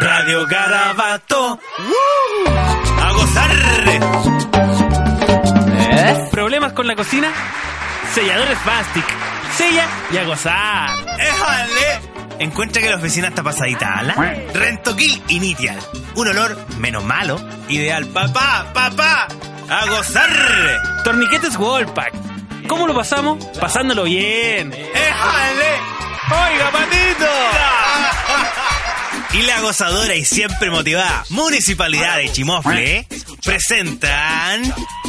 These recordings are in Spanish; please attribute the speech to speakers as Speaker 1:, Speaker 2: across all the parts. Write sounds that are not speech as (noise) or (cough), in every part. Speaker 1: Radio Garabato. A gozar. ¿Problemas con la cocina? Selladores Bastic. Sella y a gozar.
Speaker 2: ¡Éjale! Encuentra que la oficina está pasadita ala. Rentoquil Initial. Un olor menos malo. Ideal. ¡Papá! ¡Papá! ¡A gozar!
Speaker 1: Torniquetes Wallpack. ¿Cómo lo pasamos? Pasándolo bien.
Speaker 2: ¡Éjale!
Speaker 1: Oiga, patito.
Speaker 2: Y la gozadora y siempre motivada Municipalidad de Chimofle presentan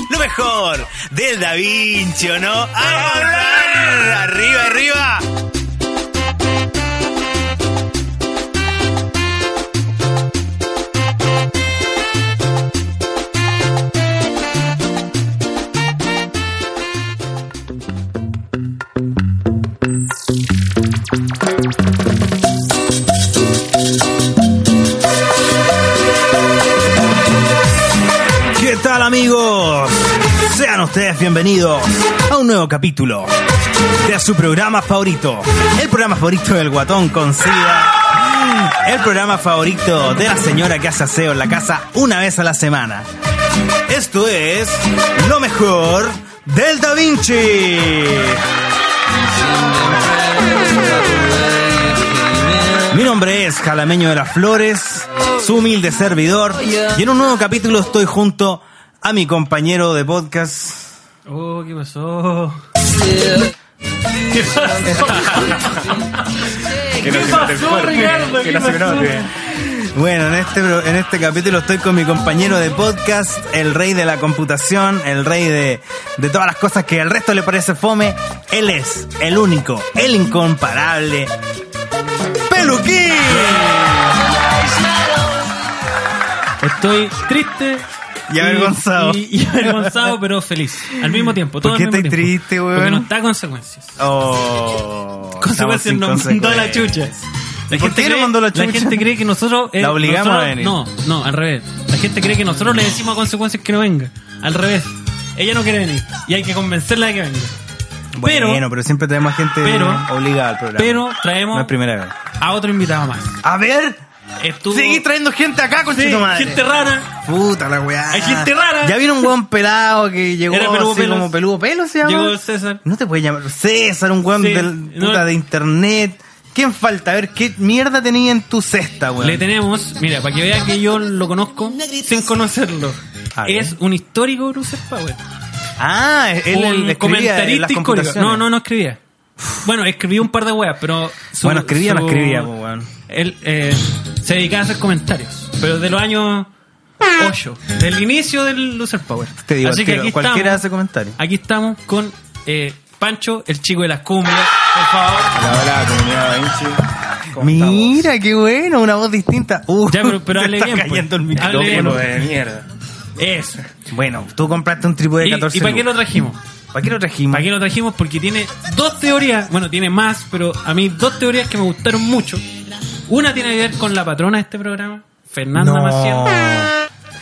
Speaker 2: lo mejor del Da Vinci, ¿o no? ¡A gozar! ¡Arriba, arriba! ¿Qué tal amigos? Sean ustedes bienvenidos a un nuevo capítulo de su programa favorito. El programa favorito del guatón con sida. El programa favorito de la señora que hace aseo en la casa una vez a la semana. Esto es lo mejor del Da Vinci. Mi nombre es Jalameño de las Flores, su humilde servidor, y en un nuevo capítulo estoy junto a mi compañero de podcast.
Speaker 1: Oh, ¿qué pasó?
Speaker 3: Que
Speaker 1: ¿Qué
Speaker 3: se
Speaker 1: pasó,
Speaker 3: note el cuerpo,
Speaker 1: Ricardo?
Speaker 3: Que
Speaker 1: ¿Qué
Speaker 3: no se
Speaker 1: pasó?
Speaker 3: note.
Speaker 2: Bueno, en este, pro- en este capítulo estoy con mi compañero de podcast, el rey de la computación, el rey de, de todas las cosas que al resto le parece fome. Él es el único, el incomparable, Peluquín.
Speaker 3: Estoy triste.
Speaker 2: Y avergonzado.
Speaker 3: Y, y avergonzado, pero feliz. Al mismo tiempo. Todo
Speaker 2: ¿Por qué
Speaker 3: al mismo
Speaker 2: estás
Speaker 3: tiempo.
Speaker 2: triste, weón?
Speaker 3: Porque no está consecuencias.
Speaker 2: Oh, estamos
Speaker 3: Consecuencias
Speaker 2: sin
Speaker 3: nos mandó la chucha. La
Speaker 2: ¿Por qué nos mandó la chucha?
Speaker 3: gente cree que nosotros. eh,
Speaker 2: La obligamos
Speaker 3: nosotros-
Speaker 2: a venir.
Speaker 3: No, no, al revés. La gente cree que nosotros le decimos a consecuencias que no venga. Al revés. Ella no quiere venir. Y hay que convencerla de que venga.
Speaker 2: Bueno,
Speaker 3: Pero-
Speaker 2: pero, siempre tenemos gente
Speaker 3: pero-
Speaker 2: obligada al programa.
Speaker 3: Pero traemos
Speaker 2: no es primera vez.
Speaker 3: a otro invitado más.
Speaker 2: A ver,
Speaker 3: Estuvo.
Speaker 2: seguí trayendo gente acá con
Speaker 3: Sí,
Speaker 2: tu madre.
Speaker 3: gente rara.
Speaker 2: Puta la weá.
Speaker 3: Hay gente rara.
Speaker 2: Ya vino un weón pelado que llegó
Speaker 3: Era peludo
Speaker 2: así
Speaker 3: pelos.
Speaker 2: como peludo pelo, se llama.
Speaker 3: Llegó el César.
Speaker 2: No te puedes llamar César, un weón
Speaker 3: Sí,
Speaker 2: del,
Speaker 3: no.
Speaker 2: puta, de internet. ¿Quién falta? A ver, ¿qué mierda tenía en tu cesta, weón?
Speaker 3: Le tenemos, mira, para que vean que yo lo conozco sin conocerlo.
Speaker 2: A ver.
Speaker 3: Es un histórico Bruce Power.
Speaker 2: ah, él el,
Speaker 3: un
Speaker 2: escribía en las computaciones.
Speaker 3: No, no, no escribía. Bueno, escribía un par de weas, pero. su-
Speaker 2: Bueno, escribía o no
Speaker 3: su-
Speaker 2: escribía, pues, weón.
Speaker 3: Él eh, se dedicaba a hacer comentarios, pero de los años 8, del inicio del Loser Power.
Speaker 2: Te digo,
Speaker 3: Así
Speaker 2: al
Speaker 3: que
Speaker 2: tiro,
Speaker 3: aquí
Speaker 2: cualquiera
Speaker 3: estamos,
Speaker 2: hace comentario.
Speaker 3: Aquí estamos con eh, Pancho, el chico de las cumbias, por favor.
Speaker 4: Hola, hola, comunidad Da Vinci. ¿Cómo
Speaker 2: Mira, qué bueno, una voz distinta. Uh,
Speaker 3: Ya, pero-
Speaker 2: (laughs)
Speaker 3: pero
Speaker 2: se
Speaker 3: hable
Speaker 2: está
Speaker 3: bien, pues.
Speaker 2: cayendo el
Speaker 3: Hable bien,
Speaker 2: micrófono.
Speaker 4: estamos? de mierda.
Speaker 3: Eso.
Speaker 2: Bueno, tú compraste un trípode de
Speaker 3: ¿Y,
Speaker 2: 14
Speaker 3: ¿Y para qué lo
Speaker 2: lucas.
Speaker 3: trajimos?
Speaker 2: ¿Para qué lo trajimos?
Speaker 3: ¿Para qué lo trajimos? Porque tiene dos teorías, bueno, tiene más, pero a mí dos teorías que me gustaron mucho. Una tiene que ver con la patrona de este programa, Fernanda
Speaker 2: No.
Speaker 3: Maciel.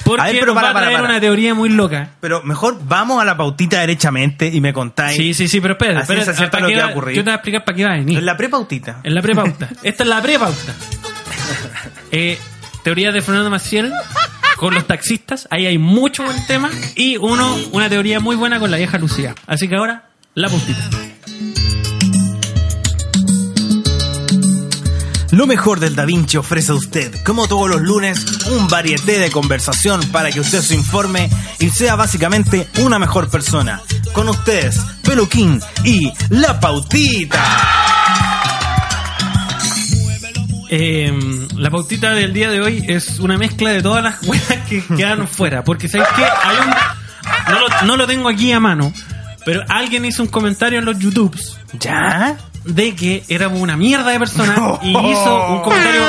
Speaker 3: Porque
Speaker 2: A ver, pero
Speaker 3: nos
Speaker 2: para,
Speaker 3: va a
Speaker 2: para,
Speaker 3: traer
Speaker 2: para.
Speaker 3: una teoría muy loca.
Speaker 2: Pero mejor vamos a la pautita derechamente y me contáis.
Speaker 3: Sí, sí, sí, pero espera,
Speaker 2: Así
Speaker 3: espera,
Speaker 2: se acierta
Speaker 3: ¿para
Speaker 2: lo
Speaker 3: qué
Speaker 2: que va a
Speaker 3: va-
Speaker 2: ocurrir.
Speaker 3: Yo te voy a explicar para qué va a venir.
Speaker 2: En la prepautita.
Speaker 3: En
Speaker 2: (laughs)
Speaker 3: la prepauta. Esta es la prepauta. Eh, teoría de Fernando Maciel con los taxistas. Ahí hay mucho buen tema. Y uno, una teoría muy buena con la vieja Lucía. Así que ahora, la puntita.
Speaker 2: Lo mejor del Da Vinci ofrece a usted, como todos los lunes, un varieté de conversación para que usted se informe y sea básicamente una mejor persona. Con ustedes, Peluquín y La Pautita.
Speaker 3: Eh, la pautita del día de hoy es una mezcla de todas las weas que quedaron fuera. Porque sabéis que hay un. No lo, no lo tengo aquí a mano, pero alguien hizo un comentario en los YouTubes
Speaker 2: ¿Ya?
Speaker 3: de que éramos una mierda de personas y hizo un comentario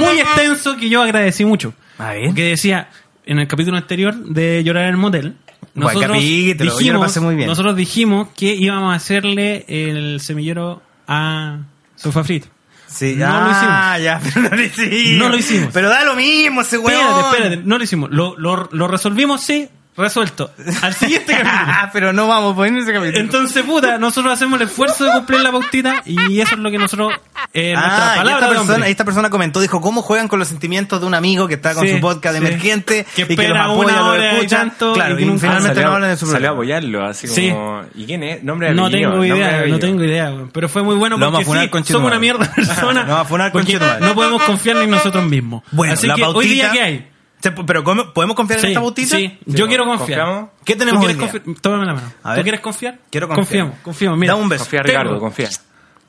Speaker 3: muy extenso que yo agradecí mucho.
Speaker 2: A ver.
Speaker 3: Porque decía, en el capítulo anterior de Llorar en el Motel,
Speaker 2: Buen
Speaker 3: nosotros,
Speaker 2: capítulo,
Speaker 3: dijimos,
Speaker 2: yo lo pasé muy bien.
Speaker 3: nosotros dijimos que íbamos a hacerle el semillero a Sofá Frito.
Speaker 2: Sí,
Speaker 3: No
Speaker 2: ah,
Speaker 3: lo hicimos.
Speaker 2: ya, pero no lo hicimos.
Speaker 3: No lo hicimos.
Speaker 2: Pero da lo mismo ese weón.
Speaker 3: Espérate, espérate,
Speaker 2: (laughs)
Speaker 3: no lo hicimos. Lo, lo, lo resolvimos, sí, resuelto.
Speaker 2: (laughs)
Speaker 3: Al siguiente capítulo.
Speaker 2: pero no vamos a poner ese capítulo.
Speaker 3: Entonces, puta, nosotros hacemos el esfuerzo de cumplir la pautita y eso es lo que nosotros. Eh, nuestra
Speaker 2: Ah, y
Speaker 3: palabra
Speaker 2: esta,
Speaker 3: de
Speaker 2: persona,
Speaker 3: hombre.
Speaker 2: esta persona comentó, dijo, ¿cómo juegan con los sentimientos de un amigo que está con
Speaker 3: Sí,
Speaker 2: su podcast
Speaker 3: sí.
Speaker 2: emergente
Speaker 3: Que
Speaker 2: y que los
Speaker 3: espera
Speaker 2: apoya,
Speaker 3: una
Speaker 2: los
Speaker 3: hora y
Speaker 2: escucha?
Speaker 3: tanto
Speaker 2: claro,
Speaker 3: y que nunca
Speaker 2: finalmente
Speaker 3: salió-
Speaker 2: no hablan de su
Speaker 4: Salió a
Speaker 2: programa.
Speaker 4: apoyarlo, así
Speaker 3: Sí.
Speaker 4: como. ¿Y quién es? Nombre de
Speaker 3: No
Speaker 4: apellido,
Speaker 3: tengo
Speaker 4: nombre de
Speaker 3: idea, no
Speaker 4: apellido.
Speaker 3: tengo idea, weón. pero fue muy bueno
Speaker 2: Lo vamos
Speaker 3: porque
Speaker 2: a funar,
Speaker 3: sí,
Speaker 2: conchetumare.
Speaker 3: somos una mierda de
Speaker 2: (laughs)
Speaker 3: persona.
Speaker 2: Lo vamos a funar,
Speaker 3: porque
Speaker 2: conchetumare.
Speaker 3: No podemos confiar ni en nosotros mismos.
Speaker 2: Bueno,
Speaker 3: Así
Speaker 2: la
Speaker 3: que
Speaker 2: pautita,
Speaker 3: hoy día que hay.
Speaker 2: ¿Se pu- ¿Pero cómo- podemos confiar en
Speaker 3: Sí,
Speaker 2: esta pautita?
Speaker 3: sí, yo quiero confiar.
Speaker 4: ¿Confiamos?
Speaker 2: ¿Qué tenemos
Speaker 3: ¿Tú
Speaker 2: hoy
Speaker 3: quieres
Speaker 2: día?
Speaker 3: confiar? Tómame la mano.
Speaker 2: A ver.
Speaker 3: ¿Tú quieres confiar?
Speaker 2: Quiero confiar.
Speaker 3: Confiamos, confiamos. Mira,
Speaker 2: Da un beso.
Speaker 4: Confía,
Speaker 3: Tengo.
Speaker 4: Ricardo, confía.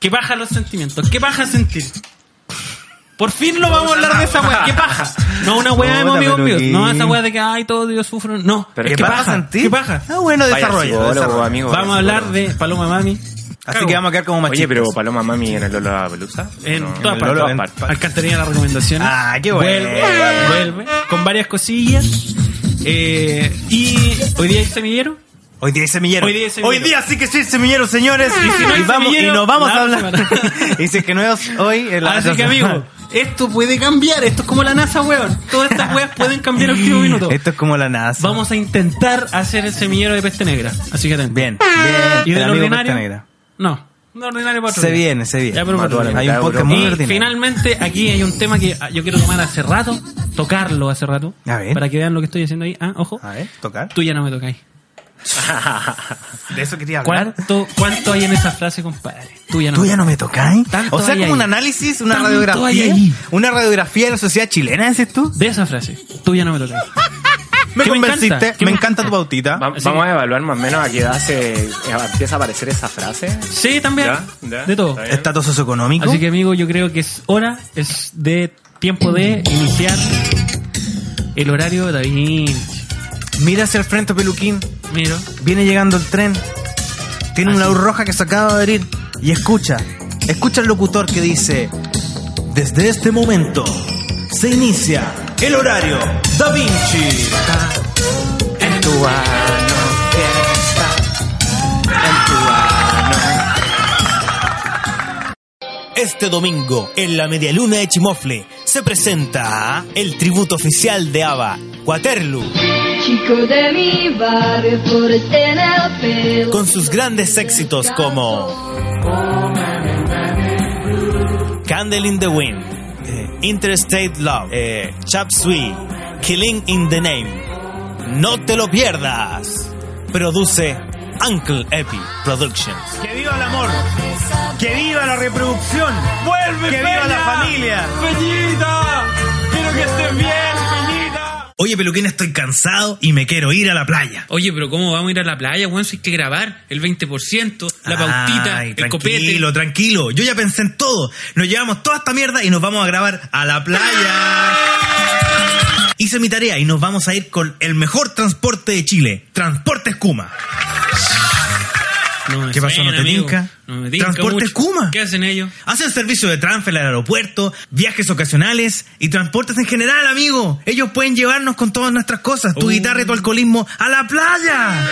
Speaker 3: ¿Qué baja los sentimientos? ¿Qué baja sentir? Por fin lo vamos a hablar de esa weá. ¿Qué paja? No una weá de
Speaker 2: Puta,
Speaker 3: amigos
Speaker 2: pero
Speaker 3: míos.
Speaker 2: qué-
Speaker 3: No esa weá de que, ay, todo yo sufro. No.
Speaker 4: Pero
Speaker 3: ¿Qué
Speaker 4: ¿qué
Speaker 3: paja?
Speaker 2: pasa en ti?
Speaker 3: ¿Qué paja?
Speaker 2: Ah, bueno,
Speaker 4: Vaya
Speaker 2: desarrollo.
Speaker 4: psicólogo,
Speaker 2: desarrollo.
Speaker 4: amigo.
Speaker 3: Vamos a hablar de Paloma Mami.
Speaker 2: Así que vamos a quedar como
Speaker 4: Oye,
Speaker 2: machistas.
Speaker 4: pero Paloma Mami en el Lola Pelusa.
Speaker 3: En
Speaker 4: No,
Speaker 3: todas
Speaker 4: el
Speaker 3: partes.
Speaker 4: Lola-
Speaker 2: en-
Speaker 4: partes.
Speaker 3: Alcantarilla las recomendaciones.
Speaker 2: Ah, qué bueno.
Speaker 3: Vuelve, vuelve. Con varias cosillas. Eh, y hoy día hay semillero.
Speaker 2: Hoy día hay semillero.
Speaker 3: Hoy día hay semillero.
Speaker 2: sí que sí hay semillero, señores.
Speaker 3: Y si no hay
Speaker 2: vamos,
Speaker 3: semillero,
Speaker 2: y nos vamos a
Speaker 3: la
Speaker 2: hablar.
Speaker 3: semana.
Speaker 2: (laughs) y si es que no es hoy... en la-
Speaker 3: Así que amigo, esto puede cambiar. Esto es como la NASA, weón. Todas estas weas pueden cambiar el último minuto.
Speaker 2: Esto es como la NASA.
Speaker 3: Vamos a intentar hacer el semillero de peste negra. Así que atento.
Speaker 2: Bien.
Speaker 3: ¿Y
Speaker 2: bien. El
Speaker 3: del
Speaker 2: amigo
Speaker 3: ordinario?
Speaker 2: Pesta Negra.
Speaker 3: No, del ordinario para otro
Speaker 2: Se
Speaker 3: día.
Speaker 2: viene, se viene.
Speaker 3: Ya, pero para
Speaker 2: Mató
Speaker 3: otro
Speaker 2: a la
Speaker 3: día.
Speaker 2: mitad Hay un
Speaker 4: de
Speaker 2: podcast muy
Speaker 4: Europa.
Speaker 3: Y
Speaker 2: ordinario.
Speaker 3: finalmente aquí hay un tema que ah, yo quiero tomar hace rato, tocarlo hace rato,
Speaker 2: A ver.
Speaker 3: para que vean lo que estoy haciendo ahí. Ah, ojo,
Speaker 2: A ver, tocar.
Speaker 3: tú ya no me tocáis.
Speaker 2: De eso quería hablar.
Speaker 3: ¿Cuánto, ¿Cuánto hay en esa frase, compadre? Tú ya no
Speaker 2: Tú
Speaker 3: me
Speaker 2: ya no me ¿eh? tocáis.
Speaker 3: Tanto
Speaker 2: O sea,
Speaker 3: hay
Speaker 2: como un
Speaker 3: ahí.
Speaker 2: análisis, una
Speaker 3: Tanto hay
Speaker 2: radiografía.
Speaker 3: ahí.
Speaker 2: Una radiografía de la sociedad chilena, dices tú.
Speaker 3: De esa frase, tú ya no me tocáis.
Speaker 2: Me
Speaker 3: ¿Qué me
Speaker 2: convenciste.
Speaker 3: encanta? ¿Qué
Speaker 2: me
Speaker 3: me-
Speaker 2: encanta tu pautita.
Speaker 4: Va-
Speaker 3: Así
Speaker 4: Vamos a evaluar más o menos a qué edad se eh, empieza a aparecer esa frase.
Speaker 3: Sí, también,
Speaker 4: Ya, ya,
Speaker 3: de todo.
Speaker 4: está bien.
Speaker 2: Estatus socioeconómico.
Speaker 3: Así que amigo, yo creo que es hora, es de tiempo de iniciar el horario de David.
Speaker 2: Mira hacia el frente, peluquín.
Speaker 3: Mira.
Speaker 2: Viene llegando el tren. Tiene una
Speaker 3: Así.
Speaker 2: luz roja que se acaba de abrir. Y escucha. Escucha el locutor que dice: Desde este momento se inicia el horario Da Vinci.
Speaker 4: En tu ano, que está en tu ano.
Speaker 2: Este domingo, en la medialuna de Chimofle, se presenta el tributo oficial de ABBA, Waterloo.
Speaker 5: Chico de mi barrio, por en el pelo.
Speaker 2: con sus grandes éxitos como Candle in the Wind, eh, Interstate Love, eh, Chap Suey, Killing in the Name. No te lo pierdas. Produce Uncle Epi Productions. ¡Que viva el amor! ¡Que viva la reproducción! ¡Vuelve, ¡Que viva la familia!
Speaker 3: Peñita, quiero que estés bien, Peñita.
Speaker 2: Oye, Peluquín, estoy cansado y me quiero ir a la playa.
Speaker 3: Oye, pero ¿cómo vamos a ir a la playa, weón? Si hay que grabar el 20%, la pautita,
Speaker 2: Ay,
Speaker 3: el copete.
Speaker 2: Ah, Tranquilo, tranquilo. Yo ya pensé en todo. Nos llevamos toda esta mierda y nos vamos a grabar a la playa. Hice mi tarea y nos vamos a ir con el mejor transporte de Chile, Transporte Escuma.
Speaker 3: No me
Speaker 2: ¿Qué pasó?
Speaker 3: suena,
Speaker 2: ¿No te
Speaker 3: amigo.
Speaker 2: tinca?
Speaker 3: No me tinca
Speaker 2: Transporte
Speaker 3: mucho.
Speaker 2: Kuma.
Speaker 3: ¿Qué hacen ellos?
Speaker 2: Hacen servicio de transfer al aeropuerto, viajes ocasionales y transportes en general, amigo. Ellos pueden llevarnos con todas nuestras cosas, tu
Speaker 3: Uh.
Speaker 2: guitarra y tu alcoholismo, a la playa.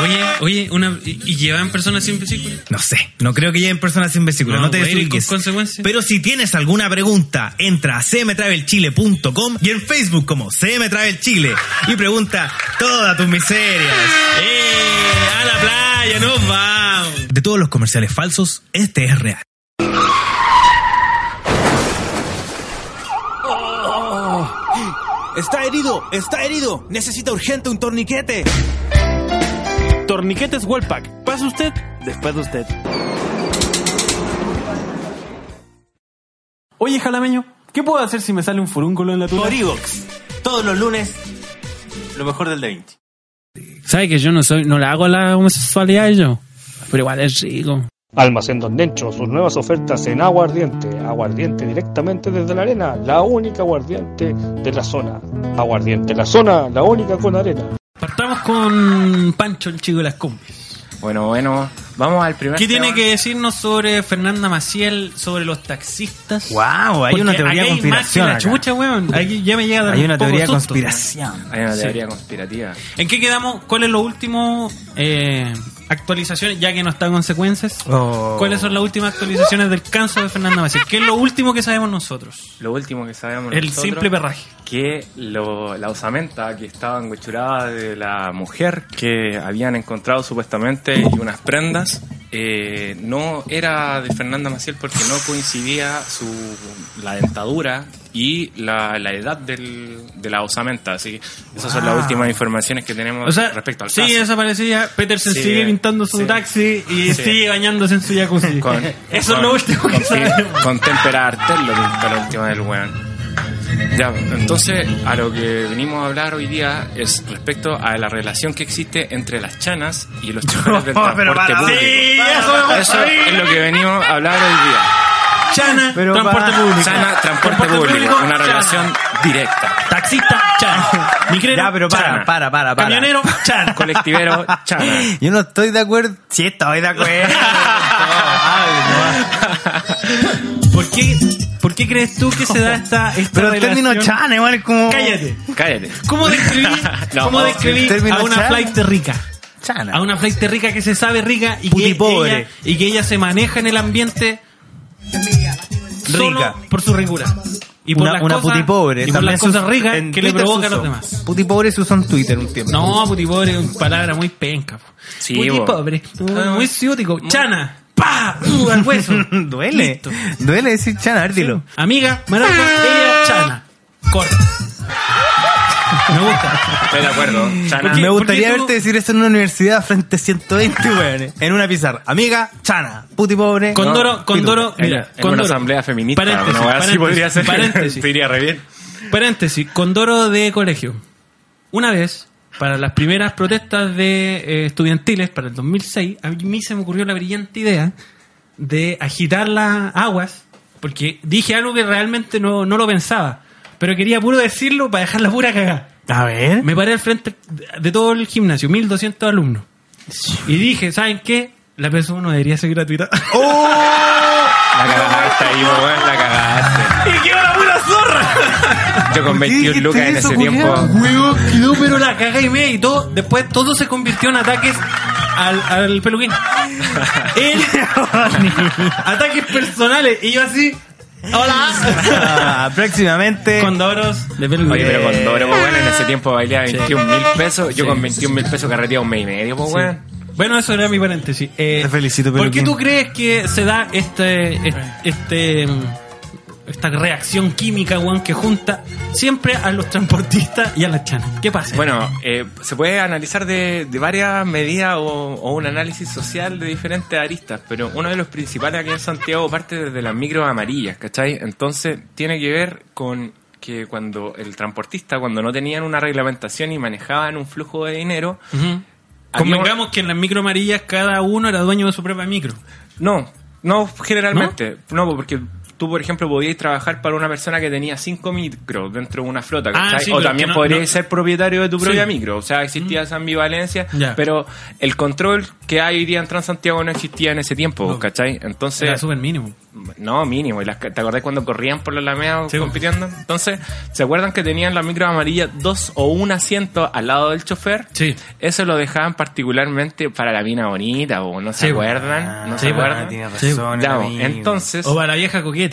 Speaker 3: Oye, oye, una, y, y llevan personas sin vesícula.
Speaker 2: No sé, no creo que lleguen personas sin vesícula, no,
Speaker 3: No,
Speaker 2: te
Speaker 3: puede ir
Speaker 2: desubiques.
Speaker 3: con consecuencias.
Speaker 2: Pero si tienes alguna pregunta, entra a cmtravelchile.com y en Facebook como cmtravelchile y pregunta todas tus miserias.
Speaker 3: ¡Eh! ¡A la playa! ¡Nos vamos!
Speaker 2: De todos los comerciales falsos, este es real. Está herido, está herido. Necesita urgente un torniquete.
Speaker 6: Torniquetes Wellpack. Pasa usted, después de usted.
Speaker 3: Oye, jalameño, ¿qué puedo hacer si me sale un furúnculo en la tula?
Speaker 6: Por Evox. Todos los lunes, lo mejor del Da Vinci.
Speaker 3: ¿Sabes que yo no soy, no le hago la homosexualidad yo? Pero igual es rico.
Speaker 7: Almacén Don Dencho, sus nuevas ofertas en aguardiente, aguardiente directamente desde la arena, la única aguardiente de la zona. Aguardiente la zona, la única con arena.
Speaker 3: Partamos con Pancho, el chico de las cumbres.
Speaker 4: Bueno, bueno, Vamos al primer
Speaker 3: ¿Qué tiene
Speaker 4: tema.
Speaker 3: que decirnos sobre Fernanda Maciel, sobre los taxistas?
Speaker 2: Wow, hay
Speaker 3: Porque
Speaker 2: una teoría de
Speaker 3: aquí hay más que
Speaker 2: conspiración.
Speaker 3: la
Speaker 2: acá.
Speaker 3: chucha, weón. Aquí ya me llega a dar
Speaker 2: Hay
Speaker 3: un
Speaker 2: una
Speaker 3: poco
Speaker 2: teoría de
Speaker 3: susto.
Speaker 2: conspiración.
Speaker 4: Hay una
Speaker 3: Sí.
Speaker 4: teoría conspirativa.
Speaker 3: ¿En qué quedamos? ¿Cuál es lo último? Eh, actualizaciones, ya que no está en consecuencias.
Speaker 2: Oh.
Speaker 3: ¿Cuáles son las últimas actualizaciones del canso de Fernanda Maciel? ¿Qué es lo último que sabemos nosotros?
Speaker 4: Lo último que sabemos
Speaker 3: El
Speaker 4: nosotros,
Speaker 3: simple perraje.
Speaker 4: que lo- la osamenta que estaba enguchurada de la mujer que habían encontrado supuestamente y unas prendas eh, no era de Fernanda Maciel porque no coincidía su, la dentadura y la, la edad del- de la osamenta. Así que esas son las últimas informaciones que tenemos
Speaker 3: O sea,
Speaker 4: respecto al
Speaker 3: sigue
Speaker 4: caso.
Speaker 3: desaparecida, Peterson
Speaker 4: Sí,
Speaker 3: sigue pintando su
Speaker 4: sí.
Speaker 3: taxi y
Speaker 4: Sí.
Speaker 3: sigue bañándose en su jacuzzi.
Speaker 4: Con-
Speaker 3: (laughs) Eso
Speaker 4: con-
Speaker 3: es lo último
Speaker 4: con,
Speaker 3: que sabemos.
Speaker 4: (laughs) Con témpera Artel lo pintó la última del weón. Ya, entonces a lo que venimos a hablar hoy día es respecto a la relación que existe entre las chanas y los choferes del
Speaker 2: Oh, (laughs)
Speaker 4: transporte
Speaker 2: pero para,
Speaker 4: público.
Speaker 3: Sí, eso me gusta
Speaker 4: Eso
Speaker 3: a mí.
Speaker 4: es lo que venimos a hablar hoy día.
Speaker 3: Chana,
Speaker 2: Pero
Speaker 3: transporte
Speaker 2: para-
Speaker 3: público.
Speaker 4: Chana, transporte público, una
Speaker 3: chana.
Speaker 4: relación directa.
Speaker 3: Taxista,
Speaker 4: (laughs)
Speaker 3: chana. Micrero,
Speaker 2: Ya, pero para,
Speaker 3: chana.
Speaker 2: para, para, para.
Speaker 3: Camionero,
Speaker 2: (laughs)
Speaker 3: chana.
Speaker 4: Colectivero, chana.
Speaker 2: Yo no estoy de acuerdo. Sí, estoy de acuerdo. Ay, no.
Speaker 3: ¿Por qué, ¿Por qué crees tú que
Speaker 4: (laughs)
Speaker 3: se da esta, esta
Speaker 2: (laughs) Pero el término
Speaker 3: relación?
Speaker 2: chan igual es como.
Speaker 3: Cállate.
Speaker 4: Cállate.
Speaker 3: ¿Cómo describí,
Speaker 2: (laughs)
Speaker 4: No,
Speaker 3: cómo
Speaker 4: no,
Speaker 3: describí
Speaker 2: el término
Speaker 3: a una
Speaker 2: chan.
Speaker 3: flight rica?
Speaker 2: Chana.
Speaker 3: A una flight rica que se sabe rica y que,
Speaker 2: Putipobre.
Speaker 3: ella, y que ella se maneja en el ambiente solo
Speaker 2: Rica.
Speaker 3: por su rigura. Y por
Speaker 2: una,
Speaker 3: las
Speaker 2: una
Speaker 3: cosas,
Speaker 2: puti pobre.
Speaker 3: Y por
Speaker 2: También
Speaker 3: las
Speaker 2: se
Speaker 3: cosas
Speaker 2: usó-
Speaker 3: ricas
Speaker 2: en
Speaker 3: que le
Speaker 2: Twitter
Speaker 3: provoca a
Speaker 2: se
Speaker 3: los
Speaker 2: usó.
Speaker 3: demás.
Speaker 2: Puti pobre se usó en Twitter un tiempo. (laughs)
Speaker 3: No, puti pobre es una palabra muy penca. po.
Speaker 4: Sí,
Speaker 3: puti
Speaker 4: bo.
Speaker 3: pobre.
Speaker 4: Ah.
Speaker 3: Muy ciútico. Chana. ¡Pah! Uh, al
Speaker 2: (laughs)
Speaker 3: hueso.
Speaker 2: duele.
Speaker 3: Listo.
Speaker 2: Duele decir chana, a ver, dilo.
Speaker 3: Amiga, maraca, ella, chana. Corta.
Speaker 2: (laughs)
Speaker 3: Me gusta.
Speaker 4: Estoy de acuerdo. Chana.
Speaker 3: ¿Por qué-
Speaker 2: Me
Speaker 3: por
Speaker 2: gustaría
Speaker 3: qué tú-
Speaker 2: verte decir eso en una universidad frente a 120 weones. En una pizarra. Amiga, chana. Puti pobre.
Speaker 3: Condoro, Condoro,
Speaker 4: En-
Speaker 3: mira,
Speaker 4: en
Speaker 3: Condoro.
Speaker 4: una asamblea feminista.
Speaker 3: Paréntesis,
Speaker 4: una weá así
Speaker 3: paréntesis,
Speaker 4: podría ser. (laughs)
Speaker 3: paréntesis.
Speaker 4: Te iría re bien.
Speaker 3: Paréntesis, Condoro de colegio. Una vez, para las primeras protestas de eh, estudiantiles, para el 2006, a mí se me ocurrió la brillante idea de agitar las aguas, porque dije algo que realmente no, no lo pensaba, pero quería puro decirlo para dejar la pura cagada.
Speaker 2: A ver.
Speaker 3: Me paré al frente de todo el gimnasio, 1200 alumnos, y dije, ¿saben qué? La PS1 debería ser gratuita. (laughs)
Speaker 4: La cagaste ahí, weón, la cagaste.
Speaker 3: ¡Y quedó la pura zorra!
Speaker 4: Yo con 21 lucas en ese tiempo.
Speaker 3: Huevo, quedó pero la caga y media y todo. Después todo se convirtió en ataques al, al peluquín. Él- ataques personales. Y yo así. Hola.
Speaker 2: Ah, próximamente.
Speaker 3: Condoros de peluquín.
Speaker 4: Oye, pero con doble, pues,
Speaker 3: Eh,
Speaker 4: weón, en ese tiempo bailaba 21 mil pesos. Yo
Speaker 3: Sí.
Speaker 4: con 21 mil pesos carreteaba un mes y medio, pues, weón.
Speaker 3: Bueno, eso era mi paréntesis. Eh,
Speaker 2: Te felicito,
Speaker 3: ¿Por qué
Speaker 2: peluquín.
Speaker 3: tú crees que se da este. este- este, mm, esta reacción química, weón, que junta siempre a los transportistas y a las chanas. ¿Qué pasa?
Speaker 4: Bueno, eh, se puede analizar de, de varias medidas o, o un análisis social de diferentes aristas, pero uno de los principales aquí en Santiago parte desde las micros amarillas, ¿cachai? Entonces tiene que ver con que cuando el transportista, cuando no tenían una reglamentación y manejaban un flujo de dinero,
Speaker 3: Ujú.
Speaker 4: había-
Speaker 3: Convengamos que en las micro amarillas cada uno era dueño de su propia micro.
Speaker 4: No, no generalmente. No, porque tú, por ejemplo, podías trabajar para una persona que tenía cinco micros dentro de una flota.
Speaker 3: Ah,
Speaker 4: ¿cachai?
Speaker 3: sí,
Speaker 4: o
Speaker 3: pero
Speaker 4: también
Speaker 3: que no-
Speaker 4: podrías
Speaker 3: no-
Speaker 4: ser propietario de tu
Speaker 3: Sí. Mm.
Speaker 4: propia micro. O sea, existía esa ambivalencia,
Speaker 3: Ya.
Speaker 4: pero el control que hay hoy día en Transantiago no existía en ese tiempo,
Speaker 3: No.
Speaker 4: ¿cachai? Entonces...
Speaker 3: Era súper mínimo.
Speaker 4: No, mínimo. ¿Y las, ca- ¿Te acordás cuando corrían por la Alameda
Speaker 3: Sí.
Speaker 4: compitiendo? Entonces, ¿se acuerdan que tenían la micro amarilla dos o un asiento al lado del chofer?
Speaker 3: Sí.
Speaker 4: Eso lo dejaban particularmente para la mina bonita, o no se
Speaker 3: Sí, bo.
Speaker 4: acuerdan. No
Speaker 2: Ah,
Speaker 4: se
Speaker 3: sí, bo.
Speaker 4: acuerdan.
Speaker 2: tiene
Speaker 3: Sí.
Speaker 2: razón.
Speaker 4: Ya,
Speaker 2: el
Speaker 4: bo.
Speaker 2: amigo.
Speaker 4: entonces,
Speaker 3: O para la vieja coqueta.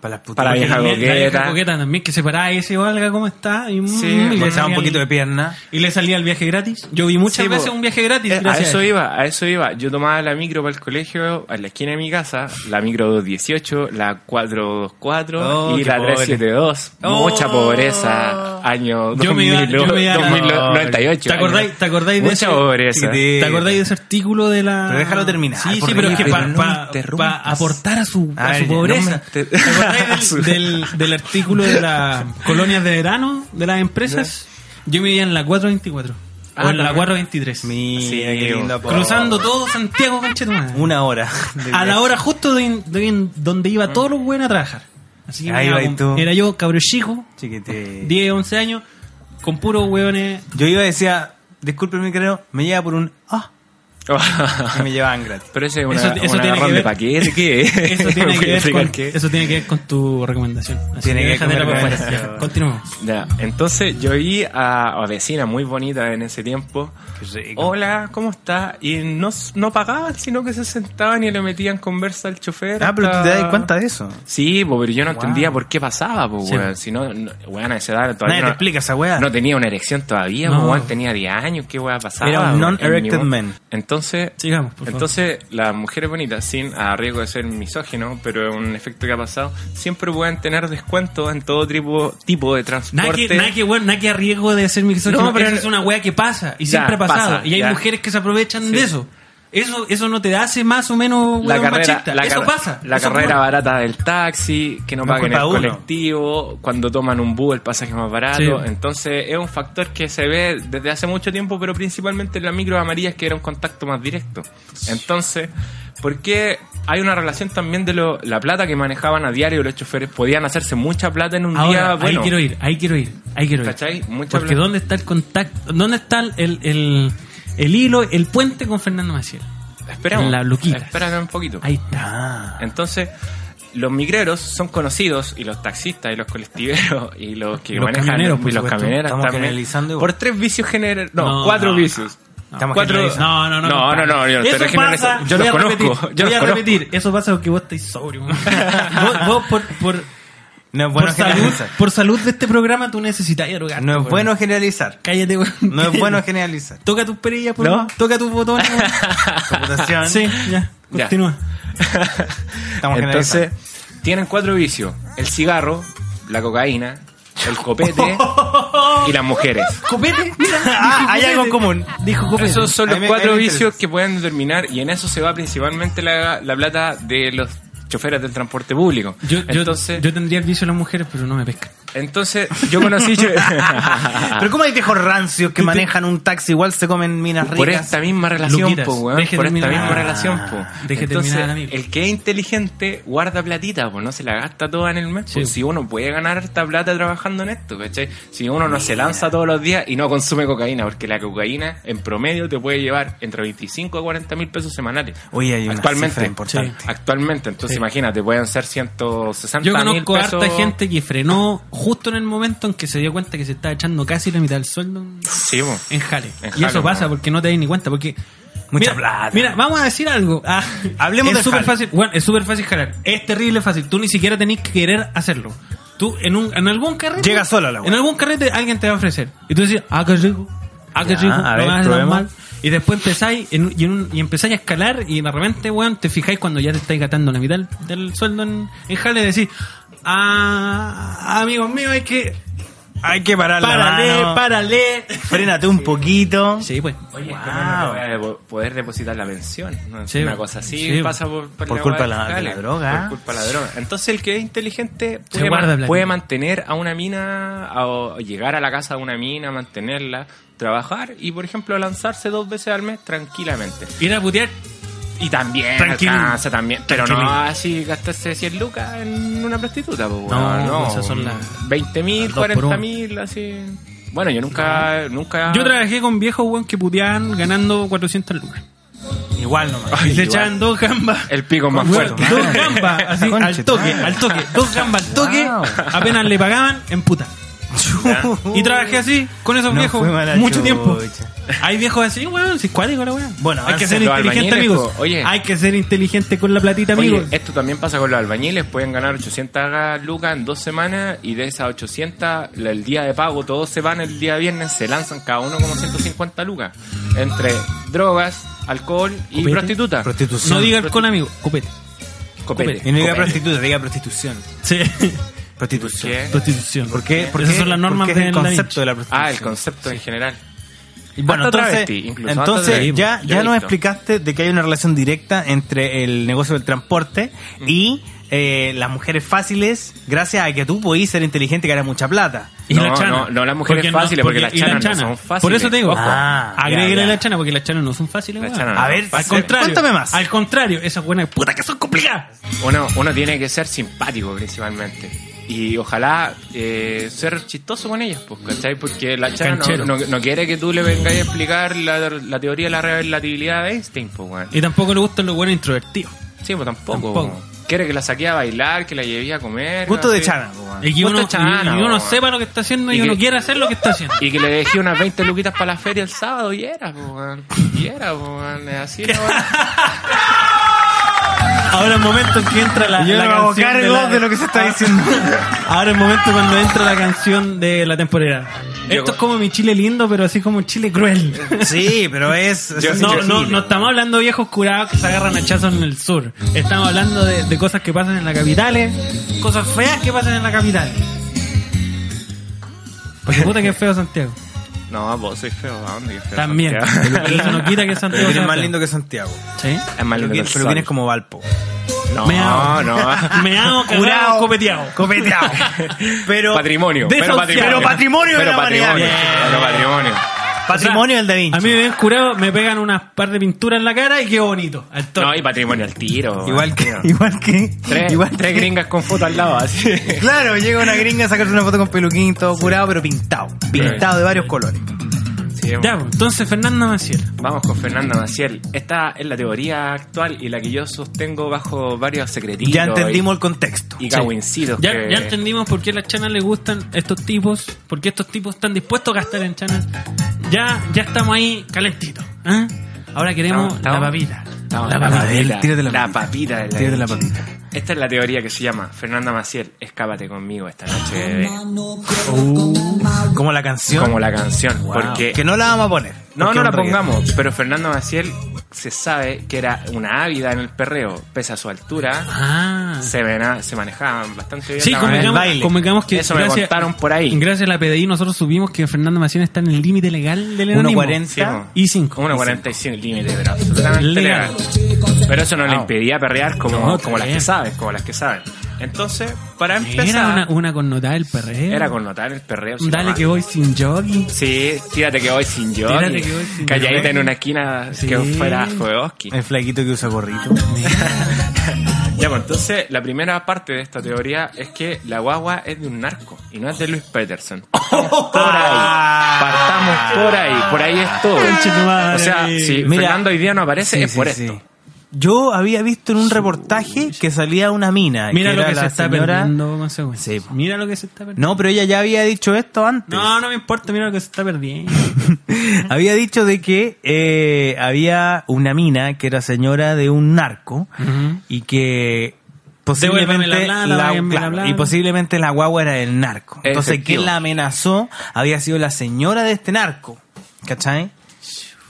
Speaker 2: Para las putas.
Speaker 4: para la vieja
Speaker 3: La vieja
Speaker 4: coqueta.
Speaker 3: coqueta también que se paraba y decía, Olga, ¿cómo está? Y, mm,
Speaker 4: Sí,
Speaker 2: Le
Speaker 3: y le
Speaker 2: echaba un
Speaker 3: salía
Speaker 2: poquito
Speaker 3: el-
Speaker 2: de pierna.
Speaker 3: Y le salía el viaje gratis. Yo vi muchas
Speaker 4: Sí,
Speaker 3: veces
Speaker 4: bo.
Speaker 3: un viaje gratis.
Speaker 4: Eh, a
Speaker 3: gracias
Speaker 4: eso
Speaker 3: a
Speaker 4: iba, a eso iba. Yo tomaba la micro para el colegio, a la esquina de mi casa, la micro 218, la 424
Speaker 2: Oh,
Speaker 4: y
Speaker 2: qué
Speaker 4: la
Speaker 2: pobre.
Speaker 4: 372.
Speaker 3: Oh.
Speaker 4: Mucha pobreza, año
Speaker 3: Yo me iba-
Speaker 4: 2000,
Speaker 3: yo me iba-
Speaker 4: 2098.
Speaker 3: ¿Te acordáis- te acordáis de
Speaker 4: Mucha
Speaker 3: ese-
Speaker 4: pobreza. (laughs)
Speaker 2: Sí,
Speaker 3: ¿Te acordáis de ese artículo de la.
Speaker 2: Pero déjalo terminar,
Speaker 3: Sí,
Speaker 2: por
Speaker 3: sí, pero es que
Speaker 2: favor,
Speaker 3: para
Speaker 2: no me interrumpas.
Speaker 3: aportar a su, a
Speaker 2: A
Speaker 3: su
Speaker 2: ver,
Speaker 3: pobreza.
Speaker 2: no me
Speaker 4: inter-
Speaker 3: ¿Te
Speaker 2: (laughs)
Speaker 3: acordáis del, del- del artículo de las colonias de verano de las empresas? Yo me vivía en la 424.
Speaker 4: Ah,
Speaker 3: o en la
Speaker 4: también.
Speaker 3: 423.
Speaker 2: Mira,
Speaker 4: Sí,
Speaker 2: qué
Speaker 4: bo.
Speaker 2: lindo. apodo.
Speaker 3: Cruzando todo Santiago, conchetumare.
Speaker 2: Una hora.
Speaker 3: a la hora justo de, de- donde iba todos los buenos a trabajar. Así que
Speaker 2: Ahí
Speaker 3: me iba
Speaker 2: vais
Speaker 3: con-
Speaker 2: tú.
Speaker 3: era yo, cabro chico,
Speaker 2: Chiquitito.
Speaker 3: 10, 11 años, con puros hueones.
Speaker 2: Yo iba y decía, disculpe mi creo, me llega por un. Ah,
Speaker 4: Pero
Speaker 6: Y me llevaban gratis.
Speaker 4: ese es una,
Speaker 3: Eso- eso
Speaker 4: una
Speaker 3: tiene que
Speaker 4: garrón de
Speaker 3: ver-
Speaker 4: paquete, ¿qué?
Speaker 3: Eso
Speaker 4: (laughs)
Speaker 3: tiene, que ver
Speaker 4: Significa
Speaker 3: con,
Speaker 4: que-
Speaker 3: eso tiene que ver con tu recomendación. Así
Speaker 6: Tiene que ver
Speaker 3: déjatela
Speaker 6: con mi
Speaker 3: por fuera.
Speaker 6: recomendación.
Speaker 3: Ya, Continuamos.
Speaker 4: Ya, entonces yo vi a, a vecina muy bonita en ese tiempo. Hola, ¿cómo está? Y no, s- no pagaban, sino que se sentaban y le metían conversa al
Speaker 2: (laughs)
Speaker 4: chofer.
Speaker 2: Ah, pero tú
Speaker 4: hasta-
Speaker 2: te das cuenta de eso.
Speaker 4: Sí, po, pero yo no entendía por qué pasaba, po,
Speaker 3: Sí.
Speaker 4: weón. Si no, no- weón, a esa edad todavía
Speaker 2: Nadie te
Speaker 4: no-
Speaker 2: explica esa weá.
Speaker 4: No tenía una erección todavía,
Speaker 3: No.
Speaker 4: po, weón. Tenía 10 años, qué weá pasaba.
Speaker 2: Era un
Speaker 4: weón,
Speaker 2: non-erected
Speaker 4: en mi-
Speaker 2: man.
Speaker 4: Entonces,
Speaker 3: Sigamos, por favor.
Speaker 4: entonces las mujeres bonitas, sin a riesgo de ser misógino, pero es un efecto que ha pasado, siempre pueden tener descuentos en todo tipo, tipo
Speaker 3: Nada
Speaker 4: de
Speaker 3: que,
Speaker 4: transporte.
Speaker 3: nada que, bueno, nada que a riesgo de ser misógino.
Speaker 4: No, pero-
Speaker 3: Eso es una weá que pasa y
Speaker 4: Ya,
Speaker 3: siempre ha pasado.
Speaker 4: pasa,
Speaker 3: y hay
Speaker 4: ya.
Speaker 3: mujeres que se aprovechan de eso. Eso eso no te hace más o menos
Speaker 4: la
Speaker 3: weón
Speaker 4: carrera,
Speaker 3: machista.
Speaker 4: la
Speaker 3: eso
Speaker 4: carre-
Speaker 3: pasa.
Speaker 4: la
Speaker 3: Eso
Speaker 4: carrera
Speaker 3: ocurre.
Speaker 4: barata del taxi, que no,
Speaker 2: No es
Speaker 4: pagan
Speaker 2: culpa
Speaker 4: el
Speaker 2: de uno.
Speaker 4: colectivo, cuando toman un bus el pasaje más barato.
Speaker 3: Sí.
Speaker 4: Entonces es un factor que se ve desde hace mucho tiempo, pero principalmente en las micros amarillas que era un contacto más directo. Entonces, ¿por qué hay una relación también de lo- la plata que manejaban a diario los choferes? Podían hacerse mucha plata en un
Speaker 3: Ahora,
Speaker 4: día bueno.
Speaker 3: ahí quiero ir, ahí quiero ir, ahí quiero ir.
Speaker 4: ¿Cachai? Mucha
Speaker 3: Porque
Speaker 4: plata.
Speaker 3: ¿dónde está el contacto? ¿Dónde está el, el, el- el hilo, el puente con Fernando Maciel?
Speaker 4: Espera un-
Speaker 3: La luquita.
Speaker 4: espérame un poquito.
Speaker 3: Ahí está.
Speaker 4: Ah. Entonces, los migreros son conocidos y los taxistas y los colectiveros y los que
Speaker 3: Los
Speaker 4: manejan
Speaker 3: camioneros, por
Speaker 4: y los
Speaker 3: supuesto.
Speaker 4: camioneros
Speaker 6: Estamos
Speaker 4: también
Speaker 6: generalizando igual.
Speaker 4: por tres vicios generales, no,
Speaker 3: No,
Speaker 4: cuatro
Speaker 3: no,
Speaker 4: vicios.
Speaker 3: Estamos
Speaker 4: cuatro
Speaker 3: No, no, no.
Speaker 4: No, no, no, yo no
Speaker 3: eso
Speaker 4: estoy
Speaker 3: pasa.
Speaker 4: generalizando. Yo
Speaker 3: voy
Speaker 4: los
Speaker 3: a
Speaker 4: conozco.
Speaker 3: repetir,
Speaker 4: yo
Speaker 3: voy
Speaker 4: los
Speaker 3: a
Speaker 4: conozco.
Speaker 3: reperio. Eso pasa porque vos estáis sobrio.
Speaker 4: (laughs)
Speaker 3: man. vos, vos por, por,
Speaker 6: No
Speaker 3: por
Speaker 6: es bueno
Speaker 3: salud,
Speaker 6: generalizar.
Speaker 3: por salud de este programa tú necesitas drogarte.
Speaker 6: No es
Speaker 3: weón.
Speaker 6: bueno generalizar.
Speaker 3: Cállate, weón.
Speaker 6: No es bueno
Speaker 3: (laughs)
Speaker 6: generalizar.
Speaker 3: Toca tus perillas, por
Speaker 6: No.
Speaker 3: favor. Toca tus (laughs) botones. weón.
Speaker 2: (laughs)
Speaker 6: Computación.
Speaker 3: sí, ya.
Speaker 4: Ya.
Speaker 3: Continúa.
Speaker 6: Estamos
Speaker 4: Entonces, tienen cuatro vicios: el cigarro, la cocaína, el copete
Speaker 3: (laughs)
Speaker 4: y las mujeres.
Speaker 3: Copete, mira.
Speaker 2: Ah,
Speaker 3: dijo
Speaker 6: hay
Speaker 3: copete.
Speaker 6: algo en común.
Speaker 3: Dijo copete.
Speaker 4: Esos son
Speaker 6: A
Speaker 4: los
Speaker 6: mí me-
Speaker 4: cuatro
Speaker 6: a mí me
Speaker 4: vicios
Speaker 6: interesa.
Speaker 4: que pueden determinar y en eso se va principalmente la, la plata de los choferes del transporte público.
Speaker 3: Yo, yo,
Speaker 4: Entonces,
Speaker 3: yo tendría el vicio de las mujeres, pero no me pescan.
Speaker 4: Entonces, yo conocí. (laughs) yo- Ah.
Speaker 6: Pero ¿cómo hay viejos rancios que manejan un taxi igual se comen minas
Speaker 4: por
Speaker 6: ricas?
Speaker 4: esta misma relación,
Speaker 3: Luquitas,
Speaker 4: po, weón,
Speaker 3: deje
Speaker 4: Por esta
Speaker 3: terminar.
Speaker 4: misma relación, po.
Speaker 3: Deje
Speaker 4: Entonces,
Speaker 3: terminar, amigo.
Speaker 4: el que es inteligente guarda platita, pues no se la gasta toda en el mes. po.
Speaker 3: Sí.
Speaker 4: Si uno puede ganar harta plata trabajando en esto, ¿cachai? Si uno no se lanza todos los días y no consume cocaína, porque la cocaína en promedio te puede llevar entre 25 a 40 mil pesos semanales.
Speaker 6: Oye, hay una
Speaker 4: actualmente,
Speaker 6: cifra importante.
Speaker 4: actualmente, entonces
Speaker 3: Sí.
Speaker 4: imagínate, pueden ser 160
Speaker 3: Yo
Speaker 4: mil
Speaker 3: conozco
Speaker 4: pesos.
Speaker 3: harta gente que frenó justo en el momento en que se dio cuenta que se estaba echando casi la mitad del sueldo en-
Speaker 4: Sí, po.
Speaker 3: en jale.
Speaker 4: En
Speaker 3: y
Speaker 4: jale,
Speaker 3: eso pasa
Speaker 4: weón.
Speaker 3: porque no te das ni cuenta. Porque.
Speaker 6: Mucha
Speaker 3: mira,
Speaker 6: plata.
Speaker 3: Mira, vamos a decir algo. Ah,
Speaker 6: Hablemos
Speaker 3: es
Speaker 6: del
Speaker 3: súper
Speaker 6: jale.
Speaker 3: fácil. Bueno, es súper fácil jalar. Es terrible fácil. Tú ni siquiera tenés que querer hacerlo. Tú en, un, en algún carrete.
Speaker 2: Llega sola la weá.
Speaker 3: En algún carrete alguien te va a ofrecer. Y tú decís, ah, qué rico. Ah, qué
Speaker 6: Ya,
Speaker 3: rico.
Speaker 6: a
Speaker 3: no
Speaker 6: ver,
Speaker 3: me vas a dar
Speaker 6: probemos.
Speaker 3: mal. Y después empezáis en- y, en un- y empezáis a escalar y de repente, weón, te fijáis cuando ya te estáis gastando la mitad del- del sueldo en, en jale y decís, ah, amigos míos, hay que...
Speaker 6: Hay que parar la
Speaker 3: Párale,
Speaker 6: mano.
Speaker 3: párale.
Speaker 6: Frénate un poquito.
Speaker 3: Sí, pues.
Speaker 4: Oye, es que no, no te voy a depo- poder depositar la pensión. ¿no?
Speaker 3: Sí,
Speaker 4: Una cosa así
Speaker 3: sí.
Speaker 4: pasa por, por
Speaker 6: Por
Speaker 4: la
Speaker 6: culpa
Speaker 4: hueá
Speaker 6: de la- de la
Speaker 4: fiscal,
Speaker 6: droga.
Speaker 4: Por culpa de la droga. Entonces el que es inteligente
Speaker 3: Ah. Se
Speaker 4: puede,
Speaker 3: guarda
Speaker 4: man-
Speaker 3: platita.
Speaker 4: puede mantener a una mina, a- o llegar a la casa de una mina, mantenerla, trabajar y, por ejemplo, lanzarse dos veces al mes tranquilamente.
Speaker 3: Ir a putear.
Speaker 4: Y también
Speaker 3: Tranquilo.
Speaker 4: alcanza también. Pero
Speaker 3: Tranquilo.
Speaker 4: no así gastarse 100 lucas en una prostituta. po,
Speaker 3: No,
Speaker 4: weón, no,
Speaker 3: esas son las-
Speaker 4: 20 mil,
Speaker 3: las dos por
Speaker 4: 40
Speaker 3: uno.
Speaker 4: mil, así... Bueno, yo nunca... nunca
Speaker 3: Yo trabajé con viejos, weón, que puteaban ganando 400 lucas.
Speaker 6: Igual nomás.
Speaker 3: Y le echaban dos gambas.
Speaker 4: El pico más
Speaker 3: Weón,
Speaker 4: fuerte.
Speaker 3: dos gambas, así,
Speaker 6: Conche,
Speaker 3: al toque,
Speaker 6: madre.
Speaker 3: al toque. Dos gambas al toque.
Speaker 6: Wow.
Speaker 3: Apenas le pagaban, en puta. Y trabajé así, con esos
Speaker 6: No
Speaker 3: viejos,
Speaker 6: fue mala
Speaker 3: mucho tiempo.
Speaker 6: chucha.
Speaker 3: Hay viejos así, weón, si es cuático la weón.
Speaker 6: Bueno,
Speaker 3: hay que
Speaker 6: avancen
Speaker 3: ser
Speaker 4: los
Speaker 3: inteligente,
Speaker 4: albañiles,
Speaker 3: amigos.
Speaker 4: po. Oye.
Speaker 3: Hay que ser inteligente con la platita, amigos.
Speaker 4: Oye, esto también pasa con los albañiles, pueden ganar 800 lucas en dos semanas y de esas 800, la- el día de pago, todos se van el día viernes, se lanzan cada uno como 150 lucas, entre drogas, alcohol y
Speaker 3: Copete.
Speaker 4: prostituta.
Speaker 6: Prostitución.
Speaker 3: no diga el con amigo, copete.
Speaker 6: Y no diga
Speaker 4: Copete.
Speaker 6: prostituta, diga prostitución.
Speaker 3: Sí. (laughs)
Speaker 6: Prostitución.
Speaker 4: ¿Qué?
Speaker 3: Prostitución.
Speaker 6: ¿Por qué? Porque
Speaker 3: Esas son las normas
Speaker 6: porque es el
Speaker 3: del
Speaker 6: concepto de la prostitución.
Speaker 4: Ah, el concepto en general.
Speaker 6: Y Bueno,
Speaker 4: Hasta
Speaker 6: entonces,
Speaker 4: travesti, incluso, hasta
Speaker 6: entonces
Speaker 4: travesti.
Speaker 6: ya,
Speaker 4: Yo he
Speaker 6: ya nos
Speaker 4: visto.
Speaker 6: explicaste de que hay una relación directa entre el negocio del transporte
Speaker 4: Mm.
Speaker 6: y eh, las mujeres fáciles, gracias a que tú podís ser inteligente y ganar mucha plata.
Speaker 3: Y
Speaker 4: No,
Speaker 3: la chana.
Speaker 4: no, no, las mujeres
Speaker 3: no-
Speaker 4: fáciles, porque las
Speaker 3: y la
Speaker 4: chanas no son fáciles.
Speaker 3: Por eso te digo,
Speaker 4: Ojo.
Speaker 6: Ah,
Speaker 3: agréguele
Speaker 6: ya, ya.
Speaker 3: la chana, porque las chanas no son fáciles.
Speaker 4: Las
Speaker 3: weón.
Speaker 4: chanas no
Speaker 6: A
Speaker 4: son
Speaker 6: ver,
Speaker 3: Al
Speaker 4: fáciles.
Speaker 3: contrario.
Speaker 6: Cuéntame más.
Speaker 3: Al contrario, esas buenas puta que son complicadas.
Speaker 4: Uno, uno tiene que ser simpático principalmente. Y ojalá eh, ser chistoso con ellas, pues, ¿cachai? Porque la chana
Speaker 3: Canchero.
Speaker 4: no, no- no quiere que tú le vengas a explicar la, la teoría de la relatividad de Einstein, pues, weón.
Speaker 3: Y tampoco le gustan los buenos introvertidos.
Speaker 4: Sí, pues tampoco.
Speaker 3: Tampoco.
Speaker 4: weón. Quiere que la saqué a bailar, que la llevé a comer.
Speaker 6: Gusto de
Speaker 4: así.
Speaker 6: chana, po, weón.
Speaker 3: Y que
Speaker 4: Ah. Puta
Speaker 3: uno,
Speaker 4: chana,
Speaker 3: y- y uno
Speaker 4: weón.
Speaker 3: sepa lo que está haciendo y,
Speaker 4: Y
Speaker 3: uno
Speaker 4: que-
Speaker 3: quiera hacer lo que está haciendo.
Speaker 4: Y que le dejé unas 20 luquitas para la feria el sábado y era, po, weón. Y era, po, weón. Es Así la weón.
Speaker 3: Ahora el momento en que entra la,
Speaker 6: Yo
Speaker 3: la Ah.
Speaker 6: no me hago
Speaker 3: canción
Speaker 6: cargo de, lo que se está diciendo.
Speaker 3: (laughs) Ahora el momento cuando entra la canción de la temporada. Esto es como mi Chile lindo, pero así como un Chile cruel.
Speaker 6: sí, pero es. es
Speaker 4: Yo-
Speaker 6: así
Speaker 3: No,
Speaker 6: que-
Speaker 3: no, no estamos hablando de viejos curados que se agarran hachazos en el sur. Estamos hablando de, de cosas que pasan en las capitales, cosas feas que pasan en la capital.
Speaker 6: (laughs)
Speaker 3: Porque puta que es feo Santiago.
Speaker 4: (laughs) No, vos soy feo, ¿a dónde que feo?
Speaker 3: También.
Speaker 4: Santiago?
Speaker 3: Y Eso no quita que
Speaker 6: Pero
Speaker 3: Santiago
Speaker 6: viene
Speaker 3: sea
Speaker 6: más
Speaker 3: feo.
Speaker 6: lindo que Santiago.
Speaker 3: ¿Sí?
Speaker 4: Es más lindo
Speaker 6: Pero
Speaker 4: que
Speaker 6: viene-
Speaker 4: el
Speaker 6: pero
Speaker 4: sol.
Speaker 6: vienes como Valpo.
Speaker 4: No,
Speaker 3: Me hago.
Speaker 4: no.
Speaker 3: Me
Speaker 6: (laughs)
Speaker 3: hago curado,
Speaker 6: Curado.
Speaker 3: copeteado.
Speaker 4: (laughs)
Speaker 6: Copeteado. Pero.
Speaker 4: Patrimonio. Pero
Speaker 3: Desahuciado.
Speaker 4: patrimonio.
Speaker 3: Pero
Speaker 4: Pero
Speaker 6: patrimonio de la
Speaker 4: patrimonio.
Speaker 6: humanidad.
Speaker 4: Pero patrimonio.
Speaker 6: Patrimonio
Speaker 3: O sea,
Speaker 6: del Da Vinci.
Speaker 3: A mí me ven curado, me pegan unas par de pinturas en la cara y qué bonito. Al toque.
Speaker 4: No, y patrimonio al tiro.
Speaker 6: Igual que.
Speaker 4: weón.
Speaker 6: Igual que.
Speaker 4: Tres,
Speaker 6: igual
Speaker 4: tres
Speaker 6: que-
Speaker 4: gringas con foto al lado,
Speaker 6: (laughs)
Speaker 4: así.
Speaker 6: Claro, llega una gringa a sacarse una foto con peluquín, todo curado, pero pintado. Pintado de varios colores.
Speaker 4: Sí,
Speaker 3: Ya, pues, entonces Fernanda Maciel.
Speaker 4: Vamos con Fernanda Maciel. Esta es la teoría actual y la que yo sostengo bajo varios secretitos.
Speaker 6: Ya entendimos el contexto.
Speaker 4: Y, y cagüincitos
Speaker 3: Ya,
Speaker 4: que-
Speaker 3: ya entendimos por qué a las chanas les gustan estos tipos, por qué estos tipos están dispuestos a gastar en chanas. Ya, ya estamos ahí calentitos. ¿eh? Ahora queremos
Speaker 4: Estamos-
Speaker 3: la
Speaker 4: estamos-
Speaker 3: papita.
Speaker 4: estamos-
Speaker 3: La
Speaker 4: la
Speaker 3: papita.
Speaker 4: papita.
Speaker 6: Tírate la
Speaker 4: La
Speaker 6: papita.
Speaker 4: papita de la
Speaker 6: Tírate la
Speaker 4: leche.
Speaker 6: papita.
Speaker 4: Esta es la teoría que se llama Fernanda Maciel, escápate conmigo esta noche, bebé.
Speaker 6: Uh, Como la canción.
Speaker 4: Como la canción.
Speaker 6: Wow.
Speaker 4: Porque
Speaker 6: Que no la vamos a poner.
Speaker 4: No,
Speaker 6: Porque
Speaker 4: no la
Speaker 6: es un reggae.
Speaker 4: pongamos, pero Fernando Maciel se sabe que era una ávida en el perreo. Pese a su altura,
Speaker 3: Ah.
Speaker 4: se, mena- se manejaban bastante bien.
Speaker 3: Sí,
Speaker 4: la
Speaker 3: convengamos,
Speaker 4: manera del baile.
Speaker 3: convengamos que
Speaker 4: Eso me contaron por ahí.
Speaker 3: Gracias a la PDI nosotros subimos que Fernanda Maciel está en el límite legal del enanimo.
Speaker 6: 1.40.
Speaker 4: Sí, mo.
Speaker 3: y cinco.
Speaker 4: Una
Speaker 3: Y
Speaker 4: 45 límite, pero absolutamente
Speaker 3: Legal.
Speaker 4: legal. Pero eso no le
Speaker 3: Wow.
Speaker 4: impedía perrear como,
Speaker 3: No,
Speaker 4: como las
Speaker 3: bien.
Speaker 4: que saben, como las que saben. Entonces, para
Speaker 3: Era
Speaker 4: empezar,
Speaker 3: una, una connotada del perreo.
Speaker 4: era con notar el perreo. sin
Speaker 3: Dale
Speaker 4: nomás.
Speaker 3: que voy sin jogging.
Speaker 4: Sí, tírate que voy sin yo.
Speaker 3: Tírate que voy sin
Speaker 4: Calladita
Speaker 3: jogging.
Speaker 4: en una esquina
Speaker 3: Sí.
Speaker 4: que fuera Fuegoski.
Speaker 6: El flaquito que usa gorrito.
Speaker 4: Ya, pues entonces la primera parte de esta teoría es que la guagua es de un narco y no es de Luis
Speaker 3: (laughs)
Speaker 4: Peterson.
Speaker 3: Oh,
Speaker 4: Partamos por ahí. Partamos por ahí. Por ahí es
Speaker 3: ah. (laughs) Conche tu
Speaker 4: todo.
Speaker 3: madre.
Speaker 4: O sea, si
Speaker 6: Mira.
Speaker 4: Fernando hoy día no aparece
Speaker 6: Sí,
Speaker 4: es
Speaker 6: sí,
Speaker 4: por
Speaker 6: sí.
Speaker 4: esto.
Speaker 6: Yo había visto en un reportaje que salía una mina.
Speaker 3: Mira lo
Speaker 6: era
Speaker 3: que se
Speaker 6: la
Speaker 3: está
Speaker 6: señora-
Speaker 3: perdiendo, Consecuencia.
Speaker 6: Sí, po.
Speaker 3: Mira lo que se está perdiendo.
Speaker 6: No, pero ella ya había dicho esto antes.
Speaker 3: No, no me importa, mira lo que se está perdiendo.
Speaker 6: (laughs) había dicho de que eh, había una mina que era señora de un narco
Speaker 3: Ujú.
Speaker 6: y que
Speaker 3: Devuélveme
Speaker 6: posiblemente
Speaker 3: la plata, váyanme la plata.
Speaker 6: y posiblemente la guagua era del narco. Entonces,
Speaker 4: Efectivo.
Speaker 6: quien la amenazó había sido la señora de este narco. ¿Cachai?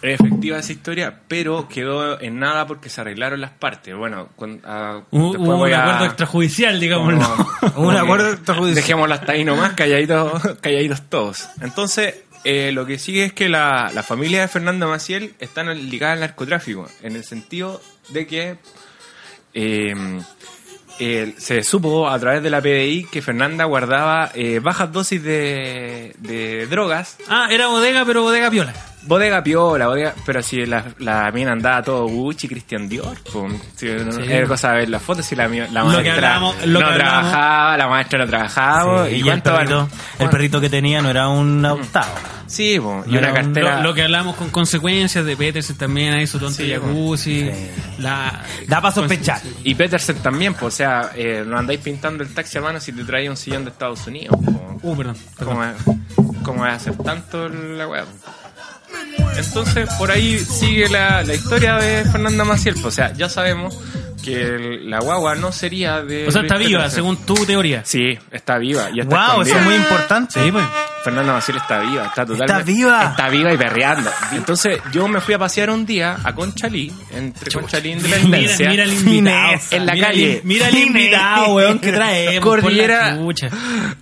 Speaker 4: Efectiva esa historia, pero quedó en nada porque se arreglaron las partes. Bueno, con, ah,
Speaker 3: Hubo
Speaker 4: después
Speaker 3: hubo un
Speaker 4: voy a-
Speaker 3: acuerdo extrajudicial, digamos. (laughs)
Speaker 4: Como-
Speaker 6: Un acuerdo
Speaker 4: que
Speaker 6: extrajudicial.
Speaker 4: Dejémoslo hasta ahí nomás, calladitos, calladitos todos. Entonces, eh, lo que sigue es que la, la familia de Fernanda Maciel está en- ligada al narcotráfico, en el sentido de que eh, eh, se supo a través de la PDI que Fernanda guardaba eh, bajas dosis de, de drogas,
Speaker 3: Ah, era bodega, pero bodega piola.
Speaker 4: bodega piola, bodega, pero si la, la mina andaba todo Gucci, Christian Dior, pum, si no-
Speaker 3: Sí.
Speaker 4: era cosa de ver las fotos, si la, mi- la
Speaker 3: Lo que
Speaker 4: maestra
Speaker 3: hablábamos- lo
Speaker 4: no
Speaker 3: que hablábamos.
Speaker 4: trabajaba, la maestra no trabajaba,
Speaker 6: Sí,
Speaker 4: y,
Speaker 6: y el
Speaker 4: cuánto
Speaker 6: perrito,
Speaker 4: vale?
Speaker 6: el perrito que tenía no era un adoptado.
Speaker 4: Sí, po, y una
Speaker 6: Era un-
Speaker 4: cartera.
Speaker 3: Lo, lo que hablamos con consecuencias de Peterson también, ahí su tonto
Speaker 4: Sí,
Speaker 3: jacuzzi. La,
Speaker 6: Da para sospechar.
Speaker 4: Y Peterson también, po, o sea, eh, no andáis pintando el taxi a mano si te traes un sillón de Estados Unidos. po.
Speaker 3: Uh, perdón. perdón.
Speaker 4: ¿Cómo es, cómo es hacer tanto la weá? Entonces, por ahí sigue la, la historia de Fernanda Maciel. po, O sea, ya sabemos que el- la guagua no sería de.
Speaker 3: O sea, está
Speaker 4: Luis
Speaker 3: viva,
Speaker 4: Peterson.
Speaker 3: según tu teoría.
Speaker 4: Sí, está viva. Y está
Speaker 3: Oh,
Speaker 6: Wow, eso
Speaker 4: escondida.
Speaker 6: es muy importante.
Speaker 3: pues.
Speaker 4: Fernanda Maciel está viva, está totalmente.
Speaker 6: Está viva.
Speaker 4: Está viva y perreando. Entonces, yo me fui a pasear un día a Conchalí, entre Conchalí y
Speaker 3: Mira,
Speaker 4: Independencia.
Speaker 3: mira el invitado.
Speaker 6: Inés,
Speaker 4: en la
Speaker 3: mira el-
Speaker 4: calle.
Speaker 3: mira el invitado, weón, que traemos. por la
Speaker 4: Cordillera.
Speaker 3: chucha.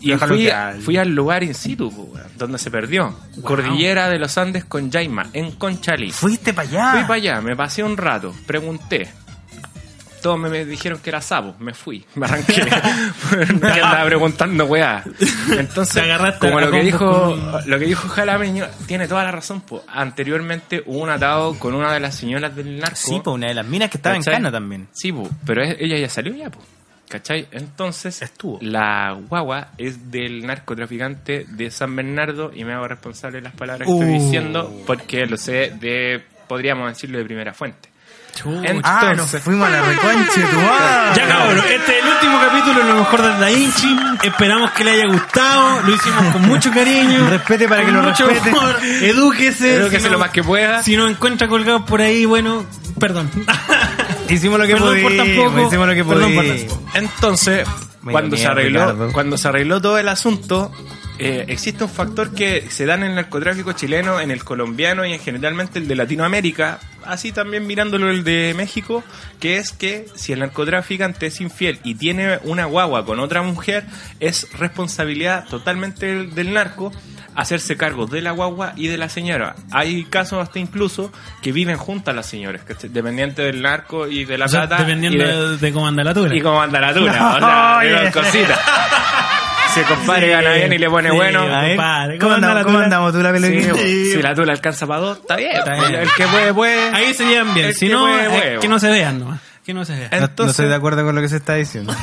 Speaker 4: Y
Speaker 6: Déjalo
Speaker 4: fui,
Speaker 6: que hable.
Speaker 4: fui al lugar in situ, po, weón, donde se perdió. Cordillera de los Andes con Jaima, en Conchalí.
Speaker 6: Fuiste para allá.
Speaker 4: Fui para allá, me pasé un rato, pregunté. Todos me, me dijeron que era sapo, me fui, me arranqué. (laughs) Porque andaba preguntando, weá.
Speaker 3: Te
Speaker 4: Entonces,
Speaker 3: agarraste
Speaker 4: como
Speaker 3: a
Speaker 4: lo que,
Speaker 3: combos
Speaker 4: dijo,
Speaker 3: con-
Speaker 4: lo que dijo Jalameño, tiene toda la razón, po. Anteriormente hubo un atado con una de las señoras del narco.
Speaker 6: Sí, pues una de las minas que estaba en
Speaker 4: ¿cachai?
Speaker 6: Cana también.
Speaker 4: Sí, po, pero es- ella ya salió ya, po. ¿Cachai? Entonces,
Speaker 6: Estuvo.
Speaker 4: la guagua es del narcotraficante de San Bernardo y me hago responsable de las palabras que
Speaker 6: Uh.
Speaker 4: estoy diciendo porque lo sé de, podríamos decirlo, de primera fuente. Entonces,
Speaker 6: Ah, nos fuimos a la reconche, tu madre.
Speaker 3: (laughs) Ya cabrón, este es el último capítulo de lo mejor de Da Vinci. Esperamos que le haya gustado. Lo hicimos (laughs) con mucho cariño.
Speaker 6: Respete para que
Speaker 3: con
Speaker 6: lo
Speaker 3: mucho
Speaker 6: respete.
Speaker 3: amor.
Speaker 6: Ah,
Speaker 3: Edúquese.
Speaker 4: creo que
Speaker 3: Si
Speaker 4: sé
Speaker 3: no-
Speaker 4: lo más que pueda.
Speaker 3: Si nos encuentra colgados por ahí, bueno, perdón.
Speaker 6: Hicimos lo que
Speaker 3: Perdón por
Speaker 6: pudimos,
Speaker 3: tampoco.
Speaker 6: hicimos lo que
Speaker 3: Perdón por
Speaker 6: pudimos.
Speaker 4: Entonces,
Speaker 6: Medio
Speaker 4: cuando se,
Speaker 6: mierda,
Speaker 4: arregló,
Speaker 6: Ricardo.
Speaker 4: cuando se arregló todo el asunto, eh, existe un factor que se da en el narcotráfico chileno, en el colombiano y en generalmente el de Latinoamérica, así también mirándolo el de México, que es que si el narcotraficante es infiel y tiene una guagua con otra mujer, es responsabilidad totalmente del, del narco hacerse cargo de la guagua y de la señora. Hay casos hasta incluso que viven juntas las señoras, ¿cachai? dependiente del narco
Speaker 3: (laughs)
Speaker 4: y de la
Speaker 3: O sea,
Speaker 4: plata. y
Speaker 3: dependiendo
Speaker 4: de-
Speaker 3: de, de cómo anda la tura.
Speaker 4: y como anda la dura,
Speaker 3: (laughs)
Speaker 4: o sea,
Speaker 6: No,
Speaker 4: digo,
Speaker 3: eh.
Speaker 6: oye.
Speaker 4: cosita. Si el compadre gana bien y le pone
Speaker 3: sí,
Speaker 4: bueno.
Speaker 3: a ver, compadre, ¿cómo
Speaker 6: ¿Cómo
Speaker 3: anda
Speaker 6: andamos,
Speaker 3: la
Speaker 6: cómo
Speaker 3: tula?
Speaker 6: andamos tú la
Speaker 4: sí,
Speaker 6: pelotita?
Speaker 4: si la dura alcanza para dos, está bien. pues,
Speaker 6: bien.
Speaker 4: El que puede, puede.
Speaker 3: Ahí se llevan bien.
Speaker 4: El
Speaker 3: Si
Speaker 4: que
Speaker 3: no,
Speaker 4: puede,
Speaker 3: eh,
Speaker 4: puede,
Speaker 3: que no se vean nomás. Que no se vean.
Speaker 6: No- no
Speaker 4: Entonces-
Speaker 6: estoy de acuerdo con lo que se está
Speaker 3: (laughs)
Speaker 6: diciendo.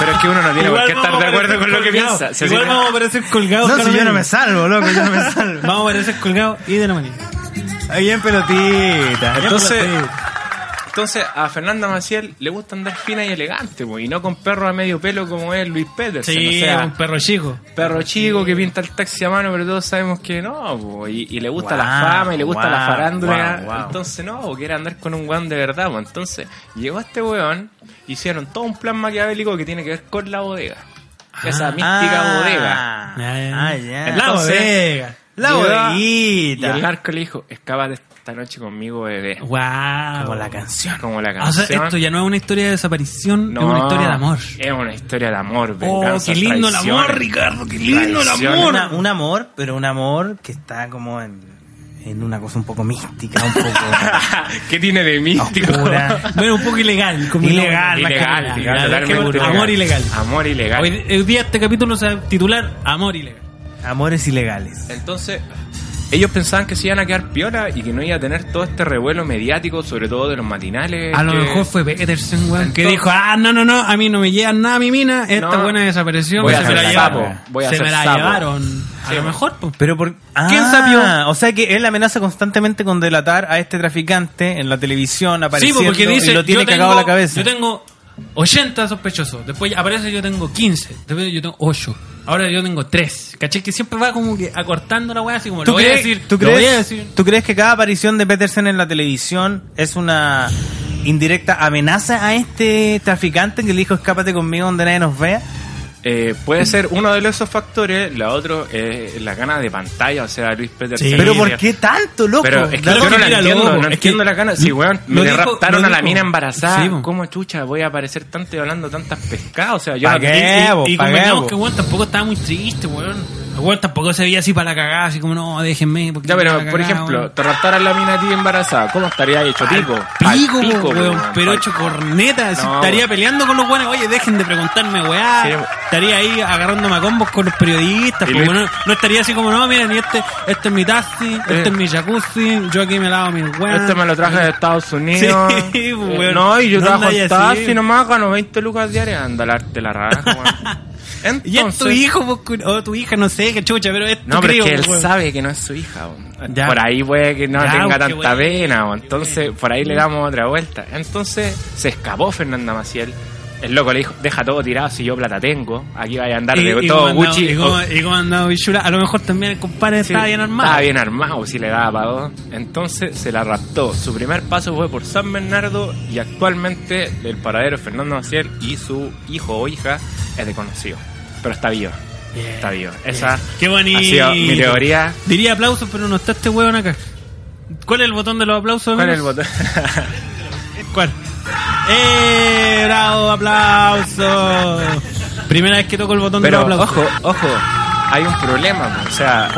Speaker 4: Pero es que uno no tiene por
Speaker 3: Igual
Speaker 4: qué estar
Speaker 3: vamos
Speaker 4: de
Speaker 3: a
Speaker 4: acuerdo
Speaker 3: parecer
Speaker 4: con lo que
Speaker 3: colgados.
Speaker 4: piensa. Si
Speaker 3: Igual
Speaker 4: así-
Speaker 3: vamos a parecer colgados.
Speaker 6: No,
Speaker 3: cada
Speaker 6: si yo no
Speaker 3: vez.
Speaker 6: me salvo, loco, yo no
Speaker 3: (laughs)
Speaker 6: me salvo.
Speaker 3: Vamos a parecer colgados y de la manita.
Speaker 6: Ahí en pelotita.
Speaker 4: Entonces,
Speaker 3: Sí.
Speaker 4: entonces a Fernanda Maciel le gusta andar fina y elegante, po, y no con perro a medio pelo como es Luis Peterson.
Speaker 3: Sí,
Speaker 4: o sea,
Speaker 3: un perro chico.
Speaker 4: perro chico que pinta el taxi a mano, pero todos sabemos que no, po, y, y le gusta la
Speaker 6: Guau,
Speaker 4: fama y le gusta la
Speaker 6: guau,
Speaker 4: farándula.
Speaker 6: guau, guau.
Speaker 4: Entonces, no, po, quiere andar con un weón de verdad. po. Entonces, llegó este weón, hicieron todo un plan maquiavélico que tiene que ver con la bodega. Esa
Speaker 3: Ah,
Speaker 4: mística bodega.
Speaker 6: Ah, ya.
Speaker 3: La
Speaker 4: Entonces-
Speaker 3: bodega.
Speaker 6: La
Speaker 4: Llegó- Y
Speaker 6: bodeguita.
Speaker 4: el narco le dijo: Escápate esta noche conmigo, bebé.
Speaker 3: Wow.
Speaker 6: Como la canción.
Speaker 4: Como la
Speaker 3: O sea,
Speaker 4: canción.
Speaker 3: esto ya no es una historia de desaparición,
Speaker 4: No,
Speaker 3: es una historia de amor.
Speaker 4: Es una historia de amor,
Speaker 3: Oh,
Speaker 4: venganza,
Speaker 3: qué lindo el amor,
Speaker 4: traiciones.
Speaker 3: Ricardo, qué lindo el
Speaker 4: Traiciones.
Speaker 3: amor.
Speaker 6: Una- un amor, pero un amor que está como en, en una cosa un poco
Speaker 3: (laughs)
Speaker 6: mística, un poco
Speaker 4: (laughs) ¿Qué tiene de místico?
Speaker 6: oscura.
Speaker 3: Bueno, un poco ilegal. Como
Speaker 6: Ilegal,
Speaker 3: una-
Speaker 4: ilegal,
Speaker 3: Ah, la
Speaker 4: ilegal,
Speaker 3: cagada, la verdad que
Speaker 4: totalmente
Speaker 3: bueno, Amor ilegal.
Speaker 4: Amor ilegal.
Speaker 3: Hoy, hoy día este capítulo se va a titular Amor ilegal.
Speaker 6: Amores ilegales.
Speaker 4: Entonces, ellos pensaban que se iban a quedar piola y que no iba a tener todo este revuelo mediático, sobre todo de los matinales.
Speaker 3: A lo
Speaker 4: que-
Speaker 3: mejor fue Peterson, weón, que
Speaker 4: Entonces-
Speaker 3: dijo, ah, no, no, no, a mí no me llegan nada mi mina, esta
Speaker 4: No.
Speaker 3: buena desapareció,
Speaker 4: Voy a
Speaker 3: se me
Speaker 4: ser
Speaker 3: la
Speaker 4: sapo,
Speaker 3: llevaron.
Speaker 4: voy a
Speaker 3: se
Speaker 4: ser
Speaker 3: me la
Speaker 4: sapo.
Speaker 3: llevaron. A
Speaker 4: Sí.
Speaker 3: lo mejor, pues.
Speaker 6: Pero por ah,
Speaker 3: ¿Quién sabió?
Speaker 6: O sea que él amenaza constantemente con delatar a este traficante en la televisión
Speaker 3: Sí,
Speaker 6: apareciendo
Speaker 3: pues, porque dice,
Speaker 6: y lo tiene
Speaker 3: yo tengo-
Speaker 6: cagado la cabeza.
Speaker 3: Yo tengo 80 sospechosos, después aparece yo tengo 15, después yo tengo 8, ahora yo tengo 3. ¿Caché? Que siempre va como que acortando la weá, así como, lo voy a decir,
Speaker 6: ¿tú
Speaker 3: lo
Speaker 6: crees,
Speaker 3: voy a decir.
Speaker 6: tú crees que cada aparición de Petersen en la televisión es una indirecta amenaza a este traficante que le dijo escápate conmigo donde nadie nos vea?
Speaker 4: Eh, puede ser uno de esos factores, la otro es la gana de pantalla, o sea, Luis Peter.
Speaker 3: Sí.
Speaker 6: Pero ¿por qué tanto, loco?
Speaker 4: Pero es que
Speaker 3: Loco,
Speaker 4: yo no la
Speaker 3: mira,
Speaker 4: entiendo,
Speaker 3: loco,
Speaker 4: no
Speaker 3: es que
Speaker 4: entiendo la gana. Si, weón, me
Speaker 3: lo
Speaker 4: le
Speaker 3: dijo-
Speaker 4: raptaron
Speaker 3: lo
Speaker 4: a la
Speaker 3: dijo.
Speaker 4: mina embarazada.
Speaker 3: Sí, po.
Speaker 4: ¿Cómo chucha voy a aparecer tanto y hablando tantas pescadas? O sea, yo
Speaker 6: ¿Pa'
Speaker 4: no-
Speaker 6: qué?
Speaker 3: Y- y-
Speaker 6: po,
Speaker 3: y,
Speaker 6: pa'
Speaker 3: convengamos
Speaker 6: qué,
Speaker 3: que
Speaker 6: po.
Speaker 3: weón tampoco estaba muy triste, weón. Weón tampoco se veía así para la cagada, así como, no, déjenme. porque
Speaker 4: Ya,
Speaker 3: me van
Speaker 4: pero
Speaker 3: a
Speaker 4: por
Speaker 3: cagar,
Speaker 4: ejemplo,
Speaker 3: weón".
Speaker 4: te raptaran la mina a ti embarazada. ¿Cómo estaría hecho, tipo?
Speaker 3: Al pico, po, weón,
Speaker 4: weón,
Speaker 3: pero
Speaker 4: al
Speaker 3: hecho corneta, así,
Speaker 4: No,
Speaker 3: estaría
Speaker 4: weón.
Speaker 3: peleando con los weones, oye, dejen de preguntarme, weá,
Speaker 4: Sí, weón.
Speaker 3: estaría ahí agarrándome a combos con los periodistas,
Speaker 4: Y
Speaker 3: po,
Speaker 4: Luis- Eh.
Speaker 3: weón. no, no estaría así como, no, miren, y este, este es mi taxi, este es mi jacuzzi, yo aquí me lavo mis weas.
Speaker 4: Este me lo traje de Estados Unidos.
Speaker 3: Sí,
Speaker 4: Eh,
Speaker 3: weón.
Speaker 4: No, y yo
Speaker 3: No
Speaker 4: trabajo
Speaker 3: andáis
Speaker 4: en
Speaker 3: así.
Speaker 4: taxi nomás, gano 20 lucas diarias. Anda, darte la raja, weón.
Speaker 3: (laughs)
Speaker 4: Entonces,
Speaker 3: Y es tu hijo, po, cu- o tu hija, no sé, qué chucha, pero es tu
Speaker 4: No, pero es
Speaker 3: crío,
Speaker 4: que él
Speaker 3: po, weón.
Speaker 4: sabe que no es su hija. weón.
Speaker 3: Ya.
Speaker 4: Por ahí puede que no
Speaker 3: Ya,
Speaker 4: tenga
Speaker 3: qué
Speaker 4: tanta
Speaker 3: bueno,
Speaker 4: pena. weón. Entonces, por ahí le damos otra vuelta. Entonces, se escapó Fernanda Maciel. El loco le dijo, deja todo tirado si yo plata tengo. Aquí vaya a andar
Speaker 3: Y,
Speaker 4: de
Speaker 3: y
Speaker 4: todo
Speaker 3: cómo andaba-
Speaker 4: Gucci.
Speaker 3: y
Speaker 4: o-
Speaker 3: cómo- y cómo andaba Bichura. A lo mejor también el compadre
Speaker 4: Sí,
Speaker 3: estaba bien armado.
Speaker 4: Estaba bien armado, si le daba para dos. Entonces se la raptó. Su primer paso fue por San Bernardo y actualmente el paradero de Fernando Maciel y su hijo o hija es desconocido. Pero está vivo. Está vivo. Esa
Speaker 3: Qué bonito.
Speaker 4: ha sido mi teoría.
Speaker 3: Diría aplausos, pero no está este huevón acá. ¿Cuál es el botón de los aplausos?
Speaker 4: ¿Cuál es el
Speaker 3: amigos?
Speaker 4: botón?
Speaker 3: (laughs) ¿Cuál? ¡Eh! ¡Bravo! ¡Aplausos! Primera vez que toco el botón
Speaker 4: Pero
Speaker 3: de los aplausos.
Speaker 4: ojo, ojo, hay un problema. po. O sea,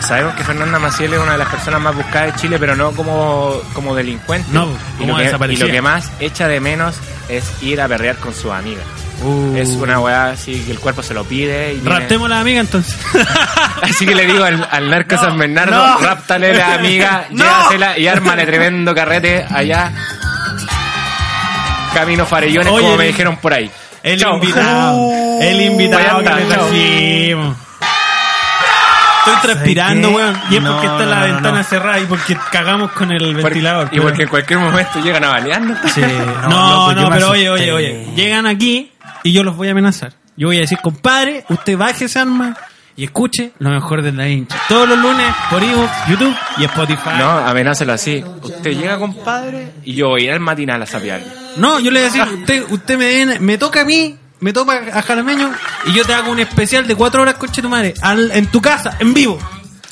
Speaker 4: sabemos que Fernanda Maciel es una de las personas más buscadas de Chile, pero no como, como delincuente.
Speaker 3: No,
Speaker 4: y,
Speaker 3: como
Speaker 4: lo que, y
Speaker 3: desaparecida.
Speaker 4: lo que más echa de menos es ir a perrear con sus amigas. Uh, Es una weá así que el cuerpo se lo pide. Y tiene-
Speaker 3: Raptemos a la Uh, amiga entonces.
Speaker 4: (laughs) Así que le digo al, al narco San Bernardo,
Speaker 3: no.
Speaker 4: ráptale la amiga,
Speaker 3: (laughs) No.
Speaker 4: llévasela y ármale tremendo carrete allá. Camino farellones,
Speaker 3: Oye,
Speaker 4: como me
Speaker 3: el-
Speaker 4: dijeron por ahí.
Speaker 3: El
Speaker 4: Chao. (laughs)
Speaker 3: invitado. El invitado que
Speaker 4: Vaya,
Speaker 3: le
Speaker 4: chao.
Speaker 3: trajimos. Estoy transpirando,
Speaker 2: qué?
Speaker 3: weón. Y es
Speaker 2: No,
Speaker 3: porque está
Speaker 2: no,
Speaker 3: la
Speaker 2: no,
Speaker 3: ventana
Speaker 2: no.
Speaker 3: cerrada y porque cagamos con el
Speaker 4: Porque-
Speaker 3: ventilador.
Speaker 4: y
Speaker 3: pero-
Speaker 4: porque en cualquier momento llegan a balearnos.
Speaker 3: (laughs) Sí. No,
Speaker 2: loco,
Speaker 3: no,
Speaker 2: yo me
Speaker 3: pero oye,
Speaker 2: asusté.
Speaker 3: oye, oye. Llegan aquí y yo los voy a amenazar. Yo voy a decir, compadre, usted baje esa arma y escuche lo mejor de la hincha. Todos los lunes por Evox, YouTube y Spotify.
Speaker 4: No, amenázalo así. Usted llega, compadre, y yo voy a ir al matinal a sapear.
Speaker 3: No, yo le voy a decir, usted, usted me, viene- me toca a mí, me toca a Jalameño y yo te hago un especial de cuatro horas, coche tu madre, al- en tu casa, en vivo.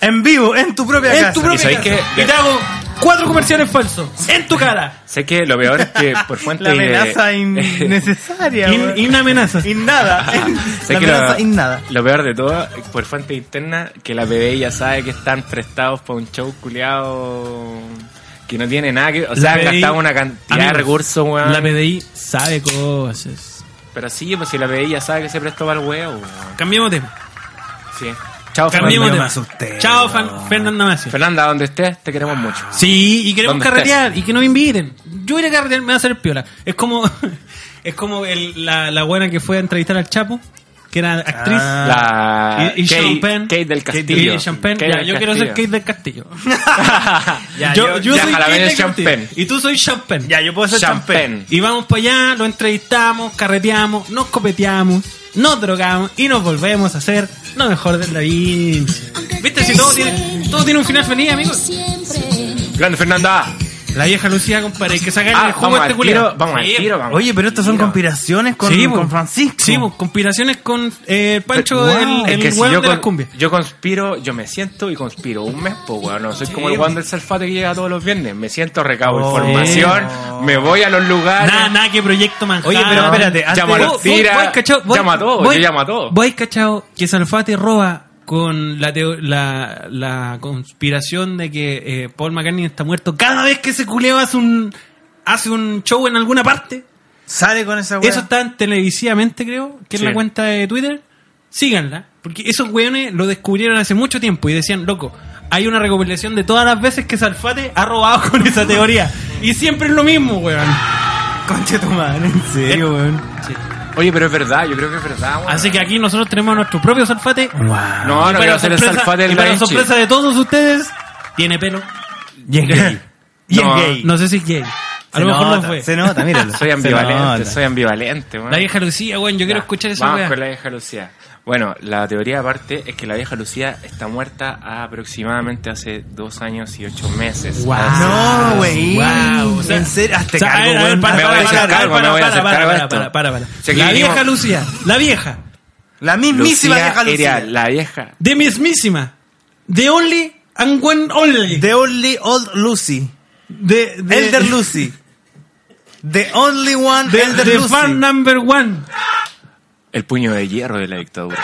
Speaker 2: En vivo,
Speaker 6: (laughs)
Speaker 2: en tu propia
Speaker 3: En
Speaker 2: casa.
Speaker 3: tu
Speaker 4: ¿Y
Speaker 3: propia
Speaker 4: sabéis
Speaker 3: casa.
Speaker 4: qué?
Speaker 3: Y te hago cuatro comerciales falsos, en tu cara.
Speaker 4: Sé que lo peor es que
Speaker 3: (laughs)
Speaker 4: por fuente
Speaker 2: La
Speaker 4: (laughs)
Speaker 2: amenaza
Speaker 4: de...
Speaker 3: eh,
Speaker 2: innecesaria,
Speaker 3: Y,
Speaker 2: weón.
Speaker 3: y una amenaza.
Speaker 2: In
Speaker 3: (laughs)
Speaker 2: nada.
Speaker 4: sé
Speaker 2: La
Speaker 4: Ah, que lo-
Speaker 2: amenaza in nada.
Speaker 4: Lo peor de todo, por fuente interna, que la PDI ya sabe que están prestados para un show culiado que no tiene nada que... O sea, han
Speaker 3: PDI
Speaker 4: gastado una cantidad
Speaker 3: Amigos,
Speaker 4: de recursos, weón.
Speaker 3: La PDI sabe cosas.
Speaker 4: Pero sí, pues si la PDI ya sabe que se prestó para el huevo, weón.
Speaker 3: Cambiemos tema.
Speaker 4: Sí. Chao,
Speaker 3: Cambiemos
Speaker 2: yo
Speaker 3: tema.
Speaker 2: me asusté,
Speaker 3: Chao,
Speaker 2: weón.
Speaker 3: Fan- Fernanda Macio.
Speaker 4: Fernanda, donde estés, te queremos mucho.
Speaker 3: Sí, y queremos
Speaker 4: ¿Dónde
Speaker 3: carretear y que nos inviten. Yo ir a carretear me va a hacer piola. Es como (laughs) es como el- la, la buena que fue a entrevistar al Chapo, que era actriz.
Speaker 4: La
Speaker 3: Ah, y, y
Speaker 4: Ah, Kate,
Speaker 3: Sean Penn.
Speaker 4: Kate del
Speaker 3: Kate-
Speaker 4: Castillo.
Speaker 3: y Sean Penn.
Speaker 4: Kate
Speaker 3: Ya,
Speaker 4: del
Speaker 3: yo quiero ser Kate
Speaker 4: (laughs) Castillo.
Speaker 3: del Castillo.
Speaker 4: Ya,
Speaker 3: yo, yo
Speaker 4: ya
Speaker 3: soy
Speaker 4: jalapeño
Speaker 3: Kate del
Speaker 4: Sean
Speaker 3: Castillo.
Speaker 4: Penn.
Speaker 3: Y tú soy Sean Penn.
Speaker 2: Ya, yo puedo ser
Speaker 4: Sean
Speaker 2: champén.
Speaker 4: Penn.
Speaker 3: Y vamos para allá, lo entrevistamos, carreteamos, nos copeteamos, nos drogamos y nos volvemos a hacer lo mejor de la vida. ¿Viste? Si todo tiene, todo tiene un final feliz, amigos.
Speaker 4: Grande Fernanda.
Speaker 3: La vieja Lucía, compadre, hay que sacarle
Speaker 4: Ah,
Speaker 3: el jugo
Speaker 4: vamos
Speaker 3: a este
Speaker 4: al
Speaker 3: culero.
Speaker 4: tiro, vamos al tiro, vamos.
Speaker 2: Oye, pero estas son conspiraciones con,
Speaker 3: Sí, po.
Speaker 2: con Francisco.
Speaker 3: Sí, pues, conspiraciones con eh, Pancho,
Speaker 2: Pero,
Speaker 3: el,
Speaker 2: wow.
Speaker 3: el
Speaker 4: Es que si
Speaker 3: weón
Speaker 4: yo,
Speaker 3: de
Speaker 4: con-
Speaker 3: las cumbias.
Speaker 4: yo conspiro, yo me siento y conspiro un mes, pues, weón. No soy como el
Speaker 3: weón.
Speaker 4: Juan del Salfate que llega todos los viernes. Me siento, recabo
Speaker 2: Oh,
Speaker 4: información,
Speaker 2: sí.
Speaker 4: me voy a los lugares.
Speaker 3: Nada, nada, que proyecto Manhattan.
Speaker 2: Oye, pero espérate, antes-
Speaker 4: Llamo a los
Speaker 3: Vos- vos-
Speaker 4: tira,
Speaker 3: vos, cachao, vos-
Speaker 4: llamo a todos,
Speaker 3: vos-
Speaker 4: yo llamo a todos.
Speaker 3: Vos, cachao, que Salfate roba con la, teo- la, la conspiración de que eh, Paul McCartney está muerto. Cada vez que ese culeo hace un, hace un show en alguna parte,
Speaker 2: Sale con esa weá.
Speaker 3: eso está en televisivamente, creo, que es
Speaker 4: Sí.
Speaker 3: la cuenta de Twitter. Síganla, porque esos weones lo descubrieron hace mucho tiempo y decían, loco, hay una recopilación de todas las veces que Salfate ha robado con esa teoría. Y siempre es lo mismo, weón.
Speaker 2: Concha tu madre, en (laughs) serio, weón.
Speaker 3: Sí.
Speaker 4: Oye, pero es verdad, yo creo que es verdad, weón.
Speaker 3: Así que aquí nosotros tenemos nuestro propio Salfate.
Speaker 4: No, no quiero ser el Salfate
Speaker 3: y
Speaker 4: del
Speaker 3: para
Speaker 4: Benchi.
Speaker 3: sorpresa de todos ustedes, tiene pelo.
Speaker 2: Y es gay. Y
Speaker 4: No,
Speaker 2: es gay.
Speaker 3: No sé si es gay. A
Speaker 2: Se
Speaker 3: lo mejor
Speaker 2: nota,
Speaker 3: no fue.
Speaker 2: Se nota, míralo.
Speaker 4: Soy
Speaker 2: Se
Speaker 4: ambivalente,
Speaker 2: nota.
Speaker 4: soy ambivalente, weón.
Speaker 3: La vieja Lucía, weón, yo quiero
Speaker 4: Ya,
Speaker 3: escuchar esa
Speaker 4: Vamos
Speaker 3: weá.
Speaker 4: con la vieja Lucía. Bueno, la teoría aparte es que la vieja Lucía está muerta aproximadamente hace dos años y ocho meses.
Speaker 3: Guau.
Speaker 4: Así-
Speaker 2: No, güey.
Speaker 3: Wow, o sea-
Speaker 2: en serio,
Speaker 3: O
Speaker 2: hazte
Speaker 3: sea, a
Speaker 2: cargo,
Speaker 3: ver, a ver,
Speaker 2: weón.
Speaker 3: para,
Speaker 4: Me voy
Speaker 3: para,
Speaker 4: a hacer
Speaker 3: para,
Speaker 4: cargo,
Speaker 3: para,
Speaker 4: me voy a
Speaker 3: para,
Speaker 4: hacer
Speaker 3: para,
Speaker 4: cargo de
Speaker 3: para,
Speaker 4: esto.
Speaker 3: para, para, para.
Speaker 4: Si aquí
Speaker 3: La vieja
Speaker 4: vinimos-
Speaker 3: Lucía, la vieja,
Speaker 2: La mismísima
Speaker 4: Lucía
Speaker 2: vieja Lucía.
Speaker 4: era la vieja.
Speaker 3: de mismísima, de only and one only,
Speaker 2: The only old Lucy.
Speaker 3: de, de-
Speaker 2: Elder Lucy. The only one
Speaker 3: de,
Speaker 2: Elder
Speaker 3: de
Speaker 2: Lucy.
Speaker 3: fan number one,
Speaker 4: El puño de hierro de la dictadura.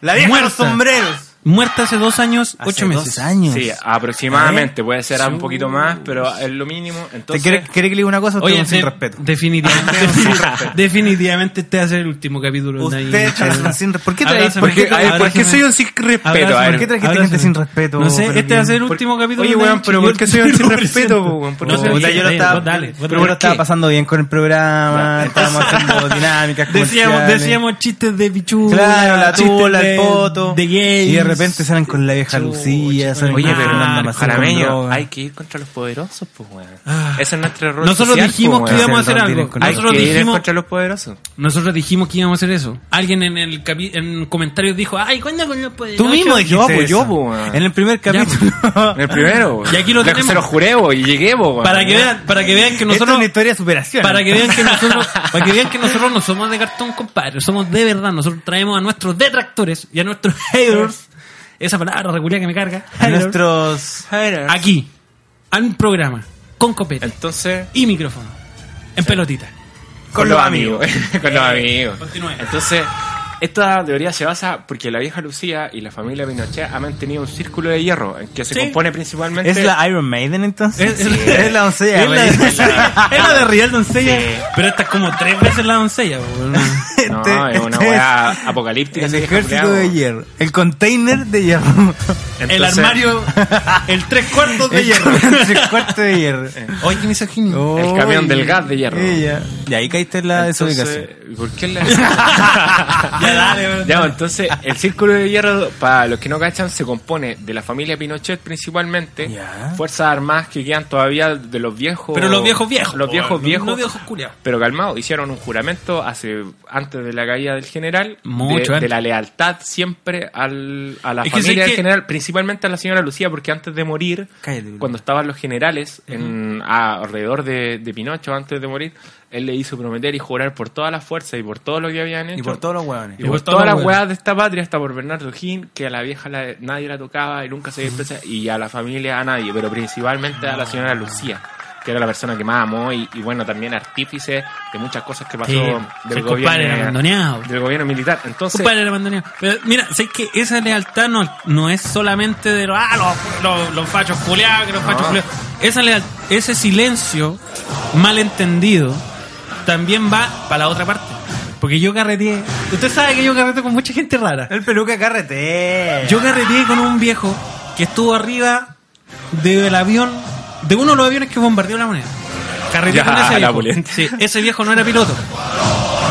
Speaker 2: La vieja de los
Speaker 3: muerta.
Speaker 2: sombreros.
Speaker 3: muerta hace dos años,
Speaker 2: Hace
Speaker 3: ocho meses.
Speaker 2: dos años.
Speaker 4: Sí, aproximadamente. Puede ser un poquito más, pero es lo mínimo.
Speaker 2: ¿Te
Speaker 4: Entonces,
Speaker 2: quiere, quiere que le diga una cosa? Usted es un
Speaker 3: Oye,
Speaker 2: sin
Speaker 3: de-
Speaker 2: respeto.
Speaker 3: definitivamente,
Speaker 4: (laughs)
Speaker 3: definitivamente este va a ser el último capítulo. de
Speaker 2: Usted
Speaker 3: Ahí.
Speaker 2: es un sin respeto. ¿Por qué
Speaker 3: Abrázame,
Speaker 2: traes? ¿Por qué,
Speaker 3: abrázame.
Speaker 2: traes- por qué soy un sin
Speaker 3: Abrázame.
Speaker 2: respeto? A ver, ¿Por qué trajiste
Speaker 3: Abrázame.
Speaker 2: gente sin respeto?
Speaker 3: No sé,
Speaker 2: Pero
Speaker 3: este va a
Speaker 2: bien.
Speaker 3: ser el último capítulo.
Speaker 4: Oye,
Speaker 3: de
Speaker 4: weón,
Speaker 3: Nanchi,
Speaker 4: pero
Speaker 3: yo
Speaker 4: ¿por qué soy un
Speaker 3: te lo (laughs)
Speaker 4: sin respeto,
Speaker 2: (laughs)
Speaker 3: presento.
Speaker 4: weón? ¿Por
Speaker 3: No,
Speaker 4: qué?
Speaker 3: sé,
Speaker 2: Puta, yo lo
Speaker 3: dale,
Speaker 2: estaba,
Speaker 3: vos dale, vos
Speaker 2: pero
Speaker 3: dale.
Speaker 2: yo lo estaba pasando bien con el programa, (laughs)
Speaker 4: Ya.
Speaker 2: estábamos haciendo dinámicas
Speaker 3: Decíamos,
Speaker 2: comerciales.
Speaker 3: decíamos chistes de pichu.
Speaker 2: Claro, la tula, el poto.
Speaker 3: De gays.
Speaker 2: Y de repente salen con la vieja
Speaker 3: Chucha,
Speaker 2: Lucía,
Speaker 3: con
Speaker 2: salen
Speaker 3: el
Speaker 4: Oye,
Speaker 2: con
Speaker 4: pero
Speaker 3: Fernando
Speaker 2: Fernanda
Speaker 3: Marco,
Speaker 2: Massera con
Speaker 4: jalameño,
Speaker 2: droga.
Speaker 4: hay que ir contra los poderosos, pues, weón.
Speaker 3: Ah.
Speaker 4: Ese es nuestro error.
Speaker 3: Nosotros
Speaker 4: social,
Speaker 3: dijimos
Speaker 4: pues,
Speaker 3: que
Speaker 4: weón.
Speaker 3: íbamos a
Speaker 2: Hacer
Speaker 3: hacer
Speaker 2: el
Speaker 3: algo.
Speaker 2: orden con-
Speaker 4: Hay
Speaker 3: Nosotros
Speaker 4: que ir
Speaker 3: dijimos,
Speaker 4: contra los poderosos.
Speaker 3: nosotros dijimos que íbamos a hacer eso. Alguien en el capi- en comentarios dijo, ay, ¿cuándo con los
Speaker 2: Tú
Speaker 3: poderosos?
Speaker 2: mismo
Speaker 4: yo,
Speaker 2: dijiste
Speaker 4: pues, yo,
Speaker 2: eso.
Speaker 4: pues, weón.
Speaker 2: En el primer capítulo.
Speaker 4: En el primero. weón.
Speaker 3: Ah. Y aquí lo
Speaker 4: Le-
Speaker 3: tenemos.
Speaker 4: Se lo juré, weón, y llegué, pues, weón.
Speaker 3: Para que vean, para que vean que
Speaker 2: Nosotros, es
Speaker 3: nosotros
Speaker 2: una historia de superación.
Speaker 3: para que vean que nosotros, para que vean que nosotros no somos de cartón, compadre, somos de verdad, nosotros traemos a nuestros detractores y a nuestros (laughs) haters, esa palabra regular que me carga,
Speaker 2: A
Speaker 3: haters,
Speaker 2: nuestros...
Speaker 3: aquí, a un programa, con copete
Speaker 4: Entonces,
Speaker 3: y micrófono, en pelotita.
Speaker 2: Con los amigos.
Speaker 4: con los amigos. (laughs)
Speaker 3: continúe.
Speaker 4: Entonces, esta teoría se basa porque la vieja Lucía y la familia Pinochet han mantenido un círculo de hierro en que se
Speaker 3: Sí.
Speaker 4: compone principalmente.
Speaker 2: ¿Es la Iron Maiden entonces?
Speaker 3: Es- es-
Speaker 2: Sí, es la doncella.
Speaker 3: Es la,
Speaker 2: güey.
Speaker 3: es
Speaker 2: (laughs)
Speaker 3: la de Real Doncella,
Speaker 4: Sí.
Speaker 3: pero esta es como tres veces la doncella. weón.
Speaker 4: No,
Speaker 2: Este-
Speaker 4: es una
Speaker 2: este
Speaker 4: weá apocalíptica.
Speaker 2: El
Speaker 4: ese viejo
Speaker 2: ejército
Speaker 4: culiao.
Speaker 2: de hierro. El container de
Speaker 4: (laughs)
Speaker 2: hierro.
Speaker 3: el
Speaker 4: Entonces,
Speaker 3: armario, el tres
Speaker 2: (laughs)
Speaker 3: cuartos de hierro.
Speaker 2: El cuarto de hierro.
Speaker 3: Oye, qué misoginia.
Speaker 4: Eh. El camión del gas de hierro.
Speaker 2: Ella. Y ahí caíste en la
Speaker 4: entonces,
Speaker 2: desubicación.
Speaker 4: ¿Y por
Speaker 6: (laughs)
Speaker 4: qué la.? (laughs) ya, Ya, entonces, el Círculo de Hierro, para los que no cachan, se compone de la familia Pinochet principalmente.
Speaker 2: Ya.
Speaker 4: Fuerzas armadas que quedan todavía de los viejos.
Speaker 6: Pero los viejos viejos.
Speaker 4: Oh. Los viejos
Speaker 6: po,
Speaker 4: viejos.
Speaker 6: Los viejos culiados.
Speaker 4: Pero calmado, hicieron un juramento hace antes de la caída del general
Speaker 6: Mucho
Speaker 4: de,
Speaker 6: antes.
Speaker 4: de la lealtad siempre al, a la
Speaker 6: Es que sé
Speaker 4: familia del
Speaker 6: que-
Speaker 4: general, principalmente a la señora Lucía, porque antes de morir,
Speaker 2: Cállate, Bruno.
Speaker 4: cuando estaban los generales en, a- alrededor de, de Pinocho, antes de morir, él le hizo prometer y jurar por toda la fuerza y por todo lo que habían hecho.
Speaker 2: Y por todos los hueones.
Speaker 4: Y por todas las weas de esta patria, hasta por Bernardo Gil, que a la vieja la- nadie la tocaba y nunca se había expresado, y a la familia a nadie, pero principalmente a la señora Lucía, que era la persona que más amó y, y bueno, también artífice de muchas cosas que pasó
Speaker 3: Sí,
Speaker 4: del,
Speaker 3: el compadre era
Speaker 4: gobierno,
Speaker 3: abandoneado.
Speaker 4: del gobierno militar. Entonces,
Speaker 3: Compadre, la mandarina. Pero mira, sé que esa lealtad no, no es solamente de los, ah, los, los, los fachos culiados, que los
Speaker 4: Ah.
Speaker 3: fachos culiados. Esa leal- ese silencio malentendido también va para la otra parte. Porque yo carreteé. Usted sabe que yo carreteé con mucha gente rara.
Speaker 2: El peluca carrete.
Speaker 3: Yo carreteé con un viejo que estuvo arriba del avión, de uno de los aviones que bombardeó la moneda. Carreteé
Speaker 4: Ya,
Speaker 3: con ese
Speaker 4: la
Speaker 3: viejo.
Speaker 4: pulenta.
Speaker 3: Sí, ese viejo no era piloto.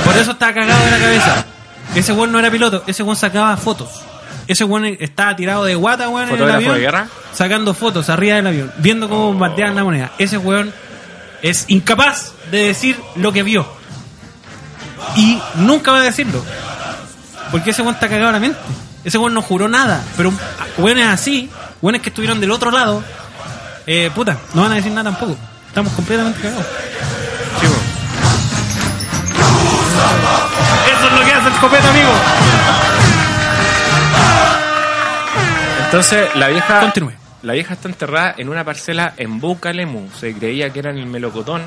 Speaker 3: Por eso estaba cagado de la cabeza. Ese weón no era piloto, ese weón sacaba fotos. Ese weón estaba tirado de guata, weón, en el
Speaker 4: ¿Fotógrafo
Speaker 3: avión,
Speaker 4: de guerra?
Speaker 3: sacando fotos arriba del avión, viendo cómo bombardeaban la moneda. Ese weón es incapaz de decir lo que vio. Y nunca va a decirlo. Porque ese weón está cagado de la mente. Ese weón no juró nada. Pero weones así, weones que estuvieron del otro lado, eh, puta, no van a decir nada tampoco. Estamos completamente cagados.
Speaker 4: chivo,
Speaker 3: Eso es lo que hace el copete, amigo.
Speaker 4: entonces la vieja
Speaker 3: Continúe.
Speaker 4: la vieja está enterrada en una parcela en Bucalemu. Se creía que era en el melocotón,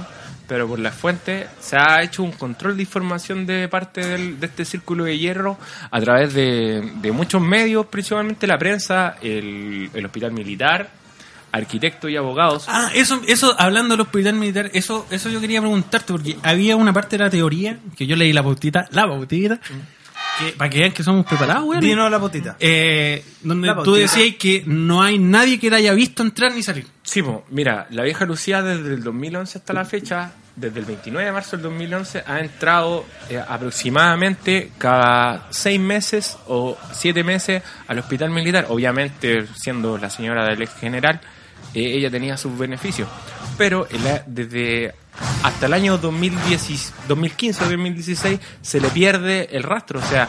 Speaker 4: pero por las fuentes se ha hecho un control de información de parte del- de este círculo de hierro a través de, de muchos medios, principalmente la prensa, el, el hospital militar, arquitectos y abogados.
Speaker 3: Ah, eso, eso, hablando del hospital militar, eso, eso yo quería preguntarte, porque había una parte de la teoría, que yo leí la pautita, la pautita, que, para que vean que somos preparados, weón.
Speaker 2: Dino la potita.
Speaker 3: Eh, donde
Speaker 2: La
Speaker 3: tú
Speaker 2: pautita.
Speaker 3: decías que no hay nadie que la haya visto entrar ni salir.
Speaker 4: Sí, po, mira, la vieja Lucía desde el 2011 hasta la fecha, desde el 29 de marzo del 2011, ha entrado eh, aproximadamente cada seis meses o siete meses al hospital militar. Obviamente, siendo la señora del ex general, eh, ella tenía sus beneficios. Pero en la- desde hasta el año 2010 2015 o 2016 se le pierde el rastro. O sea,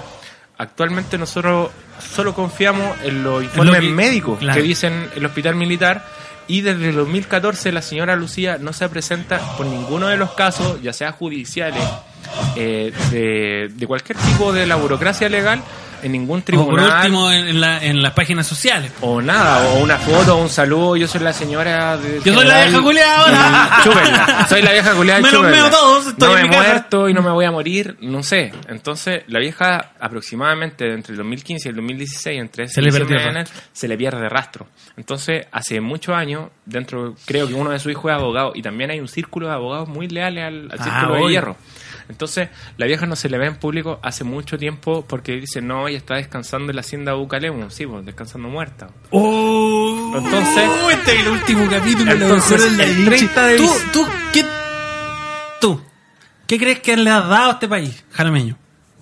Speaker 4: actualmente nosotros solo confiamos en los informes
Speaker 3: que-
Speaker 4: médicos
Speaker 3: claro.
Speaker 4: que dicen el hospital militar. Y desde el 2014 la señora Lucía no se presenta por ninguno de los casos, ya sea judiciales, eh, de, de cualquier tipo de la burocracia legal, en ningún
Speaker 3: O por
Speaker 4: tribunal
Speaker 3: último, en, en la- en las páginas sociales.
Speaker 4: o nada, o una foto, o un saludo, yo soy la señora de...
Speaker 3: Yo soy la vieja culiada ahora.
Speaker 4: Chúpenla, soy la vieja
Speaker 3: (laughs)
Speaker 4: culiada
Speaker 3: Me los
Speaker 4: chúpenla.
Speaker 3: meo todos, estoy en
Speaker 4: No me
Speaker 3: mi
Speaker 4: he
Speaker 3: casa.
Speaker 4: muerto y no me voy a morir, no sé. Entonces, la vieja aproximadamente entre el 2015 y el 2016, entre
Speaker 3: Se le
Speaker 4: ese
Speaker 3: perdió el
Speaker 4: semana, se le pierde rastro. Entonces, hace muchos años, dentro, creo que uno de sus hijos es abogado, y también hay un círculo de abogados muy leales al, al
Speaker 3: Ah,
Speaker 4: círculo de
Speaker 3: obvio.
Speaker 4: hierro. Entonces, la vieja no se le ve en público hace mucho tiempo porque dice, no, ella está descansando en la hacienda Bucalemu. Sí, pues, descansando muerta.
Speaker 3: Oh,
Speaker 4: Entonces- (laughs)
Speaker 3: este es el último capítulo.
Speaker 4: Entonces,
Speaker 3: la
Speaker 4: el
Speaker 3: mejor
Speaker 4: 30 de
Speaker 3: ¿Tú,
Speaker 4: dic-
Speaker 3: tú, ¿qué, tú, ¿qué crees que le has dado a este país, jarameño?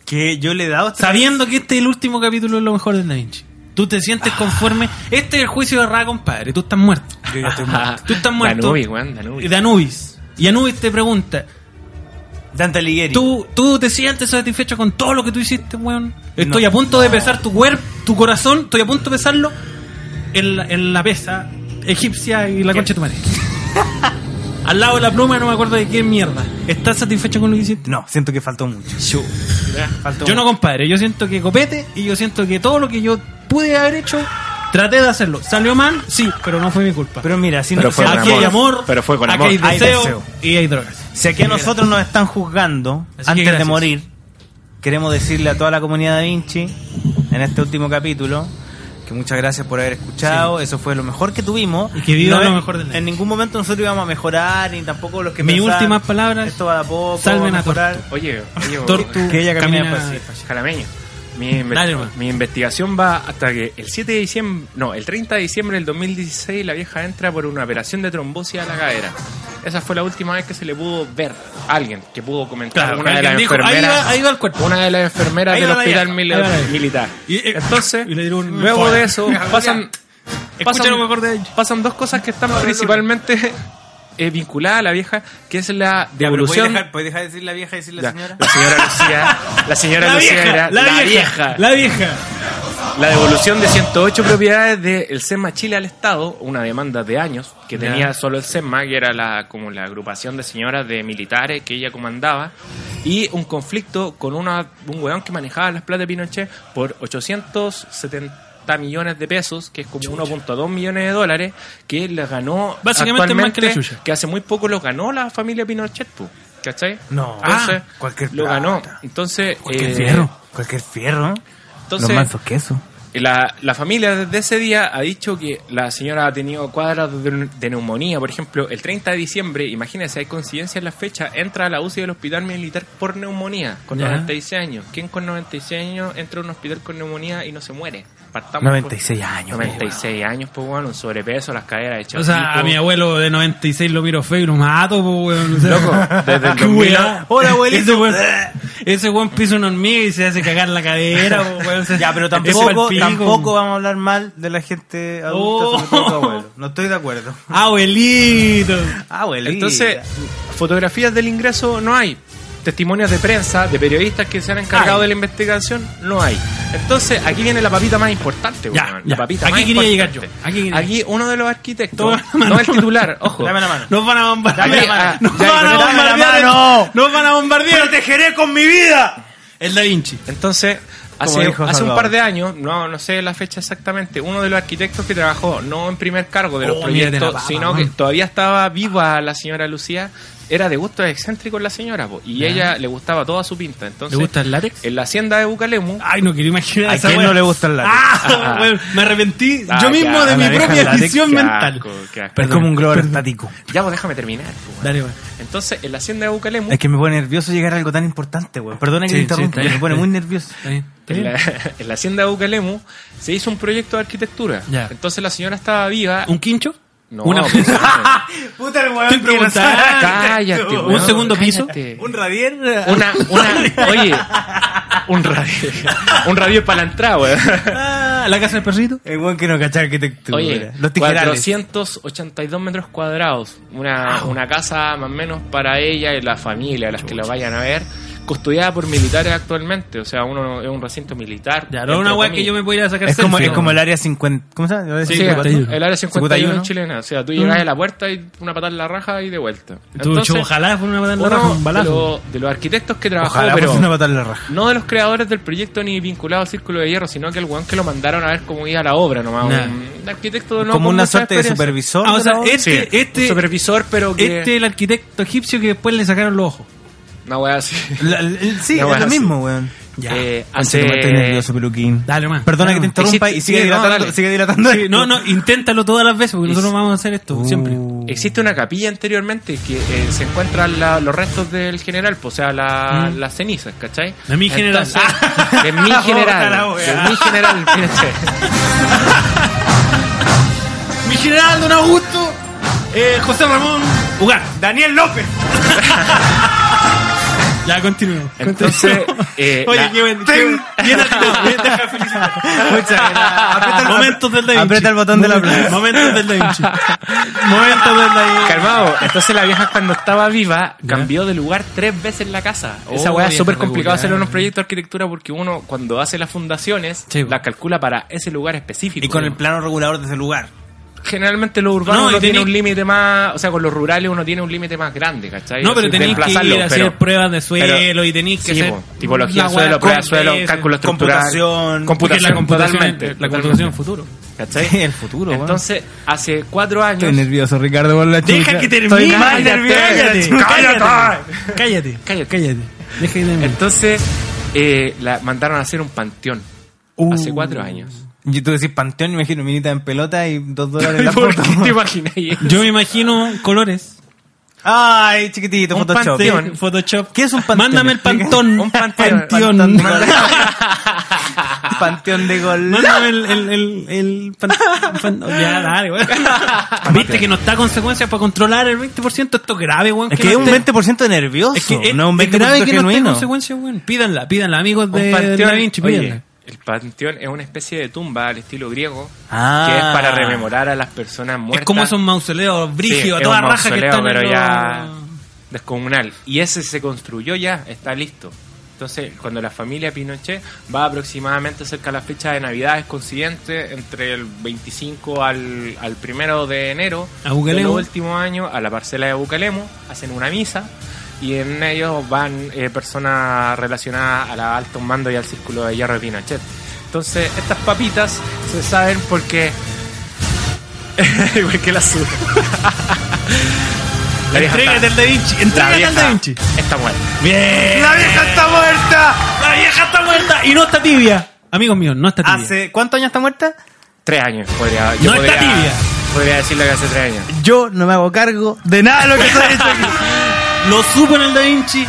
Speaker 2: Que yo le he dado esta-
Speaker 3: Sabiendo que este es el último capítulo de lo mejor de Da Vinci. ¿Tú te sientes conforme? Este es el juicio de Ra, compadre. Tú estás muerto.
Speaker 2: Yo ya
Speaker 4: Ah.
Speaker 2: estoy muerto.
Speaker 3: Tú estás muerto.
Speaker 4: Danubis, weón, Danubis.
Speaker 3: De Anubis. Eh, Y Anubis te pregunta,
Speaker 2: Dante Alighieri.
Speaker 3: ¿tú, ¿tú te sientes satisfecho con todo lo que tú hiciste, weón? Estoy a punto de pesar tu cuerpo, tu corazón, estoy a punto de pesarlo en la, en la pesa egipcia y la concha de tu madre. (laughs) Al lado de la pluma no me acuerdo de qué mierda. ¿Estás satisfecho con lo que hiciste?
Speaker 2: No, siento que faltó mucho. Faltó
Speaker 3: Yo no, compadre. Yo siento que copete y yo siento que todo lo que yo pude haber hecho, traté de hacerlo. ¿Salió mal? Sí, pero no fue mi culpa.
Speaker 2: Pero mira, si,
Speaker 4: Pero
Speaker 2: no-
Speaker 4: fue
Speaker 2: si
Speaker 4: con
Speaker 3: aquí
Speaker 2: aquí,
Speaker 3: hay
Speaker 4: amor.
Speaker 3: amor,
Speaker 4: Pero fue con
Speaker 3: aquí
Speaker 4: amor.
Speaker 3: hay
Speaker 2: Hay
Speaker 3: deseo,
Speaker 2: deseo.
Speaker 3: y hay drogas.
Speaker 2: si aquí a
Speaker 3: Gracias.
Speaker 2: nosotros nos están juzgando
Speaker 3: Así que
Speaker 2: antes de
Speaker 3: gracias.
Speaker 2: morir, queremos decirle a toda la comunidad de Vinci en este último capítulo que muchas gracias por haber escuchado. Eso fue lo mejor que tuvimos.
Speaker 3: Y que viva
Speaker 2: No
Speaker 3: lo
Speaker 2: es-
Speaker 3: mejor del Da
Speaker 2: En
Speaker 3: Vinci.
Speaker 2: ningún momento nosotros íbamos a mejorar, ni tampoco los que
Speaker 3: Mi
Speaker 2: pensaban,
Speaker 3: última palabra es,
Speaker 2: Esto va a poco.
Speaker 3: salven a
Speaker 2: mejorar".
Speaker 4: Oye, oye,
Speaker 3: Tortu
Speaker 2: Que ella camina
Speaker 3: camina-
Speaker 4: Jalameño. Mi, inve-
Speaker 3: Dale, hermano.
Speaker 4: mi investigación va hasta que el 7 de diciembre, no, el 30 de diciembre del 2016 la vieja entra por una operación de trombosis a la cadera. Esa fue la última vez que se le pudo ver a alguien, que pudo comentar.
Speaker 3: Claro,
Speaker 4: una de las
Speaker 3: alguien dijo,
Speaker 4: enfermeras.
Speaker 3: ahí va- ahí va el cuerpo.
Speaker 4: Una de las enfermeras
Speaker 3: Ahí
Speaker 4: del
Speaker 3: va la
Speaker 4: hospital
Speaker 3: vieja,
Speaker 4: mili-
Speaker 3: ahí va la vieja.
Speaker 4: militar.
Speaker 3: Y- eh,
Speaker 4: Entonces,
Speaker 3: y le dieron un
Speaker 4: luego
Speaker 3: fuera. (laughs)
Speaker 4: de eso, pasan,
Speaker 3: Escucha
Speaker 4: pasan,
Speaker 3: lo mejor de ellos.
Speaker 4: pasan dos cosas que están principalmente eh, vinculadas a la vieja, que es la
Speaker 6: Ya, pero ¿Puedes
Speaker 4: devolución.
Speaker 6: dejar, puedes dejar de decir la vieja y decir la
Speaker 4: Ya,
Speaker 6: señora?
Speaker 4: La señora Lucía, la señora
Speaker 3: La
Speaker 4: Lucía
Speaker 3: vieja,
Speaker 4: era
Speaker 3: la vieja, la vieja.
Speaker 4: la devolución de 108 propiedades del SEMA Chile al Estado, una demanda de años que tenía solo el SEMA, que era la, como la agrupación de señoras de militares que ella comandaba, y un conflicto con una, un weón que manejaba las plata de Pinochet por 870 millones de pesos, que es como 1.2 millones de dólares, que le ganó
Speaker 3: Básicamente
Speaker 4: actualmente,
Speaker 3: más que la chucha.
Speaker 4: que hace muy poco lo ganó la familia Pinochet, po, ¿cachai?
Speaker 2: No.
Speaker 4: Entonces,
Speaker 2: Ah, cualquier
Speaker 4: lo ganó.
Speaker 2: plata.
Speaker 4: Entonces,
Speaker 2: Cualquier
Speaker 4: eh,
Speaker 2: fierro. Cualquier fierro.
Speaker 4: entonces-
Speaker 2: Los mansos quesos.
Speaker 4: la, la familia desde ese día ha dicho que la señora ha tenido cuadras de, de neumonía, por ejemplo, el 30 de diciembre, imagínense, hay coincidencia en la fecha, entra a la UCI del hospital militar por neumonía, con
Speaker 3: Ya.
Speaker 4: 96 años. ¿Quién con 96 años entra a un hospital con neumonía y no se muere? Partamos
Speaker 2: 96
Speaker 4: por-
Speaker 2: años.
Speaker 4: 96 años, pues bueno, un sobrepeso, las caderas hechas.
Speaker 3: O sea, a mi abuelo de 96 lo miro feo y lo mato, po, weón. O sea,
Speaker 4: Loco, desde
Speaker 3: (laughs)
Speaker 4: el
Speaker 3: qué
Speaker 4: 2000
Speaker 3: weá.
Speaker 2: Hola, abuelito.
Speaker 3: Ese weón, ese weón pisa una hormiga y se hace cagar la cadera, po, weón. O sea,
Speaker 6: Ya, pero
Speaker 3: ese
Speaker 6: tampoco,
Speaker 3: palpico.
Speaker 6: tampoco vamos a hablar mal de la gente adulta,
Speaker 3: Oh.
Speaker 6: sobre todo tu abuelo. No estoy de acuerdo.
Speaker 3: Abuelito.
Speaker 6: Abuelita.
Speaker 4: Entonces, fotografías del ingreso no hay. Testimonios de prensa, de periodistas que se han encargado de la investigación, no hay. Entonces, aquí viene la papita más importante.
Speaker 3: Ya,
Speaker 4: weón,
Speaker 3: ya.
Speaker 4: La papita
Speaker 3: Aquí
Speaker 4: más
Speaker 3: quería llegar
Speaker 4: importante.
Speaker 3: yo, aquí quería
Speaker 4: Aquí uno de los arquitectos,
Speaker 3: Toma la mano.
Speaker 4: no el titular, ojo.
Speaker 6: dame la mano.
Speaker 3: Nos van a bombardear.
Speaker 4: Dame la mano.
Speaker 3: Nos
Speaker 4: Ya,
Speaker 3: van a
Speaker 4: pero dame la
Speaker 3: bombardear.
Speaker 6: mano.
Speaker 3: Nos van a bombardear.
Speaker 6: protegeré con mi vida.
Speaker 3: El Da Vinci.
Speaker 4: Entonces, hace,
Speaker 6: dijo
Speaker 4: hace un
Speaker 6: Salvador.
Speaker 4: par de años, no, no sé la fecha exactamente, uno de los arquitectos que trabajó no en primer cargo de los
Speaker 3: Oh, mírate la
Speaker 4: proyectos,
Speaker 3: papa,
Speaker 4: sino que
Speaker 3: man.
Speaker 4: todavía estaba viva la señora Lucía, era de gustos excéntricos la señora, po, y ella le gustaba toda su pinta. Entonces,
Speaker 3: gusta Ah, el látex?
Speaker 4: En la hacienda de Bucalemu,
Speaker 3: Ay, no quiero imaginar
Speaker 2: ¿A
Speaker 3: esa
Speaker 2: quién
Speaker 3: weá.
Speaker 2: no le gusta el látex?
Speaker 3: Ah, weón, me arrepentí
Speaker 4: Ah,
Speaker 3: yo mismo
Speaker 4: ya,
Speaker 3: de
Speaker 4: la
Speaker 3: mi
Speaker 4: dejan
Speaker 3: propia
Speaker 4: látex,
Speaker 3: decisión
Speaker 4: qué
Speaker 3: mental.
Speaker 4: asco, qué asco.
Speaker 2: Es como un globo estático.
Speaker 4: Ya, pues déjame terminar. po, weón.
Speaker 3: Dale, weón.
Speaker 4: Entonces, en la hacienda de Bucalemu,
Speaker 2: Es que me pone nervioso llegar a algo tan importante, weón. Perdona que
Speaker 3: Sí,
Speaker 2: te
Speaker 3: sí,
Speaker 2: interrumpa,
Speaker 3: está bien,
Speaker 2: me pone
Speaker 3: está
Speaker 2: muy nervioso.
Speaker 3: Está bien, está
Speaker 4: en
Speaker 3: bien.
Speaker 4: la, (laughs) en la hacienda de Bucalemu, se hizo un proyecto de arquitectura.
Speaker 3: Ya.
Speaker 4: Entonces, la señora estaba viva.
Speaker 3: ¿Un quincho?
Speaker 4: No,
Speaker 3: Una
Speaker 4: pues,
Speaker 3: (laughs)
Speaker 4: (laughs) no.
Speaker 6: Puta el
Speaker 3: Estoy
Speaker 6: weón que no sabe.
Speaker 3: preguntando.
Speaker 4: cállate,
Speaker 3: ¿Un
Speaker 4: weón,
Speaker 3: segundo piso?
Speaker 4: cállate.
Speaker 6: Un radier.
Speaker 4: Una, (laughs) una, oye, un radio, un radio para la entrada, weón.
Speaker 3: Ah, ¿La casa del perrito?
Speaker 2: Es weón que no cacha arquitectura.
Speaker 4: (laughs) Oye,
Speaker 2: Los tijerales.
Speaker 4: 482 metros cuadrados. Una, una casa más o menos para ella y la familia, las que la vayan a ver. Custodiada por militares actualmente. O sea, uno es un recinto militar.
Speaker 3: Ya, no es una
Speaker 4: entre
Speaker 3: weá que
Speaker 4: comillas.
Speaker 3: yo me puedo ir a sacar
Speaker 2: Es como,
Speaker 3: selfie,
Speaker 2: es como
Speaker 3: weón.
Speaker 2: el área 50. ¿Cómo se llama?
Speaker 4: Sí,
Speaker 3: 51.
Speaker 4: el área 51
Speaker 2: 51.
Speaker 4: chilena. O sea, tú llegas a la puerta y una patada en la raja y de vuelta.
Speaker 3: Mm. Tú,
Speaker 4: Entonces,
Speaker 3: chu, ojalá fuera una patada en la
Speaker 4: uno
Speaker 3: raja, un
Speaker 4: de,
Speaker 3: balazo.
Speaker 4: los- de los arquitectos que trabajó,
Speaker 2: Ojalá
Speaker 4: pero
Speaker 2: fuese una patada en la raja.
Speaker 4: no de los creadores del proyecto ni vinculado al Círculo de Hierro, sino que el weón que lo mandaron a ver cómo iba la obra nomás.
Speaker 3: Nah.
Speaker 4: Un arquitecto no
Speaker 2: como
Speaker 4: con
Speaker 2: una
Speaker 4: mucha
Speaker 2: suerte de
Speaker 4: experiencia.
Speaker 2: supervisor.
Speaker 3: Ah, o sea,
Speaker 2: ¿no?
Speaker 3: este,
Speaker 4: Sí,
Speaker 3: este,
Speaker 4: un supervisor, pero que...
Speaker 3: este es el arquitecto egipcio que después le sacaron los ojos.
Speaker 4: Una weá así.
Speaker 2: La- la- el- sí,
Speaker 4: Ya,
Speaker 2: es
Speaker 4: bueno,
Speaker 2: lo
Speaker 4: sí.
Speaker 2: mismo, weón.
Speaker 3: Ya.
Speaker 4: Eh,
Speaker 2: Conchito, me estoy
Speaker 4: hace...
Speaker 2: nervioso, peluquín.
Speaker 3: Dale, man.
Speaker 2: Perdona
Speaker 3: Dale,
Speaker 2: que te
Speaker 3: man.
Speaker 2: interrumpa y
Speaker 4: Existe-
Speaker 2: sigue
Speaker 4: sí, no,
Speaker 2: dilatando.
Speaker 4: dale.
Speaker 2: sigue dilatando. Eh,
Speaker 3: Sí, no, no, inténtalo todas las veces porque
Speaker 4: Es-
Speaker 3: nosotros vamos a hacer esto, siempre.
Speaker 2: Uh.
Speaker 4: Existe una capilla anteriormente que eh, se encuentran la- los restos del general, pues, o sea, la- las cenizas, ¿cachai?
Speaker 3: Mm. De mi general.
Speaker 4: Entonces, de mi
Speaker 3: Puta (laughs) la
Speaker 4: general.
Speaker 3: wea.
Speaker 4: De mi general, fíjense.
Speaker 3: Mi general Don Augusto, eh, José Ramón Ugarte.
Speaker 6: Daniel López.
Speaker 3: Ya, continúa.
Speaker 4: Entonces,
Speaker 3: Continúa.
Speaker 4: eh,
Speaker 3: Oye,
Speaker 4: la-
Speaker 3: qué buen Bien bien arquitecto, deja felicitar.
Speaker 2: Muchas gracias. (laughs) Aprieta el-
Speaker 3: Momentos del Da Vinci.
Speaker 2: Aprieta el botón del aplauso.
Speaker 3: Momentos del Da Vinci. Momentos del Da Vinci.
Speaker 4: Calmado, entonces la vieja cuando estaba viva cambió de lugar tres veces la casa. Esa
Speaker 3: Oh,
Speaker 4: weá es
Speaker 3: vieja
Speaker 4: súper complicado
Speaker 3: regular.
Speaker 4: hacerlo en un proyecto de arquitectura porque uno cuando hace las fundaciones
Speaker 3: Sí, po.
Speaker 4: las calcula para ese lugar específico.
Speaker 2: Y con el plano regulador de ese lugar.
Speaker 4: Generalmente lo urbano
Speaker 3: No, y
Speaker 4: uno tiene
Speaker 3: tení-
Speaker 4: un límite más, o sea, con los rurales uno tiene un límite más grande, ¿cachai?
Speaker 3: No, pero
Speaker 4: Así,
Speaker 3: tenéis que
Speaker 4: desplazarlo,
Speaker 3: ir a hacer
Speaker 4: pero-
Speaker 3: pruebas de suelo
Speaker 4: pero-
Speaker 3: y tenéis que
Speaker 4: sí,
Speaker 3: hacer.
Speaker 4: po, tipología
Speaker 3: la
Speaker 4: de suelo,
Speaker 3: weá
Speaker 4: prueba de suelo,
Speaker 3: compleja.
Speaker 4: cálculo estructural,
Speaker 2: Computación.
Speaker 3: Porque
Speaker 4: computación,
Speaker 3: la computación,
Speaker 4: totalmente,
Speaker 3: la computación futuro.
Speaker 4: ¿cachai?
Speaker 3: (laughs)
Speaker 2: Sí, el futuro, weón.
Speaker 4: Entonces, hace cuatro años.
Speaker 2: Estoy nervioso, Ricardo, por la chucha.
Speaker 3: Deja que termine.
Speaker 2: Estoy más
Speaker 3: Cállate,
Speaker 4: (laughs)
Speaker 2: nervioso.
Speaker 3: cállate,
Speaker 2: Cállate.
Speaker 3: Cállate.
Speaker 4: Cállate.
Speaker 3: Cállate. Deja que termine.
Speaker 4: Entonces, eh, la mandaron a hacer un panteón hace
Speaker 2: Uh.
Speaker 3: (laughs)
Speaker 4: cuatro años.
Speaker 2: Y tú decís panteón, me imagino minita en pelota y dos dólares en la
Speaker 4: ¿Por
Speaker 2: foto.
Speaker 4: qué (laughs) te imaginas?
Speaker 3: Yo me imagino colores.
Speaker 2: Ay, chiquitito,
Speaker 4: Un
Speaker 2: Photoshop.
Speaker 4: panteón.
Speaker 3: Photoshop.
Speaker 2: ¿Qué es un panteón?
Speaker 3: Mándame el pantón.
Speaker 4: Un panteón.
Speaker 3: Panteón.
Speaker 2: Panteón. panteón de gol. (laughs)
Speaker 3: (laughs) Mándame el. el, el, el pan-
Speaker 4: (laughs)
Speaker 3: pan- ya, dale, weón. Viste que no está a consecuencias para controlar el 20%. Esto es grave, weón.
Speaker 2: Es que
Speaker 3: no
Speaker 2: es un
Speaker 3: esté-
Speaker 2: 20% nervioso,
Speaker 3: Es que es,
Speaker 2: no un
Speaker 3: es grave
Speaker 2: 20%
Speaker 3: que no esté a
Speaker 2: genuino.
Speaker 3: consecuencias, weón. Pídanla, pídanla, amigos
Speaker 4: Un
Speaker 3: de
Speaker 4: panteón-
Speaker 3: Da Vinci,
Speaker 4: oye,
Speaker 3: pídanla.
Speaker 4: el panteón es una especie de tumba al estilo griego
Speaker 2: Ah.
Speaker 4: que es para rememorar a las personas muertas.
Speaker 3: Es como esos mausoleos
Speaker 4: Sí,
Speaker 3: brígidos, a
Speaker 4: es
Speaker 3: toda
Speaker 4: un
Speaker 3: raja que
Speaker 4: mausoleo,
Speaker 3: están en
Speaker 4: pero
Speaker 3: los-
Speaker 4: ya descomunal. Y ese se construyó ya, está listo. Entonces, cuando la familia Pinochet va aproximadamente cerca de la fecha de Navidad, es consiguiente entre el 25 al, al 1 de enero
Speaker 3: A Bucalemo.
Speaker 4: del último año, a la parcela de Bucalemo, hacen una misa y en ellos van eh, personas relacionadas a la alto mando y al círculo de hierro de Pinochet. Entonces, estas papitas se saben porque...
Speaker 3: (laughs)
Speaker 4: porque las subo. (laughs) La vieja
Speaker 3: Entrégate
Speaker 4: está-
Speaker 3: al Da Vinci, entrégate
Speaker 4: la
Speaker 3: al Da
Speaker 4: vieja
Speaker 3: Vinci.
Speaker 4: Está muerta.
Speaker 3: Bien.
Speaker 2: ¡La vieja está muerta!
Speaker 3: La vieja está muerta y no está tibia. Amigos míos, no está tibia.
Speaker 2: ¿Hace cuántos años está muerta?
Speaker 4: Tres años, podría. yo
Speaker 3: No está
Speaker 4: podría-
Speaker 3: tibia.
Speaker 4: Podría decirlo que hace tres años.
Speaker 2: Yo no me hago cargo de nada de lo que
Speaker 4: (laughs)
Speaker 2: se ha hecho aquí.
Speaker 3: Lo supo en el Da Vinci.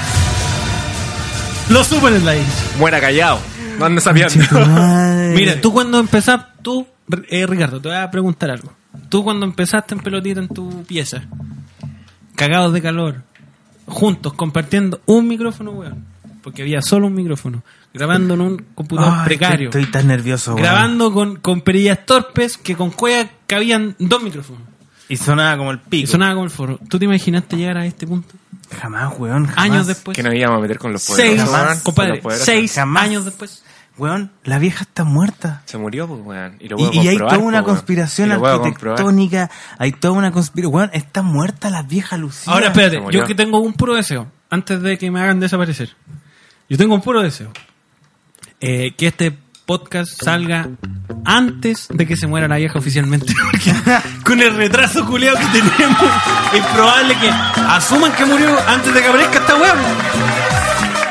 Speaker 3: Lo supo en el Da Vinci.
Speaker 4: Muera callado. No andes sabiendo.
Speaker 2: Madre.
Speaker 3: Mira, tú cuando empezás, tú, eh, Ricardo, te voy a preguntar algo. Tú cuando empezaste en pelotita en tu pieza, cagados de calor, juntos, compartiendo un micrófono, weón. Porque había solo un micrófono. Grabando en un computador
Speaker 2: Ay, que
Speaker 3: precario.
Speaker 2: Estoy tan nervioso, weón.
Speaker 3: grabando con, con perillas torpes que con cueva cabían dos micrófonos.
Speaker 2: Y sonaba como el pico.
Speaker 3: Y sonaba como el foro. ¿Tú te imaginaste llegar a este punto?
Speaker 2: Jamás, weón, jamás.
Speaker 3: Años después.
Speaker 4: (laughs) que nos íbamos a meter con los
Speaker 3: seis,
Speaker 4: poderosos. weón, con los
Speaker 3: compadre,
Speaker 4: poderosos.
Speaker 3: seis
Speaker 2: Jamás.
Speaker 3: años después.
Speaker 2: Weón, la vieja está muerta.
Speaker 4: Se murió, pues, weón. Y, lo puedo
Speaker 2: Y, y hay
Speaker 4: comprobar,
Speaker 2: toda una
Speaker 4: pues, weón.
Speaker 2: conspiración
Speaker 4: Y lo puedo comprobar.
Speaker 2: arquitectónica, hay toda una conspiración. Weón, está muerta la vieja Lucía.
Speaker 3: Ahora espérate,
Speaker 4: Se murió.
Speaker 3: yo que tengo un puro deseo, antes de que me hagan desaparecer. Yo tengo un puro deseo. Eh, que este podcast salga antes de que se muera la vieja oficialmente.
Speaker 4: (laughs)
Speaker 3: Porque (laughs) con el retraso culeado que tenemos, es probable que asuman que murió antes de que aparezca esta web.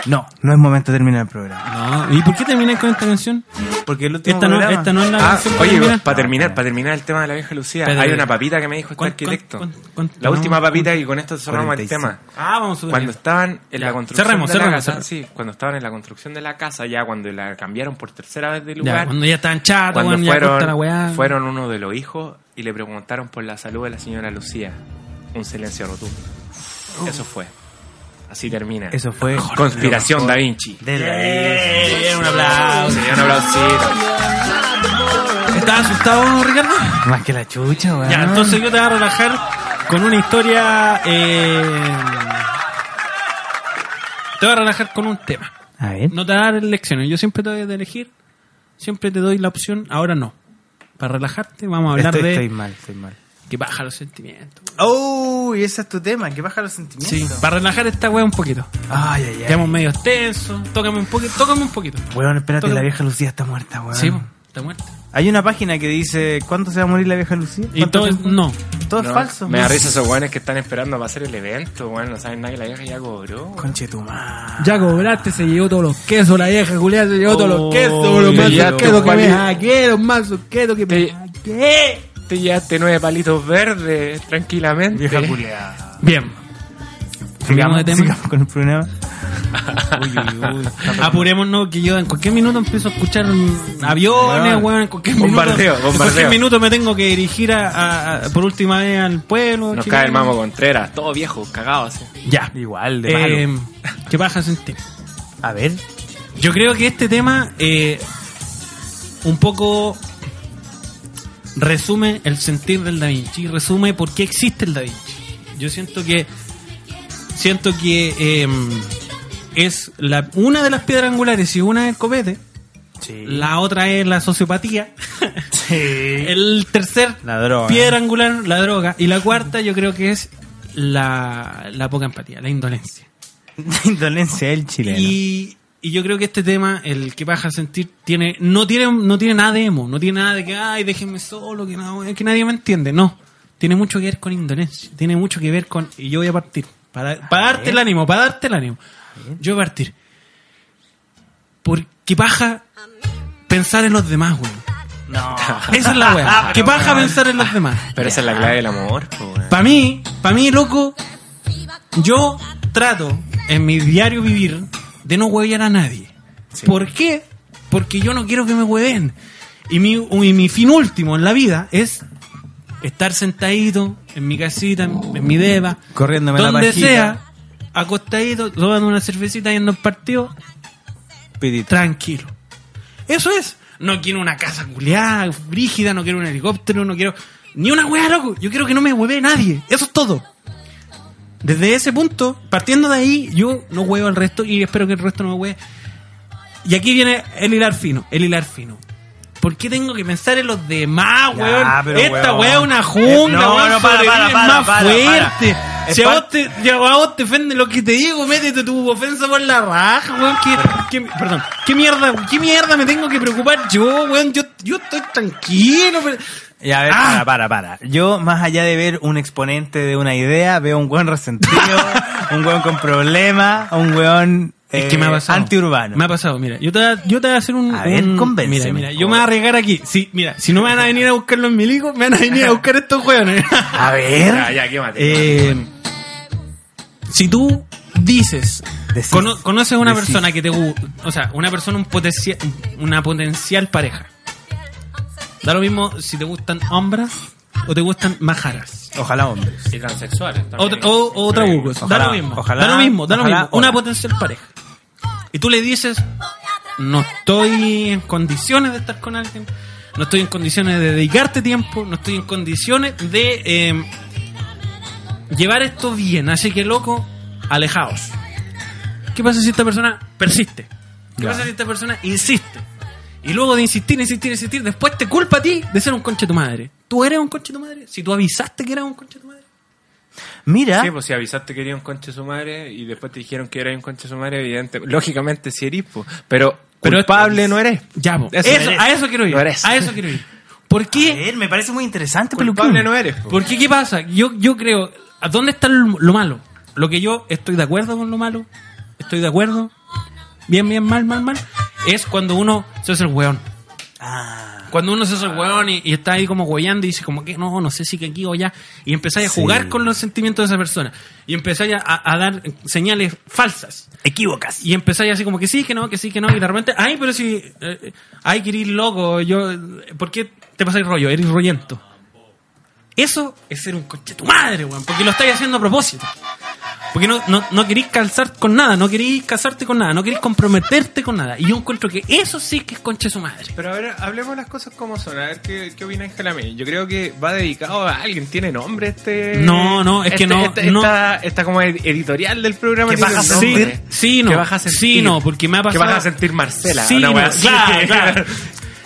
Speaker 2: No, no es momento de terminar el programa.
Speaker 3: No, Ah, ¿y por qué terminé con esta canción?
Speaker 2: Porque
Speaker 4: Este
Speaker 2: el último
Speaker 3: Esta no,
Speaker 2: programa-
Speaker 3: esta no es la
Speaker 4: Ah,
Speaker 3: canción para
Speaker 4: oye,
Speaker 3: terminar.
Speaker 4: para terminar, para terminar el tema de la vieja Lucía,
Speaker 3: Espérate,
Speaker 4: hay
Speaker 3: espérate.
Speaker 4: una papita que me dijo este
Speaker 3: ¿Cuán-
Speaker 4: arquitecto.
Speaker 3: cuán- cuán- cuán-
Speaker 4: la última
Speaker 3: cuán-
Speaker 4: papita y con esto cerramos el
Speaker 2: 45.
Speaker 4: tema.
Speaker 3: Ah, vamos a subir.
Speaker 4: Cuando estaban en la construcción
Speaker 3: Cerremos,
Speaker 4: de la
Speaker 3: cerremos,
Speaker 4: casa,
Speaker 3: cerremos.
Speaker 4: sí, cuando estaban en la construcción de la casa, ya cuando la cambiaron por tercera vez de
Speaker 3: Ya,
Speaker 4: lugar,
Speaker 3: cuando ya estaban chatos,
Speaker 4: cuando
Speaker 3: cuando ya corta la weá.
Speaker 4: fueron, fueron uno de los hijos y le preguntaron por la salud de la señora Lucía. Un silencio rotundo. Eso fue. Así termina.
Speaker 2: Eso fue
Speaker 4: Conspiración Da Vinci.
Speaker 2: de la vida.
Speaker 3: Eh, un aplauso.
Speaker 4: Señor abracito.
Speaker 3: ¿Estás asustado, Ricardo?
Speaker 2: Más que la chucha, weón.
Speaker 4: Ah.
Speaker 3: Ya, entonces yo te voy a relajar con una historia. eh, te voy a relajar con un tema.
Speaker 2: A ver.
Speaker 3: No te voy a dar lecciones. Yo siempre te doy de elegir. Siempre te doy la opción. Ahora no. Para relajarte, vamos a hablar
Speaker 2: estoy,
Speaker 3: de
Speaker 2: estoy mal, estoy mal.
Speaker 3: que baja los sentimientos.
Speaker 2: Oh, y ese es tu tema, que baja los
Speaker 3: Sí,
Speaker 2: sentimientos.
Speaker 3: para relajar esta wea un poquito.
Speaker 2: Ay, ay, ay.
Speaker 3: Quedamos medio tensos. Tócame un poquito. Tócame un poquito.
Speaker 2: Weón, espérate,
Speaker 3: Toca-
Speaker 2: la vieja Lucía está muerta, weón.
Speaker 3: Sí, po, está muerto.
Speaker 2: Hay una página que dice cuándo se va a morir la vieja Lucía.
Speaker 3: Y todo es- no.
Speaker 2: Todo es
Speaker 4: No,
Speaker 2: falso.
Speaker 4: Me da risa esos weones que están esperando para hacer el evento, weón. No saben nada que la vieja ya cobró.
Speaker 2: Conche tu madre.
Speaker 3: Ya cobraste, se llevó todos los quesos, la vieja Julián se llevó todos los quesos, los
Speaker 4: más ya, quesos que me Juanito.
Speaker 3: hackearon, más quesos que
Speaker 4: Te,
Speaker 3: este
Speaker 4: te llevaste nueve palitos verdes, tranquilamente.
Speaker 2: Vieja culiada.
Speaker 3: Bien. Cambiamos de
Speaker 2: Sigamos,
Speaker 3: tema.
Speaker 2: sigamos con el programa.
Speaker 3: (laughs) Apurémonos que yo en cualquier minuto empiezo a escuchar mm, aviones,
Speaker 2: Weón.
Speaker 3: weón, en cualquier minuto.
Speaker 4: Bombardeo,
Speaker 3: En cualquier
Speaker 4: bombardeo.
Speaker 3: minuto me tengo que dirigir a, a- a- por última vez al pueblo.
Speaker 4: Nos
Speaker 3: chileno.
Speaker 4: cae el mamo Contreras, todo viejo, cagado así.
Speaker 3: Ya.
Speaker 2: Igual, de
Speaker 3: Eh,
Speaker 2: malo.
Speaker 3: ¿Qué pasa, Centeno?
Speaker 2: A ver.
Speaker 3: Yo creo que este tema eh, un poco resume el sentir del Da Vinci, resume por qué existe el Da Vinci. Yo siento que siento que eh, es la, una de las piedras angulares y una es el copete,
Speaker 2: Sí.
Speaker 3: la otra es la sociopatía,
Speaker 2: (laughs) Sí.
Speaker 3: el tercer
Speaker 2: La droga.
Speaker 3: piedra angular la droga y la cuarta yo creo que es la, la poca empatía, la indolencia.
Speaker 2: Indolencia del chileno.
Speaker 3: Y, y yo creo que este tema, el que baja a sentir, tiene, no tiene, no tiene nada de emo, no tiene nada de que ay déjenme solo, que no, es que nadie me entiende. No. Tiene mucho que ver con Indonesia, tiene mucho que ver con. Y yo voy a partir. Para, para darte el ánimo, para darte el ánimo. Yo voy a partir. Porque baja pensar en los demás, weón.
Speaker 2: No.
Speaker 3: Esa es la weá. que baja pensar en los demás.
Speaker 4: Pero esa es la clave del amor, po, weón.
Speaker 3: Para mí, para mí, loco, yo trato en mi diario vivir de no huevear a nadie. ¿Por qué? porque yo no quiero que me hueven. Y mi, y mi fin último en la vida es estar sentadito en mi casita, en, en mi deba,
Speaker 2: Corriéndome la
Speaker 3: donde
Speaker 2: pajita.
Speaker 3: sea, acostadito, tomando una cervecita y en los partidos,
Speaker 2: Pitito.
Speaker 3: tranquilo. Eso es. No quiero una casa culiada, brígida, no quiero un helicóptero, no quiero. Ni una weá, loco. Yo quiero que no me hueve nadie. Eso es todo. Desde ese punto, partiendo de ahí, yo no huevo al resto y espero que el resto no me hueve. Y aquí viene el hilar fino, el hilar fino. ¿Por qué tengo que pensar en los demás,
Speaker 2: Ya,
Speaker 3: weón?
Speaker 2: pero,
Speaker 3: Esta
Speaker 2: weón.
Speaker 3: weá es una jungla,
Speaker 2: No,
Speaker 3: weón,
Speaker 2: no, para,
Speaker 3: sobrevivir
Speaker 2: para,
Speaker 3: es
Speaker 2: para,
Speaker 3: más
Speaker 2: para, para.
Speaker 3: fuerte.
Speaker 2: Es
Speaker 3: Si a
Speaker 2: par-
Speaker 3: vos te, ya, a vos te ofende lo que te digo, métete tu ofensa por la raja, weón. ¿Qué, qué- perdón, ¿qué mierda, ¿qué mierda me tengo que preocupar yo, weón? Yo, yo estoy tranquilo, pero...
Speaker 2: Ya, a ver,
Speaker 3: Ah.
Speaker 2: para, para, para. Yo, más allá de ver un exponente de una idea, veo un buen resentido,
Speaker 3: (laughs)
Speaker 2: un weón con problemas, un weón
Speaker 3: Es
Speaker 2: eh,
Speaker 3: que me ha pasado.
Speaker 2: antiurbano.
Speaker 3: Me ha pasado, mira. Yo te, voy a- yo te voy a hacer un.
Speaker 2: A ver,
Speaker 3: un-
Speaker 2: convénceme.
Speaker 3: Mira, mira, yo me voy a arriesgar aquí. Sí, mira, si no me van a venir a buscar los milicos, me van a venir a
Speaker 2: (laughs)
Speaker 3: buscar estos hueones.
Speaker 2: A ver.
Speaker 4: Ya, ya, quémate.
Speaker 3: Eh, si tú dices,
Speaker 2: Decís.
Speaker 3: cono- conoces a una
Speaker 2: Decís.
Speaker 3: persona que te gusta, o sea, una persona, un potencia- una potencial pareja. Da lo mismo si te gustan hombres o te gustan majaras.
Speaker 2: Ojalá hombres.
Speaker 4: Y transexuales también.
Speaker 3: Otra, o, o otra Burgos.
Speaker 2: Ojalá,
Speaker 3: da lo mismo.
Speaker 2: ojalá,
Speaker 3: da lo mismo, da lo
Speaker 2: ojalá,
Speaker 3: mismo. Una
Speaker 2: ojalá.
Speaker 3: potencial pareja. Y tú le dices, no estoy en condiciones de estar con alguien, no estoy en condiciones de dedicarte tiempo, no estoy en condiciones de eh, llevar esto bien. Así que, loco, alejaos. ¿Qué pasa si esta persona persiste? ¿Qué
Speaker 2: Ya.
Speaker 3: pasa si esta persona insiste? Y luego de insistir, insistir, insistir, después te culpa a ti de ser un conche tu madre. ¿Tú eres un conche tu madre? Si tú avisaste que eras un conche tu madre.
Speaker 2: Mira,
Speaker 4: Sí, pues si avisaste que eres un conche su madre y después te dijeron que eres un conche su madre, evidente, lógicamente sí eres, po. pero,
Speaker 3: Pero
Speaker 4: culpable no eres.
Speaker 3: Ya, po.
Speaker 4: Eso
Speaker 3: Eso,
Speaker 4: eres.
Speaker 3: a eso quiero ir.
Speaker 4: No eres.
Speaker 3: A eso quiero ir. ¿Por
Speaker 2: a
Speaker 3: qué?
Speaker 2: ver, me parece muy interesante, peluquín.
Speaker 4: Culpable no eres. po.
Speaker 3: ¿Por qué qué pasa? Yo, yo creo, ¿a dónde está lo, lo malo? Lo que yo estoy de acuerdo con lo malo, estoy de acuerdo, bien, bien, mal, mal, mal, es cuando uno se hace el weón. Cuando uno se hace el weón y, y está ahí como hueando y dice como que no, no sé si que aquí o allá, y empezáis a jugar con los sentimientos de esa persona, y empezáis a- a- a dar señales falsas.
Speaker 2: Equívocas.
Speaker 3: Y empezáis así como que sí, que no, que sí, que no, y de repente, ay, pero si, eh, ay, que eres loco, yo, eh, ¿por qué te pasáis rollo? Eres rollento. Eso es ser un coche tu madre, weón, porque lo estáis haciendo a propósito. Porque no, no, no querís calzar con nada, no querís casarte con nada, no querís comprometerte con nada. Y yo encuentro que eso sí que es conche su madre.
Speaker 4: Pero a ver, hablemos las cosas como son. A ver qué, qué opina Ángela May. Yo creo que va dedicado a alguien. ¿Tiene nombre este.?
Speaker 3: No, no, es que
Speaker 4: este-
Speaker 3: no,
Speaker 4: Esta,
Speaker 3: no.
Speaker 4: Esta, esta como ed- editorial del programa.
Speaker 2: Que
Speaker 4: tiene
Speaker 2: vas a
Speaker 4: un nombre.
Speaker 2: sentir-
Speaker 3: sí, no.
Speaker 4: Que vas a sentir.
Speaker 3: Sí, no, porque me ha
Speaker 4: Que
Speaker 3: pasado-
Speaker 4: vas a sentir Marcela.
Speaker 3: Sí,
Speaker 4: una
Speaker 3: no,
Speaker 4: wea así.
Speaker 3: claro,
Speaker 4: (laughs)
Speaker 3: claro.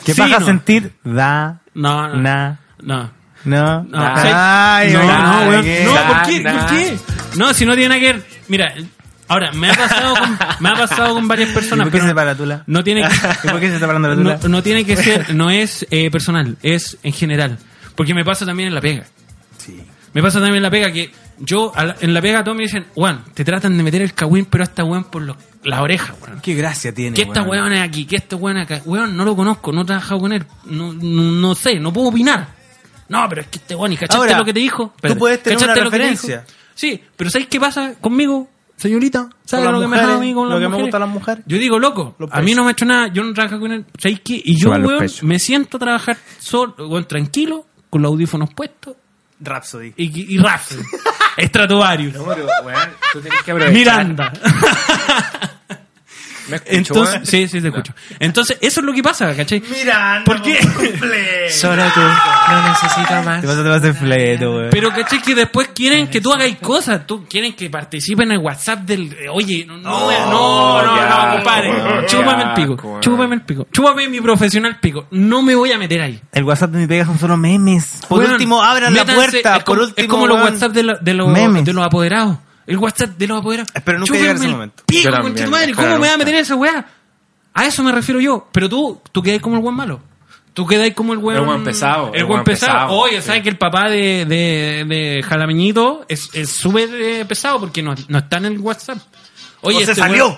Speaker 2: ¿Qué
Speaker 3: Sí,
Speaker 2: vas a
Speaker 3: no.
Speaker 2: sentir? Da,
Speaker 3: No, no.
Speaker 2: na,
Speaker 3: No.
Speaker 2: no.
Speaker 3: Ah. No,
Speaker 2: da.
Speaker 3: o sea,
Speaker 2: Ay,
Speaker 3: no,
Speaker 2: ay,
Speaker 3: no,
Speaker 2: ay,
Speaker 3: weón.
Speaker 2: qué-
Speaker 3: No,
Speaker 4: da,
Speaker 3: ¿por qué?
Speaker 4: da.
Speaker 3: ¿Por qué? No, si no tiene nada que ver. Mira, ahora, me ha pasado
Speaker 2: (laughs)
Speaker 3: con, me ha pasado con varias
Speaker 2: ¿Y
Speaker 3: personas.
Speaker 2: por qué
Speaker 3: pero
Speaker 2: se para la tula?
Speaker 3: No
Speaker 2: (laughs)
Speaker 3: tiene
Speaker 2: ¿Y
Speaker 3: que,
Speaker 2: por qué se está parando la tula?
Speaker 3: no, no tiene que ser, no es eh, personal, es en general. Porque me pasa también en la pega. Me pasa también en la pega que yo a la- en la pega todos me dicen, Juan, te tratan de meter el cagüín, pero hasta weón por los, la oreja, weón.
Speaker 2: Qué gracia tiene.
Speaker 3: Que esta
Speaker 2: weón.
Speaker 3: weón es aquí, que este weón acá. Weón, no lo conozco, no he trabajado con él. No, no, no sé, no puedo opinar. No, pero es que este weón, ¿y cachaste
Speaker 2: Ahora,
Speaker 3: lo que te dijo?
Speaker 2: tú puedes tener
Speaker 3: ¿Cachaste
Speaker 2: una
Speaker 3: lo que te
Speaker 2: referencia.
Speaker 3: dijo? Sí, pero ¿sabéis qué pasa conmigo, señorita? ¿Sabes
Speaker 2: las
Speaker 3: lo que me pasa a mí
Speaker 2: mujeres,
Speaker 3: con
Speaker 2: ¿eh? lo
Speaker 3: las
Speaker 2: que me
Speaker 3: mujeres?
Speaker 2: gusta a las mujeres.
Speaker 3: Yo digo, loco,
Speaker 2: Los
Speaker 3: a mí
Speaker 2: precios.
Speaker 3: no me ha hecho nada, yo no trabajo con él. ¿Sabéis qué? Y yo,
Speaker 4: Suban los
Speaker 3: weón,
Speaker 4: precios.
Speaker 3: me siento a trabajar solo, weón, tranquilo, con los audífonos puestos
Speaker 2: Rhapsody.
Speaker 3: y, y rap.
Speaker 2: (laughs)
Speaker 3: Stratovarius.
Speaker 4: No, pero, weón, tú tenés que aprovechar.
Speaker 3: Miranda.
Speaker 4: (laughs) ¿Me eh? escucho,
Speaker 3: Entonces,
Speaker 4: weón?
Speaker 3: sí, sí, te escucho. Entonces, eso es lo que pasa, ¿cachai?
Speaker 2: Mira,
Speaker 3: ¿Por qué? Eh,
Speaker 2: Solo tú. No necesito más. Te vas a te vas a hacer fleto, weón.
Speaker 3: Pero caché que después quieren que tú hagas cosas, tú quieren que participen en el WhatsApp del eh, oye, no, no, no, no,
Speaker 4: qué
Speaker 3: no,
Speaker 4: asco, Oh, weón,
Speaker 3: compadre,
Speaker 4: qué
Speaker 3: chúpame el
Speaker 4: asco,
Speaker 3: pico,
Speaker 4: weón.
Speaker 3: chúpame el pico, chúpame mi profesional pico, no me voy a meter ahí.
Speaker 2: El WhatsApp de mi pega son solo memes. Por
Speaker 3: Weón,
Speaker 2: último, abran la
Speaker 3: métanse,
Speaker 2: puerta.
Speaker 3: es
Speaker 2: Por
Speaker 3: como,
Speaker 2: último,
Speaker 3: es como los
Speaker 2: weón.
Speaker 3: WhatsApp de, lo- de los-
Speaker 2: Memes.
Speaker 3: de los apoderados, el WhatsApp de los apoderados.
Speaker 2: Espero nunca
Speaker 3: Chúpame
Speaker 2: llegar a ese
Speaker 3: el
Speaker 2: momento.
Speaker 4: Yo
Speaker 3: Pico,
Speaker 4: también,
Speaker 3: concha tu madre,
Speaker 4: espero
Speaker 3: ¿cómo me va a
Speaker 4: nunca.
Speaker 3: meter esa weá? A eso me refiero yo, pero tú, tú quedas como el buen malo. Tú quedáis como el weón.
Speaker 4: El weón pesado,
Speaker 3: El weón pesado. Oye, ¿sabes que el papá de, de, de Jalameñito es es súper eh, pesado porque no, no está en el WhatsApp? Oye,
Speaker 2: O se
Speaker 3: este
Speaker 2: salió.
Speaker 3: weón-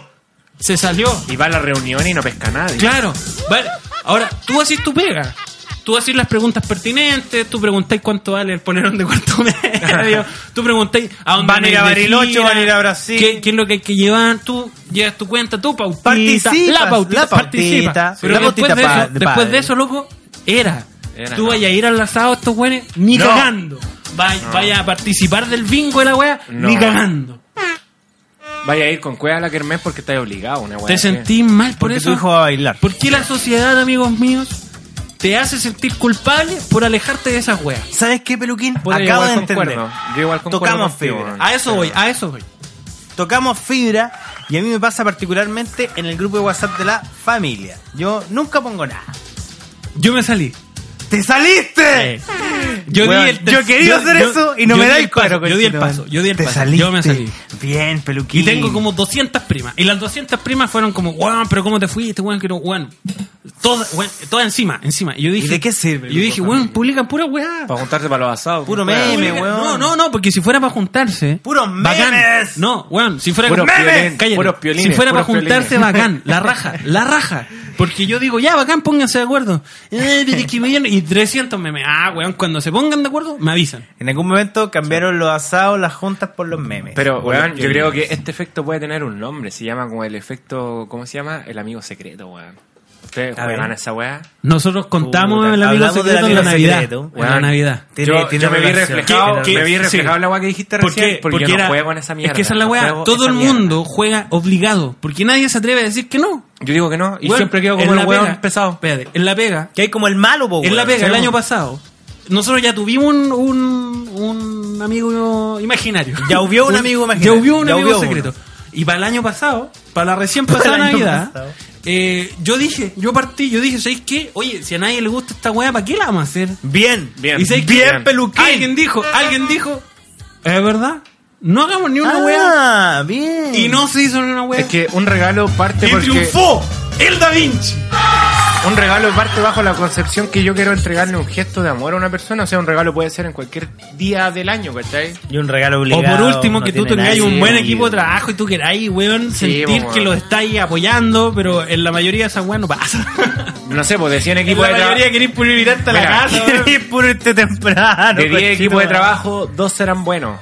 Speaker 3: se salió.
Speaker 4: Y va a la reunión y no pesca a nadie.
Speaker 3: Claro. Vale. Ahora, tú haces tu pega. Tú haces las preguntas pertinentes, tú preguntáis cuánto vale el polerón de
Speaker 2: (laughs)
Speaker 3: cuarto medio, tú preguntáis a dónde
Speaker 2: Van a ir a
Speaker 3: ir de
Speaker 2: Bariloche,
Speaker 3: gira,
Speaker 2: van a ir a Brasil.
Speaker 3: Qué, qué es lo que hay que llevar? Tú llevas tu cuenta, tu pautita.
Speaker 2: Participas,
Speaker 3: la pautita,
Speaker 2: la pautita,
Speaker 3: participa.
Speaker 2: sí.
Speaker 3: Pero
Speaker 2: La
Speaker 3: después,
Speaker 2: pautita
Speaker 3: de eso,
Speaker 2: pa- de
Speaker 3: después
Speaker 2: padre.
Speaker 3: de eso, loco, era.
Speaker 4: Era,
Speaker 3: tú
Speaker 4: no.
Speaker 3: vayas a ir al asado a estos güeyes ni
Speaker 2: No.
Speaker 3: cagando. Vaya, vaya a participar del bingo de la wea
Speaker 4: No.
Speaker 3: ni cagando.
Speaker 4: Vaya a ir con cueva a la Kermés porque estás obligado, una weá
Speaker 3: Te
Speaker 4: así.
Speaker 3: sentís mal por
Speaker 2: Porque
Speaker 3: eso.
Speaker 2: tu hijo va a bailar.
Speaker 3: ¿Por qué la sociedad, amigos míos, te hace sentir culpable por alejarte de esas weas?
Speaker 2: ¿Sabes qué, Peluquín?
Speaker 4: Puta, yo
Speaker 2: Acabo de
Speaker 4: igual
Speaker 2: entender.
Speaker 4: concuerdo. Yo igual concuerdo
Speaker 2: Tocamos
Speaker 4: contigo,
Speaker 2: fibra.
Speaker 4: weón.
Speaker 3: A eso voy, a eso voy.
Speaker 2: Tocamos fibra y a mí me pasa particularmente en el grupo de WhatsApp de la familia. Yo nunca pongo nada.
Speaker 3: Yo me salí.
Speaker 2: ¡Te saliste!
Speaker 3: Yo
Speaker 2: Weón,
Speaker 3: di el
Speaker 2: yo quería hacer eso y no
Speaker 3: yo
Speaker 2: me
Speaker 3: di
Speaker 2: da
Speaker 3: el
Speaker 2: el cuero.
Speaker 3: paso, Yo di el
Speaker 2: cochino.
Speaker 3: paso, yo di el
Speaker 2: Te
Speaker 3: paso.
Speaker 2: saliste.
Speaker 3: Yo me salí.
Speaker 2: Bien, Peluquín.
Speaker 3: Y tengo como 200 primas. Y las 200 primas fueron como, weón, pero ¿cómo te fuiste, weón? Que no, weón. Todas weón, todas encima, encima. Y yo dije,
Speaker 2: ¿Y de qué sirve el
Speaker 3: Yo
Speaker 2: grupo
Speaker 3: dije,
Speaker 2: familiar?
Speaker 3: weón, publican pura weá.
Speaker 4: Para juntarse para los asados.
Speaker 2: Puro
Speaker 4: con cueva.
Speaker 2: meme,
Speaker 3: Publican-
Speaker 2: weón.
Speaker 3: No, no, no, porque si fuera para juntarse.
Speaker 2: ¡Puros
Speaker 3: bacán.
Speaker 2: memes!
Speaker 3: No, weón, si fuera
Speaker 4: Puros
Speaker 3: Cállate.
Speaker 4: piolín,
Speaker 3: Cállate.
Speaker 4: puros piolines,
Speaker 3: Si fuera para
Speaker 4: puros piolines.
Speaker 3: juntarse, bacán.
Speaker 4: (laughs)
Speaker 3: La raja, la raja. Porque yo digo, ya, bacán, pónganse de acuerdo. Eh, pero es que me- Y 300 memes. Ah, weón, cuando se pongan de acuerdo, me avisan.
Speaker 2: En algún momento cambiaron los asados, las juntas por los memes.
Speaker 4: Pero,
Speaker 2: Por los
Speaker 4: weón, yo
Speaker 2: piolines.
Speaker 4: creo que este efecto puede tener un nombre. Se llama como el efecto. ¿Cómo se llama? El amigo secreto, weón. ¿Ustedes
Speaker 2: A ver.
Speaker 4: juegan a esa weá?
Speaker 3: Nosotros contamos
Speaker 2: Puta,
Speaker 3: el amigo
Speaker 2: hablamos del
Speaker 3: secreto en la
Speaker 2: amigo
Speaker 3: Navidad.
Speaker 2: secreto.
Speaker 3: En la
Speaker 4: Weón,
Speaker 3: Navidad.
Speaker 2: Tiene-
Speaker 4: yo,
Speaker 2: tiene
Speaker 4: yo me vi
Speaker 2: relación,
Speaker 4: reflejado,
Speaker 2: tiene
Speaker 4: me vi
Speaker 3: relación.
Speaker 4: reflejado en la weá que dijiste recién. Porque, yo no
Speaker 3: era-
Speaker 4: juego en esa mierda.
Speaker 3: Es que esa es la
Speaker 4: no
Speaker 3: weá.
Speaker 4: juego
Speaker 3: Todo
Speaker 4: esa
Speaker 3: el
Speaker 4: mierda.
Speaker 3: mundo juega obligado. Porque nadie se atreve a decir que no.
Speaker 4: Yo digo que no. Y
Speaker 3: Weón,
Speaker 4: siempre quedo como
Speaker 3: en
Speaker 4: el weón
Speaker 3: pega-
Speaker 4: pesado.
Speaker 3: espérate, en la pega.
Speaker 2: Que hay como el malo, po,
Speaker 3: En la
Speaker 2: Oh, weón.
Speaker 3: pega, el
Speaker 2: Sí,
Speaker 3: año
Speaker 2: weón.
Speaker 3: pasado. Nosotros ya tuvimos un, un, un amigo imaginario.
Speaker 2: Ya hubo un amigo imaginario.
Speaker 3: Ya hubo (laughs) un
Speaker 2: Ya
Speaker 3: amigo
Speaker 2: hubo uno.
Speaker 3: secreto. Y para el año pasado, para la recién
Speaker 2: Para el
Speaker 3: pasada
Speaker 2: año
Speaker 3: Navidad,
Speaker 2: pasado.
Speaker 3: eh, yo dije, yo partí, yo dije, ¿sabéis qué? Oye, si a nadie le gusta esta weá, ¿para qué la vamos a hacer?
Speaker 2: Bien.
Speaker 4: Bien.
Speaker 3: ¿Y sabéis qué?
Speaker 2: Bien, peluquín.
Speaker 3: Alguien dijo, alguien dijo, es verdad, no hagamos ni una weá.
Speaker 2: Ah, bien.
Speaker 3: Y no se hizo ni una weá.
Speaker 4: Es que un regalo parte
Speaker 3: Y
Speaker 4: porque
Speaker 3: triunfó el Da Vinci.
Speaker 4: un regalo parte bajo la concepción que yo quiero entregarle un gesto de amor a una persona, o sea, un regalo puede ser en cualquier día del año, ¿cachai?
Speaker 2: Y un regalo
Speaker 3: O
Speaker 2: obligado.
Speaker 3: por último,
Speaker 2: no
Speaker 3: que tú
Speaker 2: tiene
Speaker 3: tengáis
Speaker 2: nada
Speaker 3: un buen
Speaker 2: sentido. (laughs)
Speaker 3: equipo de trabajo y tú queráis, weón,
Speaker 4: Sí,
Speaker 3: sentir
Speaker 4: po,
Speaker 3: que
Speaker 4: weón.
Speaker 3: lo estáis apoyando, pero en la mayoría de esas weas no
Speaker 4: (laughs)
Speaker 3: pasa.
Speaker 4: No sé, pues de 100
Speaker 3: en
Speaker 4: equipos
Speaker 3: la
Speaker 4: de trabajo.
Speaker 3: mayoría queréis pulir hasta la
Speaker 4: Mira,
Speaker 3: casa, weón.
Speaker 4: (laughs)
Speaker 2: Querés por irte este temprano.
Speaker 4: De 10
Speaker 2: cochino,
Speaker 4: equipos de
Speaker 2: weón.
Speaker 4: trabajo, dos serán buenos.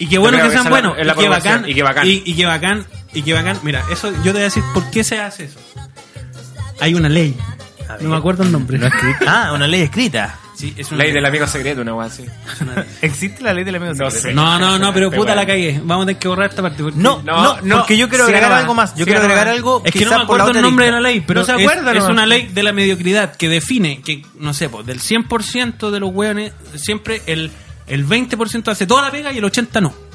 Speaker 3: Y qué bueno
Speaker 4: Yo
Speaker 3: que
Speaker 4: creo que
Speaker 3: sean
Speaker 4: esa
Speaker 3: buenos.
Speaker 4: es la
Speaker 3: y, que
Speaker 4: promoción,
Speaker 3: bacán,
Speaker 4: y que bacán.
Speaker 3: Y, y que bacán. Y que bacán. Mira, eso yo te voy a decir por qué se hace eso. Hay una ley.
Speaker 2: A ver.
Speaker 3: No me acuerdo el nombre.
Speaker 2: Ah, una ley escrita.
Speaker 3: (laughs) Sí, es una
Speaker 4: Ley del amigo secreto, una weá así.
Speaker 2: Mm. (laughs) ¿Existe la ley del amigo
Speaker 4: No
Speaker 2: secreto?
Speaker 4: sé.
Speaker 3: No, no,
Speaker 4: (laughs)
Speaker 3: no, pero
Speaker 4: Este
Speaker 3: puta la
Speaker 4: weón.
Speaker 3: cagué. Vamos a tener que borrar esta parte. porque-
Speaker 2: No, no,
Speaker 4: No, no,
Speaker 2: porque yo quiero
Speaker 4: sí,
Speaker 2: agregar
Speaker 4: no,
Speaker 2: algo más. Yo
Speaker 4: sí,
Speaker 2: quiero
Speaker 4: no,
Speaker 2: agregar
Speaker 4: no.
Speaker 2: algo
Speaker 3: Ah, Es que no
Speaker 2: quizás
Speaker 3: me
Speaker 2: por
Speaker 3: acuerdo el
Speaker 2: otra
Speaker 3: nombre de
Speaker 2: lista.
Speaker 3: la ley, pero
Speaker 2: No se
Speaker 3: es-
Speaker 2: acuerda,
Speaker 3: es,
Speaker 2: nomás.
Speaker 3: una ley de la mediocridad que define que, no sé, pues, del 100% de los hueones, siempre el, el 20% hace toda la pega y el 80% no.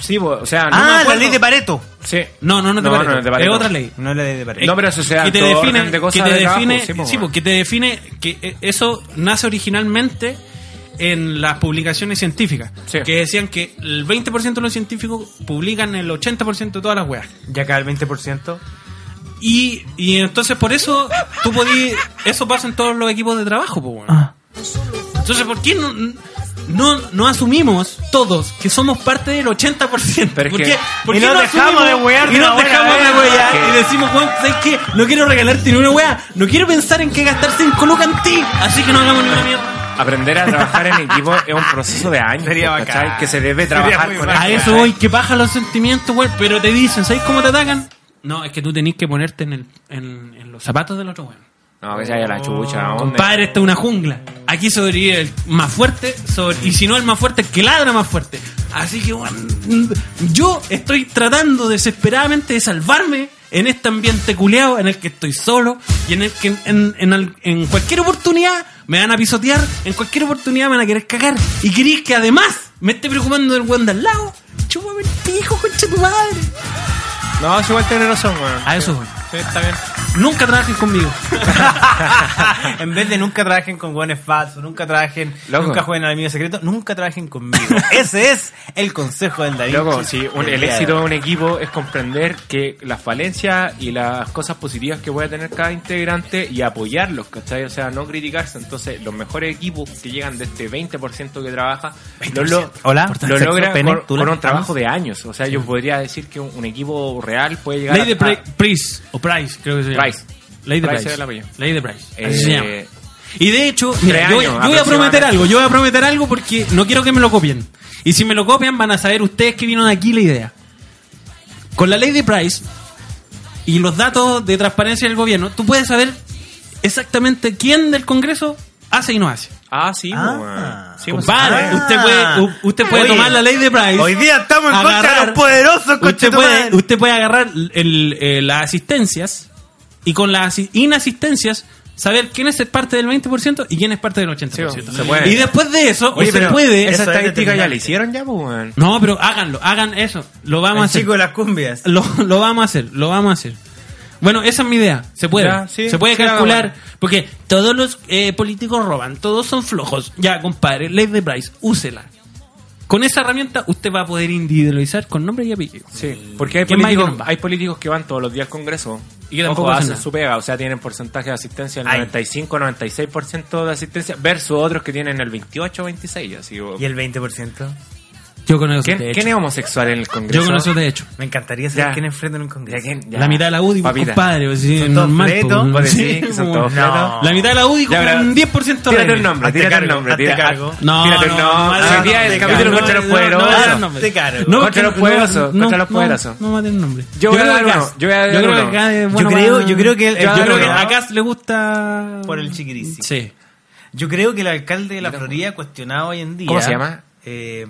Speaker 4: Sí, pues, o sea, no me
Speaker 2: Ah, la
Speaker 4: acuerdo.
Speaker 2: ley de Eh, Pareto.
Speaker 4: Sí.
Speaker 3: No, no, no te
Speaker 4: No,
Speaker 3: parece.
Speaker 4: no, no te parece.
Speaker 3: Es otra ley.
Speaker 2: No la ley de Pareto.
Speaker 4: No, pero eso se da
Speaker 3: que te
Speaker 4: en todo
Speaker 3: define,
Speaker 4: orden de
Speaker 3: que
Speaker 4: cosas
Speaker 3: te
Speaker 4: de trabajo,
Speaker 3: define,
Speaker 4: sí, pues,
Speaker 3: sí,
Speaker 4: weón.
Speaker 3: pues, que te define que eh, eso nace originalmente en las publicaciones científicas,
Speaker 4: Sí.
Speaker 3: que decían que el 20% de los científicos publican el 80% de todas las weas.
Speaker 2: Ya acá el 20%.
Speaker 3: Y, y entonces por eso tú podí, eso pasa en todos los equipos de trabajo, po, weón. Entonces, ¿por qué no, no, no asumimos todos que somos parte del 80%?
Speaker 4: Pero es
Speaker 3: ¿Por
Speaker 4: que-
Speaker 3: qué, por
Speaker 2: Y
Speaker 3: qué
Speaker 2: nos
Speaker 3: no
Speaker 2: dejamos
Speaker 3: asumimos?
Speaker 2: de wear de
Speaker 3: Y nos
Speaker 2: una buena
Speaker 3: dejamos
Speaker 2: vez,
Speaker 3: de wear
Speaker 4: porque-
Speaker 3: y decimos, weón, ¿sabes qué? No quiero regalarte ni una wea, no quiero pensar en que gastar 5 lucas en ti, así que no hagamos ni una mierda.
Speaker 4: Aprender a trabajar en equipo es un proceso de años,
Speaker 2: Sería
Speaker 4: pues, ¿cachai?
Speaker 2: bacán.
Speaker 4: Que se debe
Speaker 2: Sería
Speaker 4: trabajar
Speaker 2: muy
Speaker 4: con
Speaker 2: bacán.
Speaker 3: A
Speaker 4: esto,
Speaker 3: eso
Speaker 4: ¿cachai?
Speaker 3: voy, que baja los sentimientos, weón, pero te dicen, ¿sabes cómo te atacan? No, es que tú tenés que ponerte en, el, en, en los zapatos del otro weón.
Speaker 4: No, que se vaya la chucha, ¿dónde?
Speaker 3: Compadre, esta es una jungla. Aquí sobrevive el más fuerte, sobre- y si no el más fuerte, el que ladra más fuerte. Así que, bueno, yo estoy tratando desesperadamente de salvarme en este ambiente culeado en el que estoy solo y en el que en, en- en al- en cualquier oportunidad me van a pisotear, en cualquier oportunidad me van a querer cagar. Y queréis que además me esté preocupando del weón de al lado. Chúpame el pico, concha tu madre.
Speaker 4: No, es igual tener razón, weón.
Speaker 3: A eso voy.
Speaker 4: Sí, está bien.
Speaker 3: Nunca trabajes conmigo.
Speaker 2: (laughs) en vez de nunca trabajen con hueones falsos, nunca trabajen,
Speaker 4: Loco.
Speaker 2: nunca jueguen al amigo secreto, nunca trabajen conmigo. Ese es el consejo del David.
Speaker 4: Loco, sí, un- el éxito de un equipo es comprender que las falencias y las cosas positivas que puede tener cada integrante y apoyarlos, ¿cachai? O sea, no criticarse. Entonces, los mejores equipos que llegan de este 20% que trabaja, lo, lo-
Speaker 2: Hola,
Speaker 4: lo
Speaker 2: sexo,
Speaker 4: logra
Speaker 2: pene,
Speaker 4: con,
Speaker 2: tula,
Speaker 4: con un trabajo de años. O sea, yo podría decir que un, un equipo real puede llegar
Speaker 3: Ley de
Speaker 4: hasta-
Speaker 3: Pri- Price, o Price, creo que se llama.
Speaker 4: Price.
Speaker 3: Ley de
Speaker 4: Price
Speaker 3: Price.
Speaker 4: era el apellido.
Speaker 3: Ley de Price.
Speaker 4: Eh,
Speaker 3: Así se llama. Y de hecho, mira,
Speaker 4: Tres
Speaker 3: yo, voy-
Speaker 4: años,
Speaker 3: yo voy a prometer
Speaker 4: aproximadamente.
Speaker 3: algo, yo voy a prometer algo porque no quiero que me lo copien. Y si me lo copian, van a saber ustedes que vieron aquí la idea. Con la ley de Price y los datos de transparencia del gobierno, tú puedes saber exactamente quién del Congreso hace y no hace.
Speaker 4: Ah, sí,
Speaker 2: Ah.
Speaker 4: weón. Sí, pues,
Speaker 3: Compadre,
Speaker 2: Ah.
Speaker 3: usted puede, u- usted puede
Speaker 2: Oye,
Speaker 3: tomar la ley de Price.
Speaker 2: Hoy día estamos en contra de
Speaker 3: agarrar-
Speaker 2: los poderosos,
Speaker 3: usted
Speaker 2: conchetumadre.
Speaker 3: puede, usted puede agarrar el- eh, las asistencias y con las asi- inasistencias saber quién es parte del 20% y quién es parte del 80%.
Speaker 4: Sí, se puede.
Speaker 3: Y después de eso,
Speaker 4: Oye,
Speaker 3: usted
Speaker 4: pero
Speaker 3: puede...
Speaker 4: esa
Speaker 2: eso es
Speaker 4: estadística ya
Speaker 2: determinante.
Speaker 4: la hicieron ya, pues, weón.
Speaker 3: No, pero háganlo, hagan eso. Lo vamos
Speaker 2: El
Speaker 3: a hacer.
Speaker 2: chico de las cumbias.
Speaker 3: Lo, lo vamos a hacer, lo vamos a hacer. Bueno, esa es mi idea. Se puede.
Speaker 4: Ya, sí,
Speaker 3: se puede
Speaker 4: sí,
Speaker 3: calcular.
Speaker 4: hagámoslo.
Speaker 3: Porque todos los eh, políticos roban, todos son flojos. Ya, compadre, ley de Price, úsela. Con esa herramienta usted va a poder individualizar con nombre y apellido.
Speaker 4: Sí, porque hay
Speaker 3: ¿Quién Mm. más
Speaker 4: políticos,
Speaker 3: que no va?
Speaker 4: hay políticos que van todos los días al Congreso
Speaker 3: Y
Speaker 4: y
Speaker 3: que
Speaker 4: que
Speaker 3: tampoco hacen
Speaker 4: hacen
Speaker 3: nada.
Speaker 4: su pega, o sea, tienen porcentaje de asistencia del
Speaker 2: Ay.
Speaker 4: 95-96% de asistencia versus otros que tienen el 28-26. Así, o-
Speaker 2: ¿Y el 20%?
Speaker 3: Yo conozco
Speaker 4: ¿Quién,
Speaker 3: de hecho.
Speaker 4: quién es homosexual en el Congreso?
Speaker 3: Yo conozco de hecho.
Speaker 2: Me encantaría saber
Speaker 4: Ya.
Speaker 2: quién enfrenta en un
Speaker 4: Ya,
Speaker 2: congreso.
Speaker 4: ¿quién? Ya.
Speaker 3: La mitad de la UDI,
Speaker 4: Papita.
Speaker 3: compadre. pues, sí,
Speaker 2: Son todos
Speaker 3: normal,
Speaker 2: fletos,
Speaker 3: pues,
Speaker 4: Vos
Speaker 3: sí,
Speaker 4: decís que son
Speaker 3: pues,
Speaker 4: todos
Speaker 2: no.
Speaker 4: fetos.
Speaker 3: La mitad de la UDI
Speaker 4: Ya,
Speaker 3: con
Speaker 4: pero-
Speaker 3: un 10%
Speaker 4: Tírate
Speaker 3: de
Speaker 4: un nombre,
Speaker 2: Hazte
Speaker 4: tírate
Speaker 2: cargo,
Speaker 4: un nombre.
Speaker 2: hazte
Speaker 4: tira-
Speaker 2: cargo.
Speaker 3: No,
Speaker 4: tírate
Speaker 3: no,
Speaker 4: un
Speaker 3: no,
Speaker 4: nombre.
Speaker 3: no,
Speaker 2: Ah,
Speaker 4: Hoy día
Speaker 3: no,
Speaker 4: es el
Speaker 3: no,
Speaker 4: capítulo
Speaker 3: no,
Speaker 4: contra los
Speaker 3: no, no, no,
Speaker 4: poderosos.
Speaker 3: no, no.
Speaker 2: Te cargo.
Speaker 3: No,
Speaker 4: Contra los
Speaker 3: porque no-
Speaker 4: poderosos,
Speaker 3: no-
Speaker 4: contra los
Speaker 3: no-
Speaker 4: poderosos.
Speaker 3: No, va a tener nombre.
Speaker 4: Yo voy a
Speaker 3: creo
Speaker 4: dar
Speaker 3: que
Speaker 4: uno,
Speaker 3: Gas-
Speaker 4: yo voy a dar
Speaker 3: creo
Speaker 4: uno.
Speaker 3: que Gas es
Speaker 2: Yo
Speaker 3: bueno
Speaker 2: creo-
Speaker 3: para-
Speaker 2: yo creo que el-
Speaker 3: yo
Speaker 2: yo
Speaker 3: creo
Speaker 2: creo
Speaker 3: que
Speaker 2: que
Speaker 3: a
Speaker 2: no.
Speaker 3: Gas le gusta...
Speaker 2: Por el chiquirisi.
Speaker 3: Sí.
Speaker 2: Yo creo que el alcalde de la Florida cuestionado hoy en día.
Speaker 4: ¿Cómo se llama?
Speaker 2: eh,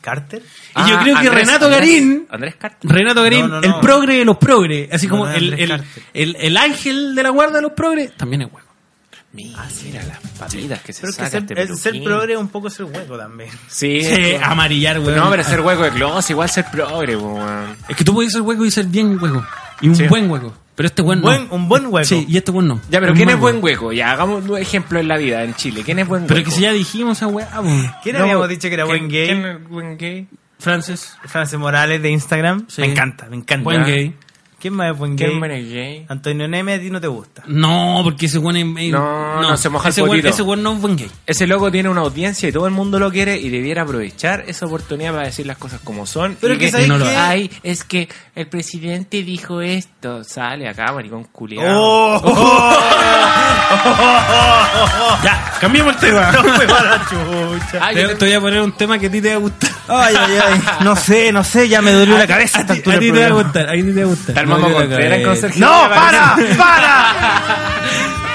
Speaker 2: Carter.
Speaker 3: Y yo
Speaker 4: Ah,
Speaker 3: creo que
Speaker 4: Andrés-
Speaker 3: Renato
Speaker 4: Andrés-
Speaker 3: Garín...
Speaker 4: Andrés Carter.
Speaker 3: Renato Garín,
Speaker 2: No, no, no.
Speaker 3: el progre de los progres, así
Speaker 2: No,
Speaker 3: como
Speaker 2: no,
Speaker 3: el,
Speaker 2: Andrés
Speaker 3: el,
Speaker 2: Carter.
Speaker 3: el, el ángel de la guarda de los progres, también es huevo. Ah,
Speaker 4: Mira, mira las papitas que se
Speaker 2: Pero es que
Speaker 4: saca
Speaker 2: ser,
Speaker 4: este
Speaker 2: es ser
Speaker 4: peluquín.
Speaker 2: progre es un poco ser hueco también.
Speaker 4: Sí,
Speaker 3: Sí, ah,
Speaker 4: weón.
Speaker 3: amarillar, huevo.
Speaker 4: No, pero ser hueco de closet, igual ser progre, weón.
Speaker 3: Es que tú puedes ser hueco y ser bien hueco. Y un
Speaker 4: Sí.
Speaker 3: buen hueco. Pero este buen no.
Speaker 2: Buen- un buen hueco.
Speaker 3: Sí, y este buen no.
Speaker 4: Ya, pero
Speaker 3: Un
Speaker 4: ¿quién
Speaker 3: mal
Speaker 4: es buen hueco? Ya, hagamos un ejemplo en la vida en Chile. ¿Quién es buen hueco?
Speaker 3: Pero que si ya dijimos esa weá, po.
Speaker 2: ¿Quién
Speaker 4: No,
Speaker 2: habíamos dicho que era buen gay?
Speaker 4: ¿Quién es buen gay?
Speaker 3: Frances.
Speaker 2: Francis Morales de Instagram.
Speaker 3: Sí.
Speaker 2: Me encanta, me encanta.
Speaker 3: Buen gay.
Speaker 2: ¿Quién más es buen
Speaker 4: ¿Quién
Speaker 2: gay?
Speaker 4: es buen gay?
Speaker 2: Antonio Neme, a ti no te gusta.
Speaker 3: No, porque ese buen es medio-
Speaker 4: No, no, se moja el
Speaker 3: ese buen,
Speaker 4: potito.
Speaker 3: ese buen no es buen gay.
Speaker 4: Ese loco tiene una audiencia y todo el mundo lo quiere y debiera aprovechar esa oportunidad para decir las cosas como son.
Speaker 2: Pero
Speaker 4: y
Speaker 2: que ¿sabes
Speaker 3: no lo
Speaker 2: qué?
Speaker 3: hace.
Speaker 4: Ay, es que el presidente dijo esto. Sale acá, maricón culiado.
Speaker 2: ¡Oh!
Speaker 4: (laughs)
Speaker 3: Ya, cambiemos el
Speaker 4: (laughs)
Speaker 3: tema.
Speaker 2: No me va la chucha.
Speaker 4: Ay,
Speaker 3: te,
Speaker 4: yo te-
Speaker 3: te voy a poner un tema que a ti te va a gustar.
Speaker 2: Ay, ay, ay. No sé, no sé, ya me dolió la cabeza.
Speaker 3: A
Speaker 2: esta
Speaker 3: ti, a
Speaker 2: altura
Speaker 3: ti
Speaker 2: del
Speaker 3: te va a
Speaker 2: programa.
Speaker 3: gustar, a ti te va a gustar.
Speaker 4: Está el Mamo
Speaker 3: No, yo te
Speaker 4: Contreras en
Speaker 3: acabo de-
Speaker 4: conserjería
Speaker 2: ¡No,
Speaker 4: de
Speaker 2: para!
Speaker 4: Valparaíso.
Speaker 2: ¡Para!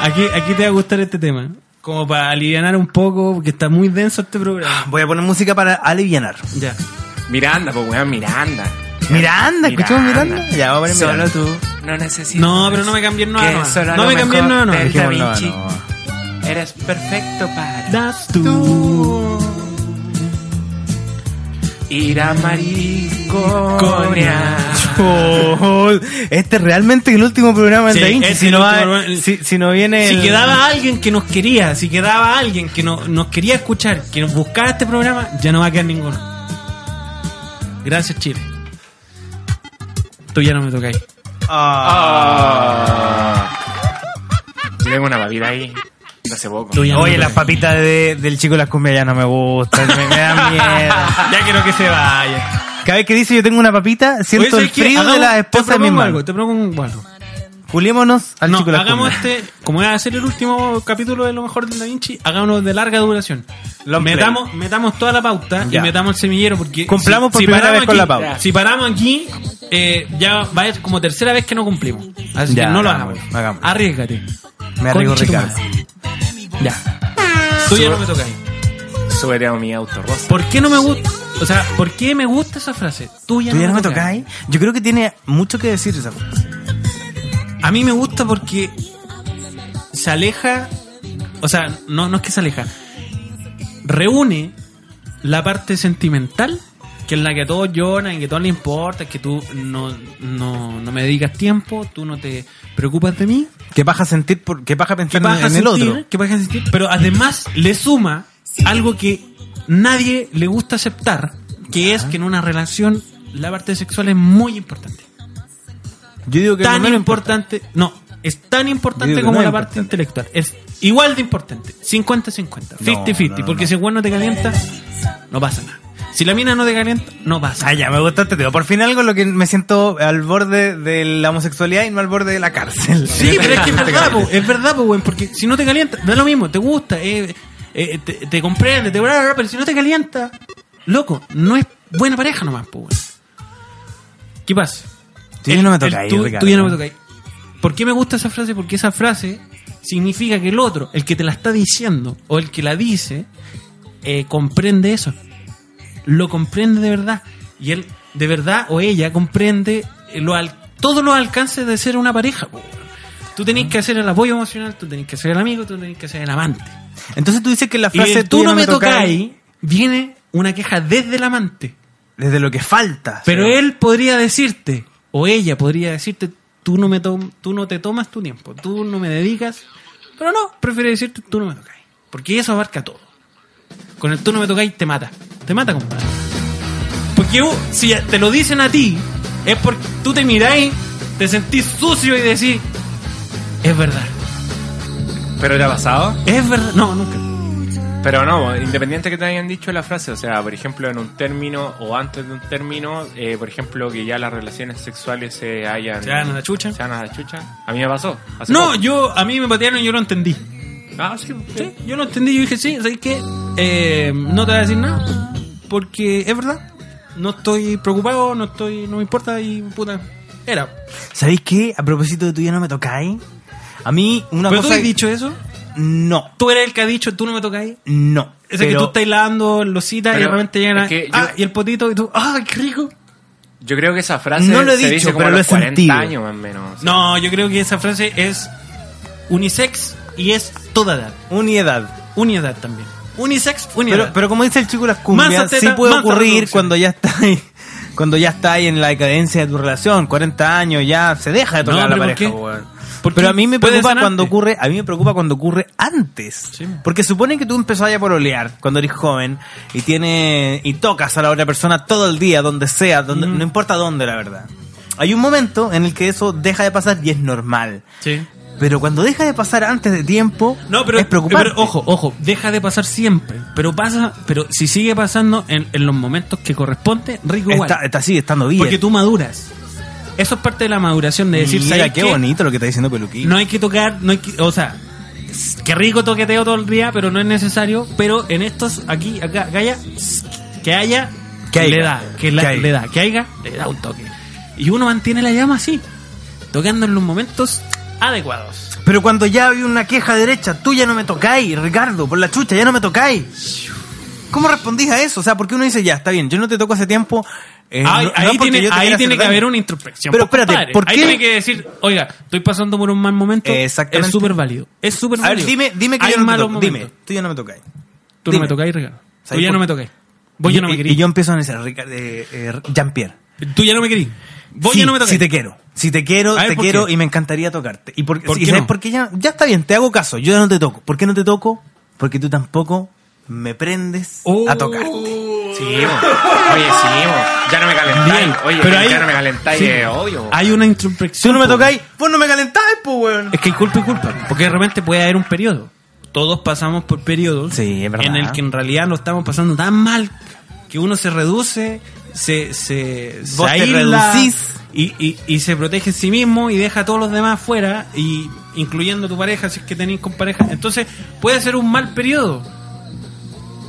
Speaker 3: Aquí, aquí te va a gustar este tema. Como para aliviar un poco, porque está muy denso este programa.
Speaker 2: Voy a poner música para alivianar.
Speaker 3: Ya.
Speaker 4: Miranda, pues weón, Miranda.
Speaker 2: Miranda, ¿escuchamos Miranda? Ya, voy a poner
Speaker 4: Solo
Speaker 2: Miranda.
Speaker 4: tú no necesitas.
Speaker 3: No, pero no me cambié el nuevo,
Speaker 4: que
Speaker 3: no.
Speaker 4: solo
Speaker 3: No
Speaker 4: lo
Speaker 3: me cambié el nuevo,
Speaker 4: mejor
Speaker 3: no.
Speaker 4: del Da
Speaker 3: Dejémoslo,
Speaker 4: Vinci. Eres perfecto para
Speaker 3: Das tú.
Speaker 4: ir a mariconear.
Speaker 2: Oh, este es realmente el último programa
Speaker 3: Sí,
Speaker 2: de Da Vinci.
Speaker 3: este
Speaker 2: Si
Speaker 3: es
Speaker 2: no,
Speaker 3: el
Speaker 2: va-
Speaker 3: último programa.
Speaker 2: si, si no viene.
Speaker 3: Si
Speaker 2: el-
Speaker 3: quedaba alguien que nos quería, si quedaba alguien que no- nos quería escuchar, que nos buscara este programa, ya no va a quedar ninguno. Gracias, Chile. Tú ya no me tocáis.
Speaker 2: Ah.
Speaker 4: Yo tengo una babita ahí. No hace poco.
Speaker 3: Tú ya no
Speaker 2: Oye,
Speaker 3: me
Speaker 2: las
Speaker 3: tocáis.
Speaker 2: papitas de- del chico de las cumbias ya no me gustan. Me, me dan miedo.
Speaker 3: (laughs) Ya quiero que se vaya.
Speaker 2: Cada vez que dice yo tengo una papita,
Speaker 3: Oye,
Speaker 2: siento el
Speaker 3: ¿sabes qué?
Speaker 2: frío de
Speaker 3: Hagamos-
Speaker 2: la esposa
Speaker 3: te
Speaker 2: de mi
Speaker 3: propongo
Speaker 2: mano.
Speaker 3: algo, Te propongo algo.
Speaker 2: Culémonos al
Speaker 3: No,
Speaker 2: chico de las
Speaker 3: hagamos
Speaker 2: cumbias.
Speaker 3: este, como va a ser el último capítulo de lo mejor de Da Vinci, hagámonos de larga duración.
Speaker 2: Long play.
Speaker 3: metamos, metamos toda la pauta
Speaker 2: Ya.
Speaker 3: y metamos el semillero porque
Speaker 2: Cumplamos por primera
Speaker 3: paramos
Speaker 2: vez con
Speaker 3: aquí-
Speaker 2: la pauta.
Speaker 3: Si paramos aquí, eh, ya va a ser como tercera vez que no cumplimos. Así
Speaker 2: Ya,
Speaker 3: que no lo hagamos.
Speaker 2: hagámoslo, hagámoslo.
Speaker 3: Arriesgate. este
Speaker 2: Me arriesgo,
Speaker 3: Conche tu
Speaker 2: Ricardo.
Speaker 3: madre. Ya. Tú ya no me tocas.
Speaker 4: Súbete a mi auto rosa.
Speaker 3: ¿Por qué no me gusta? O sea, ¿por qué me gusta esa frase? Tú ya,
Speaker 2: ¿Tú ya
Speaker 3: no
Speaker 2: no me
Speaker 3: tocas.
Speaker 2: tocáis? Yo creo que tiene mucho que decir esa cosa.
Speaker 3: A mí me gusta porque se aleja, o sea, no, no es que se aleja, reúne la parte sentimental, que es la que a todos lloran y que a todos les importa, que tú no, no, no me dedicas tiempo, tú no te preocupas de mí,
Speaker 2: ¿Qué paja sentir? Por, ¿Qué paja pensar
Speaker 3: que vas
Speaker 2: en,
Speaker 3: a
Speaker 2: en el
Speaker 3: sentir,
Speaker 2: otro?
Speaker 3: que vas a sentir, pero además le suma algo que nadie le gusta aceptar, que es que en una relación la parte sexual es muy importante
Speaker 2: Yo digo que
Speaker 3: tan
Speaker 2: no me lo
Speaker 3: importante. No, es tan importante
Speaker 2: Yo digo que
Speaker 3: como
Speaker 2: no es
Speaker 3: la parte intelectual. Es igual de importante. 50-50. 50-50.
Speaker 2: no, no,
Speaker 3: porque
Speaker 2: no.
Speaker 3: si el weón no te calienta, no pasa nada. Si la mina no te calienta, no pasa.
Speaker 2: Ah, ya, me gusta este tema. Por fin algo en lo que me siento al borde de la homosexualidad y no al borde de la cárcel.
Speaker 3: Sí, pero es que es verdad, po, es verdad, po, weón, porque si no te calienta, da lo mismo, te gusta, eh, eh, te, te comprende, te bla, bla, bla, pero si no te calienta, loco, no es buena pareja nomás, po, weón. ¿Qué pasa?
Speaker 2: Tú ya
Speaker 3: El-
Speaker 2: no me
Speaker 3: el
Speaker 2: tocáis,
Speaker 3: tú,
Speaker 2: Ricardo.
Speaker 3: tú ya no me tocáis. ¿Por qué me gusta esa frase? Porque esa frase significa que el otro, el que te la está diciendo o el que la dice, eh, comprende eso. Lo comprende de verdad. Y él, de verdad, o ella, comprende eh, lo al- todos los alcances de ser una pareja. po. Tú tenés que hacer el apoyo emocional, tú tenés que ser el amigo, tú tenés que ser el amante.
Speaker 2: Entonces tú dices que la
Speaker 3: Y
Speaker 2: frase
Speaker 3: el tú
Speaker 2: ya
Speaker 3: no me
Speaker 2: tocáis,
Speaker 3: tocáis viene una queja desde el amante.
Speaker 2: Desde lo que falta.
Speaker 3: Pero
Speaker 2: Sí.
Speaker 3: él podría decirte, o ella podría decirte, tú no, me tom- tú no te tomas tu tiempo, tú no me dedicas. Pero no, prefiere decirte, tú no me tocáis. Porque eso abarca todo. Con el tú no me tocáis te mata. Te mata, compadre. Porque uh, si te lo dicen a ti, es porque tú te miráis, te sentís sucio y decís, es verdad.
Speaker 4: Pero te ha pasado.
Speaker 3: Es verdad. No, nunca.
Speaker 4: Pero no, pues, independiente que te hayan dicho la frase, o sea, por ejemplo, en un término o antes de un término, eh, por ejemplo, que ya las relaciones sexuales se hayan.
Speaker 3: Se hagan a la chucha.
Speaker 4: Se hagan a la chucha. A mí me pasó. hace
Speaker 3: No,
Speaker 4: poco.
Speaker 3: yo, a mí me patearon y yo lo entendí.
Speaker 4: Ah, sí,
Speaker 2: pues,
Speaker 4: sí.
Speaker 3: Sí, yo lo entendí, yo dije, sí, ¿sabes qué? Eh, no te voy a decir nada, porque es verdad, no estoy preocupado, no estoy, no me importa y puta, era.
Speaker 2: ¿Sabéis qué? A propósito de tú ya no me tocáis. A mí, una
Speaker 3: ¿Pero tú
Speaker 2: cosa.
Speaker 3: has dicho eso?
Speaker 2: No,
Speaker 3: ¿Tú eres el que ha dicho, tú no me tocáis?
Speaker 2: no.
Speaker 3: Ese que
Speaker 2: Pero-
Speaker 3: tú estás lavando lositas y
Speaker 4: Pero
Speaker 3: realmente llegan a...
Speaker 4: es que yo-
Speaker 3: Ah, y el potito y tú, ¡ah, qué rico!
Speaker 4: Yo creo que esa frase
Speaker 2: No lo he
Speaker 4: se
Speaker 2: dicho,
Speaker 4: dice como
Speaker 2: pero
Speaker 4: a
Speaker 2: lo
Speaker 4: los
Speaker 2: he sentido.
Speaker 4: años más o menos.
Speaker 3: No, yo creo que esa frase es unisex y es toda edad,
Speaker 2: Uniedad.
Speaker 3: unidad también. Unisex,
Speaker 2: Pero,
Speaker 3: unidad.
Speaker 2: pero como dice el chico las cumbias,
Speaker 3: Mansa
Speaker 2: sí
Speaker 3: teta,
Speaker 2: puede
Speaker 3: mansa
Speaker 2: ocurrir
Speaker 3: reproducción.
Speaker 2: cuando ya está ahí, cuando ya está ahí en la decadencia de tu relación, 40 años, ya se deja de
Speaker 3: No,
Speaker 2: tocar
Speaker 3: pero
Speaker 2: la
Speaker 3: ¿por
Speaker 2: pareja,
Speaker 3: qué?
Speaker 2: weón.
Speaker 3: ¿Por
Speaker 2: Pero
Speaker 3: qué?
Speaker 2: a mí me
Speaker 3: Puede
Speaker 2: preocupa
Speaker 3: sanar
Speaker 2: cuando
Speaker 3: antes.
Speaker 2: ocurre, a mí me preocupa cuando ocurre antes.
Speaker 3: Sí.
Speaker 2: Porque supone que tú empezás a pololear cuando eres joven y tiene y tocas a la otra persona todo el día, donde sea, donde,
Speaker 3: Mm.
Speaker 2: no importa dónde, la verdad. Hay un momento en el que eso deja de pasar y es normal.
Speaker 3: Sí.
Speaker 2: Pero cuando deja de pasar antes de tiempo,
Speaker 3: No, pero,
Speaker 2: es preocupante.
Speaker 3: pero ojo, ojo, deja de pasar siempre. Pero pasa, pero si sigue pasando en, en los momentos que corresponde, rico igual.
Speaker 2: está, está sigue estando bien.
Speaker 3: porque tú maduras. Eso es parte de la maduración de decir,
Speaker 2: Mira,
Speaker 3: ¿sabes
Speaker 2: qué
Speaker 3: qué?
Speaker 2: bonito lo que está diciendo Peluquín.
Speaker 3: No hay que tocar, no hay que, o sea, s- qué rico toqueteo todo el día, pero no es necesario. Pero en estos, aquí, acá, acá haya, s- que haya,
Speaker 2: Que haya,
Speaker 3: le da, que, la-
Speaker 2: que haya.
Speaker 3: le da, que haya, le da un toque. Y uno mantiene la llama así, tocando en los momentos adecuados.
Speaker 2: Pero cuando ya había una queja derecha, tú ya no me tocáis, Ricardo, por la chucha, ya no me tocáis. ¿Cómo respondís a eso? O sea, porque uno dice, ya, está bien, yo no te toco hace tiempo. eh,
Speaker 3: Ahí,
Speaker 2: no- no
Speaker 3: ahí
Speaker 2: porque
Speaker 3: tiene,
Speaker 2: yo te quiera
Speaker 3: ahí tiene
Speaker 2: hacer
Speaker 3: que
Speaker 2: daño.
Speaker 3: haber una introspección.
Speaker 2: Pero
Speaker 3: pues,
Speaker 2: espérate,
Speaker 3: compadre.
Speaker 2: ¿por
Speaker 3: Ahí
Speaker 2: qué? Eh,
Speaker 3: tiene que decir, oiga, estoy pasando por un mal momento.
Speaker 2: Exactamente.
Speaker 3: Es súper válido. Es súper
Speaker 2: A ver,
Speaker 3: válido.
Speaker 2: dime, dime que
Speaker 3: Hay
Speaker 2: yo no te
Speaker 3: malos
Speaker 2: toco. Dime,
Speaker 3: momentos.
Speaker 2: tú ya no me tocáis.
Speaker 3: Tú
Speaker 2: dime.
Speaker 3: no me tocáis, Ricardo. Tú
Speaker 2: ¿Sabes
Speaker 3: ya
Speaker 2: por qué?
Speaker 3: no me tocáis. Vos ya no me
Speaker 2: y, y
Speaker 3: querís.
Speaker 2: yo empiezo a decir, Ricardo, eh, eh, Jean-Pierre.
Speaker 3: Tú ya no me querís. Vos
Speaker 2: sí,
Speaker 3: ya no me tocáis.
Speaker 2: Si te quiero. Si te quiero,
Speaker 3: A ver,
Speaker 2: te
Speaker 3: ¿por
Speaker 2: quiero
Speaker 3: qué?
Speaker 2: y me encantaría tocarte. ¿Y, por,
Speaker 3: ¿Por
Speaker 2: y
Speaker 3: qué
Speaker 2: sabes
Speaker 3: no?
Speaker 2: por qué ya, ya está bien, te hago caso. Yo ya no te toco. ¿Por qué no te toco? Porque tú tampoco me prendes
Speaker 3: Oh.
Speaker 2: a tocarte.
Speaker 4: Sí, mo. Oye, sí, mo. Ya no me calentáis.
Speaker 3: Bien,
Speaker 4: Oye,
Speaker 3: pero
Speaker 4: ya
Speaker 3: ahí-
Speaker 4: no me calentáis,
Speaker 3: sí.
Speaker 4: eh, odio.
Speaker 2: Ah,
Speaker 4: mo.
Speaker 3: Hay una introspección.
Speaker 2: Tú no me
Speaker 3: po.
Speaker 2: tocáis, vos no me calentáis, pues, weón.
Speaker 3: Es que hay culpa y culpa. Porque de repente puede haber un periodo. Todos pasamos por periodos
Speaker 2: Sí, es verdad.
Speaker 3: en el que en realidad lo estamos pasando tan mal que uno se reduce, se, se, se
Speaker 2: Vos te
Speaker 3: aísla
Speaker 2: reducís.
Speaker 3: y, y, y se protege a sí mismo y deja a todos los demás fuera, y incluyendo tu pareja, si es que tenéis con pareja. Entonces puede ser un mal periodo.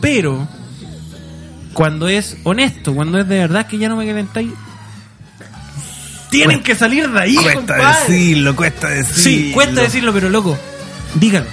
Speaker 3: Pero cuando es honesto, cuando es de verdad que ya no me calentáis, tienen que salir de ahí.
Speaker 2: Cuesta
Speaker 3: compadre.
Speaker 2: decirlo, cuesta decirlo.
Speaker 3: Sí, cuesta decirlo, pero loco, dígalo.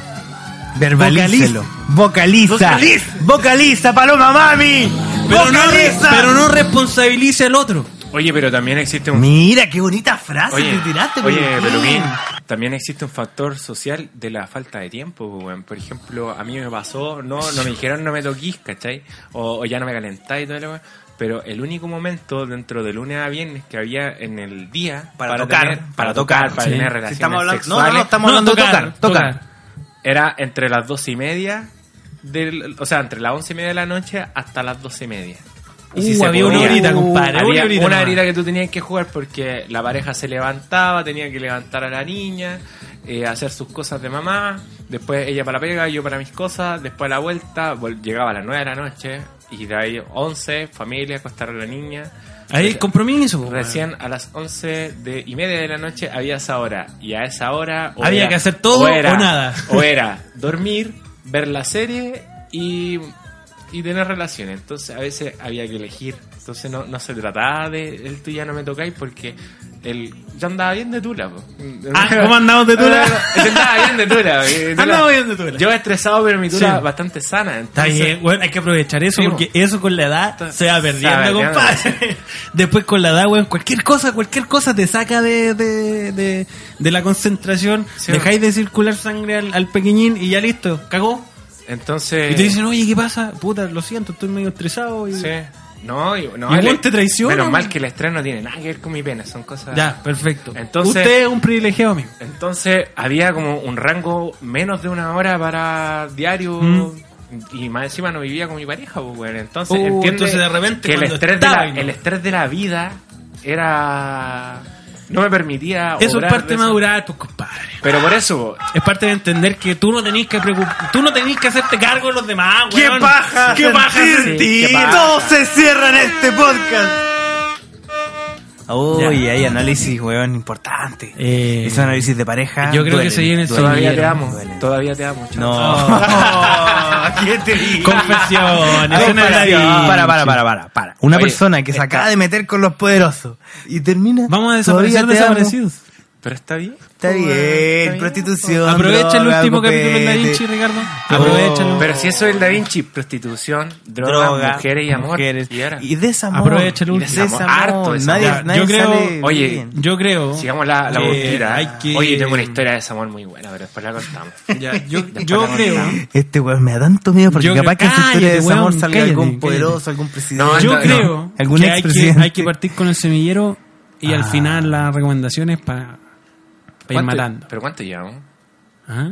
Speaker 2: Verbalícelo. Vocaliza.
Speaker 3: Vocaliza.
Speaker 2: Vocaliza. Paloma Mami.
Speaker 3: Pero no, re-
Speaker 2: Vocaliza.
Speaker 3: pero no responsabilice al otro.
Speaker 4: Oye, pero también existe un
Speaker 2: Mira, qué bonita frase
Speaker 4: Oye,
Speaker 2: que tiraste,
Speaker 4: oye,
Speaker 2: Peluquín.
Speaker 4: Peluquín, también existe un factor social de la falta de tiempo, pues, weón. Por ejemplo, a mí me pasó, no, no me dijeron no me toquís, ¿cachai? O, o ya no me calentáis y todo lo Pero el único momento dentro de lunes a viernes que había en el día
Speaker 2: Para tocar,
Speaker 4: tener-
Speaker 2: para
Speaker 4: para
Speaker 2: tocar,
Speaker 4: tocar, para
Speaker 2: sí.
Speaker 4: tener
Speaker 2: Si
Speaker 4: relaciones
Speaker 2: estamos hablando- no, no, no,
Speaker 4: sexuales,
Speaker 2: Estamos hablando de tocar, tocar.
Speaker 4: era entre las dos y media, del, o sea, entre las once y media de la noche hasta las doce y media. Y
Speaker 3: Uh,
Speaker 4: se
Speaker 3: había una
Speaker 4: podía,
Speaker 3: horita, compadre,
Speaker 4: había
Speaker 3: una horita
Speaker 4: una
Speaker 3: nomás.
Speaker 4: horita que tú tenías que jugar porque la pareja se levantaba, tenía que levantar a la niña, eh, hacer sus cosas de mamá, después ella para la pega, yo para mis cosas, después a la vuelta, vol- llegaba a las 9 de la noche y de ahí 11, familia, acostar a la niña.
Speaker 3: Ahí el compromiso. po,
Speaker 4: Recién a las 11 de, y media de la noche había esa hora. Y a esa hora. o
Speaker 3: Había
Speaker 4: era-
Speaker 3: que hacer todo o nada. (laughs)
Speaker 4: O era dormir, ver la serie y, y tener relaciones. Entonces a veces había que elegir. Entonces no, no se trataba de el tú ya no me tocáis porque el, yo andaba bien de tula. po. (laughs)
Speaker 3: Ah, ¿cómo andamos de tula?
Speaker 4: Ah, yo andaba bien
Speaker 3: (laughs)
Speaker 4: de tula. eh, tula.
Speaker 3: Andaba bien de tula.
Speaker 4: Yo estresado, pero mi tula
Speaker 3: Sí.
Speaker 4: bastante sana. Entonces,
Speaker 3: Está bien, bueno, hay que aprovechar eso
Speaker 4: Sí,
Speaker 3: porque eso con la edad se va
Speaker 4: Se va
Speaker 3: perdiendo,
Speaker 4: perdiendo.
Speaker 3: compadre. (laughs) Después con la edad, weón, cualquier cosa, cualquier cosa te saca de, de, de, de la concentración,
Speaker 4: Sí,
Speaker 3: dejáis de circular sangre al, al pequeñín y ya listo, cagó.
Speaker 4: Entonces.
Speaker 3: Y te dicen, oye, ¿qué pasa? Puta, lo siento, estoy medio estresado. Y...
Speaker 4: Sí. No, y- no,
Speaker 3: Y
Speaker 4: el-
Speaker 3: vos te traicionas,
Speaker 4: Menos mal
Speaker 3: man.
Speaker 4: que el estreno no tiene nada que ver con mi pena, son cosas.
Speaker 3: Ya, perfecto.
Speaker 4: Entonces-
Speaker 3: Usted es un privilegiado, amigo.
Speaker 4: Entonces había como un rango menos de una hora para diario.
Speaker 3: Mm.
Speaker 4: Y más encima no vivía con mi pareja, pues, weón. Entonces,
Speaker 3: Uh,
Speaker 4: entiende
Speaker 3: entonces, de repente,
Speaker 4: que el
Speaker 3: cuando
Speaker 4: estrés, de
Speaker 3: estaba
Speaker 4: la,
Speaker 3: ahí, ¿no?
Speaker 4: el estrés de la vida era. No me permitía.
Speaker 3: Eso es
Speaker 4: obrar
Speaker 3: parte
Speaker 4: de
Speaker 3: de
Speaker 4: esa-
Speaker 3: madurar de tus compadres.
Speaker 4: Pero por eso.
Speaker 3: Es parte de entender que tú no tenés que preocup- tú no tenés que hacerte cargo de los demás,
Speaker 2: ¡Qué
Speaker 3: weón.
Speaker 2: paja!
Speaker 3: ¡Qué paja
Speaker 2: sentir!
Speaker 3: sentir!
Speaker 4: qué paja.
Speaker 2: ¡Todo se cierra en este podcast! Uy, hay análisis, weón, importante.
Speaker 3: Eh,
Speaker 2: Esos análisis de pareja.
Speaker 3: yo creo que
Speaker 2: duelen,
Speaker 3: se viene el
Speaker 2: duelen.
Speaker 4: Todavía te
Speaker 3: Duele,
Speaker 4: amo.
Speaker 2: duele.
Speaker 4: Todavía te amo, chao.
Speaker 2: No. (laughs) ¿Qué te digo?
Speaker 3: Oh. Confesiones,
Speaker 2: Confesiones.
Speaker 3: eso no es la vida.
Speaker 2: Para, para, para, para, para. Una
Speaker 4: Oye,
Speaker 2: persona que se
Speaker 4: está-
Speaker 2: acaba de meter con los poderosos y termina.
Speaker 3: Vamos a desaparecer
Speaker 2: "Todavía te amo".
Speaker 3: desaparecidos.
Speaker 4: Pero está bien.
Speaker 2: Está bien, prostitución.
Speaker 3: Aprovecha el
Speaker 2: droga,
Speaker 3: último capítulo de Da
Speaker 2: copete.
Speaker 3: Vinci, Ricardo. Aprovechalo.
Speaker 4: Pero si eso es el Da Vinci, prostitución, drogas, mujeres y amor.
Speaker 2: mujeres.
Speaker 4: Y ahora.
Speaker 2: Y desamor.
Speaker 3: Aprovecha el
Speaker 2: Y
Speaker 3: último.
Speaker 2: desamor.
Speaker 4: Harto desamor.
Speaker 2: Nadie,
Speaker 3: Ya,
Speaker 2: nadie
Speaker 3: yo creo-
Speaker 2: sale
Speaker 4: Oye,
Speaker 2: bien.
Speaker 3: Yo creo.
Speaker 4: Sigamos la, la
Speaker 3: que
Speaker 4: boquita.
Speaker 3: hay que-
Speaker 4: Oye, tengo una historia de desamor muy buena, pero después la contamos.
Speaker 3: (laughs) Ya, yo,
Speaker 4: Después
Speaker 3: yo
Speaker 4: la
Speaker 3: creo.
Speaker 4: contamos.
Speaker 2: Este weón me da tanto miedo porque
Speaker 3: Yo creo-
Speaker 2: capaz que en su historia de
Speaker 3: cállate,
Speaker 2: desamor
Speaker 3: weón,
Speaker 2: salga
Speaker 3: cállate,
Speaker 2: algún
Speaker 3: cállate.
Speaker 2: poderoso, algún presidente.
Speaker 4: No,
Speaker 3: Yo
Speaker 4: no,
Speaker 3: creo
Speaker 2: Algún
Speaker 3: que, hay que
Speaker 2: expresidente.
Speaker 3: hay que partir con el semillero y al final las recomendaciones para ir
Speaker 4: ¿Cuánto-
Speaker 3: matando.
Speaker 4: ¿Pero cuánto llevamos?
Speaker 3: ¿Ah?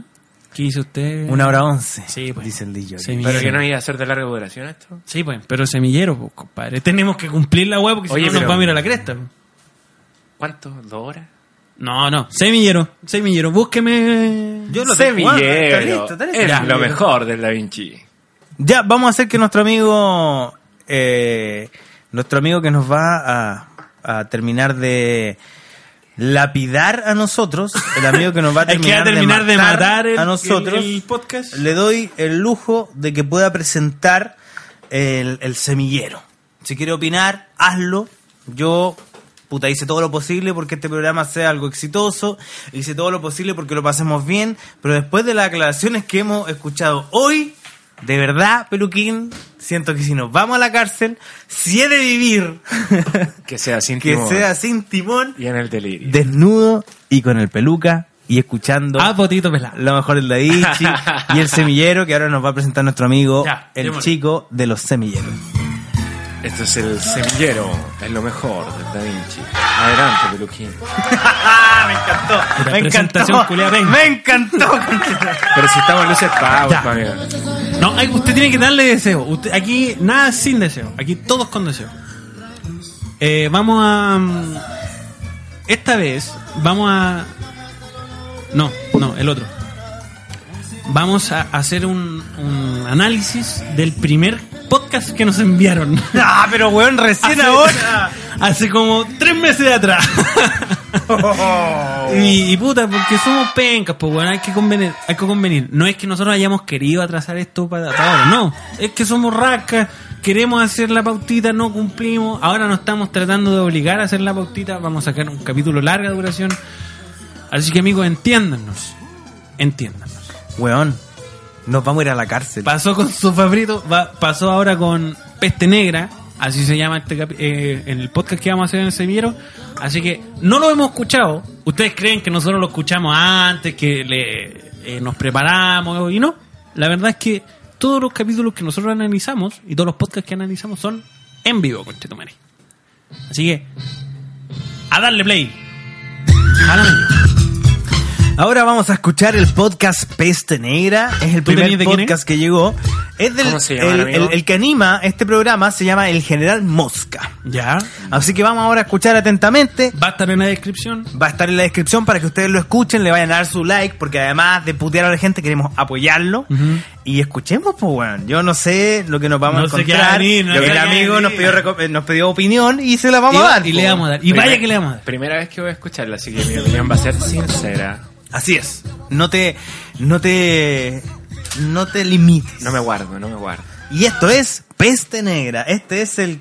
Speaker 3: ¿Qué hizo usted?
Speaker 2: Una hora once.
Speaker 3: Sí, pues.
Speaker 2: Dice el DJ.
Speaker 3: Sí,
Speaker 4: ¿Pero
Speaker 3: Sí.
Speaker 4: que no iba a ser de larga duración esto?
Speaker 3: Sí, pues, pero semillero, pues, compadre. Tenemos que cumplir la hueá porque si
Speaker 4: Oye,
Speaker 3: no nos
Speaker 4: pero-
Speaker 3: va a mirar la cresta. pues.
Speaker 4: ¿Cuánto? ¿Dos horas?
Speaker 3: No, no, semillero, semillero, búsqueme.
Speaker 2: Yo lo tengo. Ah, está
Speaker 4: Semillero.
Speaker 2: listo, está listo.
Speaker 4: Es
Speaker 3: Ya.
Speaker 4: lo mejor del Da Vinci.
Speaker 2: Ya, vamos a hacer que nuestro amigo, eh, nuestro amigo que nos va a, a terminar de lapidar a nosotros, el amigo que nos va
Speaker 3: (laughs)
Speaker 2: a
Speaker 3: Hay que
Speaker 2: terminar,
Speaker 3: terminar de matar el-
Speaker 2: a nosotros,
Speaker 3: el- el podcast.
Speaker 2: le doy el lujo de que pueda presentar el, el semillero. Si quiere opinar, hazlo. Yo, puta, hice todo lo posible porque este programa sea algo exitoso. Hice todo lo posible porque lo pasemos bien. Pero después de las aclaraciones que hemos escuchado hoy, de verdad, Peluquín, siento que si nos vamos a la cárcel, si he de vivir, (laughs)
Speaker 4: Que sea sin
Speaker 2: que
Speaker 4: timón.
Speaker 2: sea sin timón,
Speaker 4: Y en el delirio.
Speaker 2: desnudo y con el peluca y escuchando
Speaker 3: Ah, potito pelado.
Speaker 2: lo mejor el Daichi y el semillero que ahora nos va a presentar nuestro amigo,
Speaker 3: Ya,
Speaker 2: el
Speaker 3: démosle.
Speaker 2: chico de los semilleros.
Speaker 4: Esto es el semillero. Es lo mejor del Da Vinci. Adelante, peluquín.
Speaker 2: me encantó,
Speaker 3: Una me presentación encantó, culiá penca.
Speaker 2: me (laughs) encantó.
Speaker 4: Pero si estamos en luces pavos,
Speaker 3: Ya. No, hay- usted tiene que darle deseo. Usted- aquí nada sin deseo. Aquí todos con deseo. Eh, vamos a. mm, Esta vez vamos a. No, no, el otro. Vamos a hacer un, un análisis del primer podcast que nos enviaron.
Speaker 2: Ah, pero weón, recién
Speaker 3: (laughs) Hace-
Speaker 2: ahora.
Speaker 3: Hace como tres meses de atrás. y, y puta, porque somos pencas, pues bueno, hay que convenir, hay que convenir. No es que nosotros hayamos querido atrasar esto para, para ahora, no. Es que somos rascas, queremos hacer la pautita, no cumplimos. Ahora nos estamos tratando de obligar a hacer la pautita, vamos a sacar un capítulo larga duración. Así que amigos, entiéndanos. Entiéndanos.
Speaker 2: (laughs) Weón, nos vamos a ir a la cárcel.
Speaker 3: Pasó con su favorito, va- pasó ahora con Peste Negra, así se llama este capi- eh, el podcast que vamos a hacer en el semillero. Así que no lo hemos escuchado. Ustedes creen que nosotros lo escuchamos antes, que le, eh, nos preparamos y no. La verdad es que todos los capítulos que nosotros analizamos y todos los podcasts que analizamos son en vivo, con Así que, a darle play.
Speaker 2: (laughs)
Speaker 3: A la mente.
Speaker 2: Ahora vamos a escuchar el podcast Peste Negra. Es el
Speaker 3: ¿Tú
Speaker 2: primer
Speaker 3: tenías de quién
Speaker 2: podcast que llegó. Es del,
Speaker 4: ¿Cómo se llama
Speaker 2: el,
Speaker 4: el amigo?
Speaker 2: el- el que anima este programa se llama el general Mosca.
Speaker 3: Ya.
Speaker 2: Así que vamos ahora a escuchar atentamente.
Speaker 3: Va a estar en la descripción.
Speaker 2: Va a estar en la descripción para que ustedes lo escuchen, le vayan a dar su like, porque además de putear a la gente queremos apoyarlo. Y escuchemos, pues, weón. Yo no sé lo que nos vamos
Speaker 3: No
Speaker 2: a
Speaker 3: sé qué
Speaker 2: encontrar.
Speaker 3: va a venir, no
Speaker 2: Lo
Speaker 3: sé
Speaker 2: que el
Speaker 3: qué va a
Speaker 2: amigo nos pidió,
Speaker 3: venir.
Speaker 2: reco- eh, nos pidió opinión y se la vamos a dar.
Speaker 3: y
Speaker 2: pues,
Speaker 3: le
Speaker 2: weón.
Speaker 3: vamos a dar. Y vaya que le vamos a dar.
Speaker 4: Primera vez que voy a escucharla, así que mi opinión va a ser sincera.
Speaker 2: Así es. No te, no te, no te limites.
Speaker 4: No me guardo, no me guardo.
Speaker 2: Y esto es Peste Negra. Este es el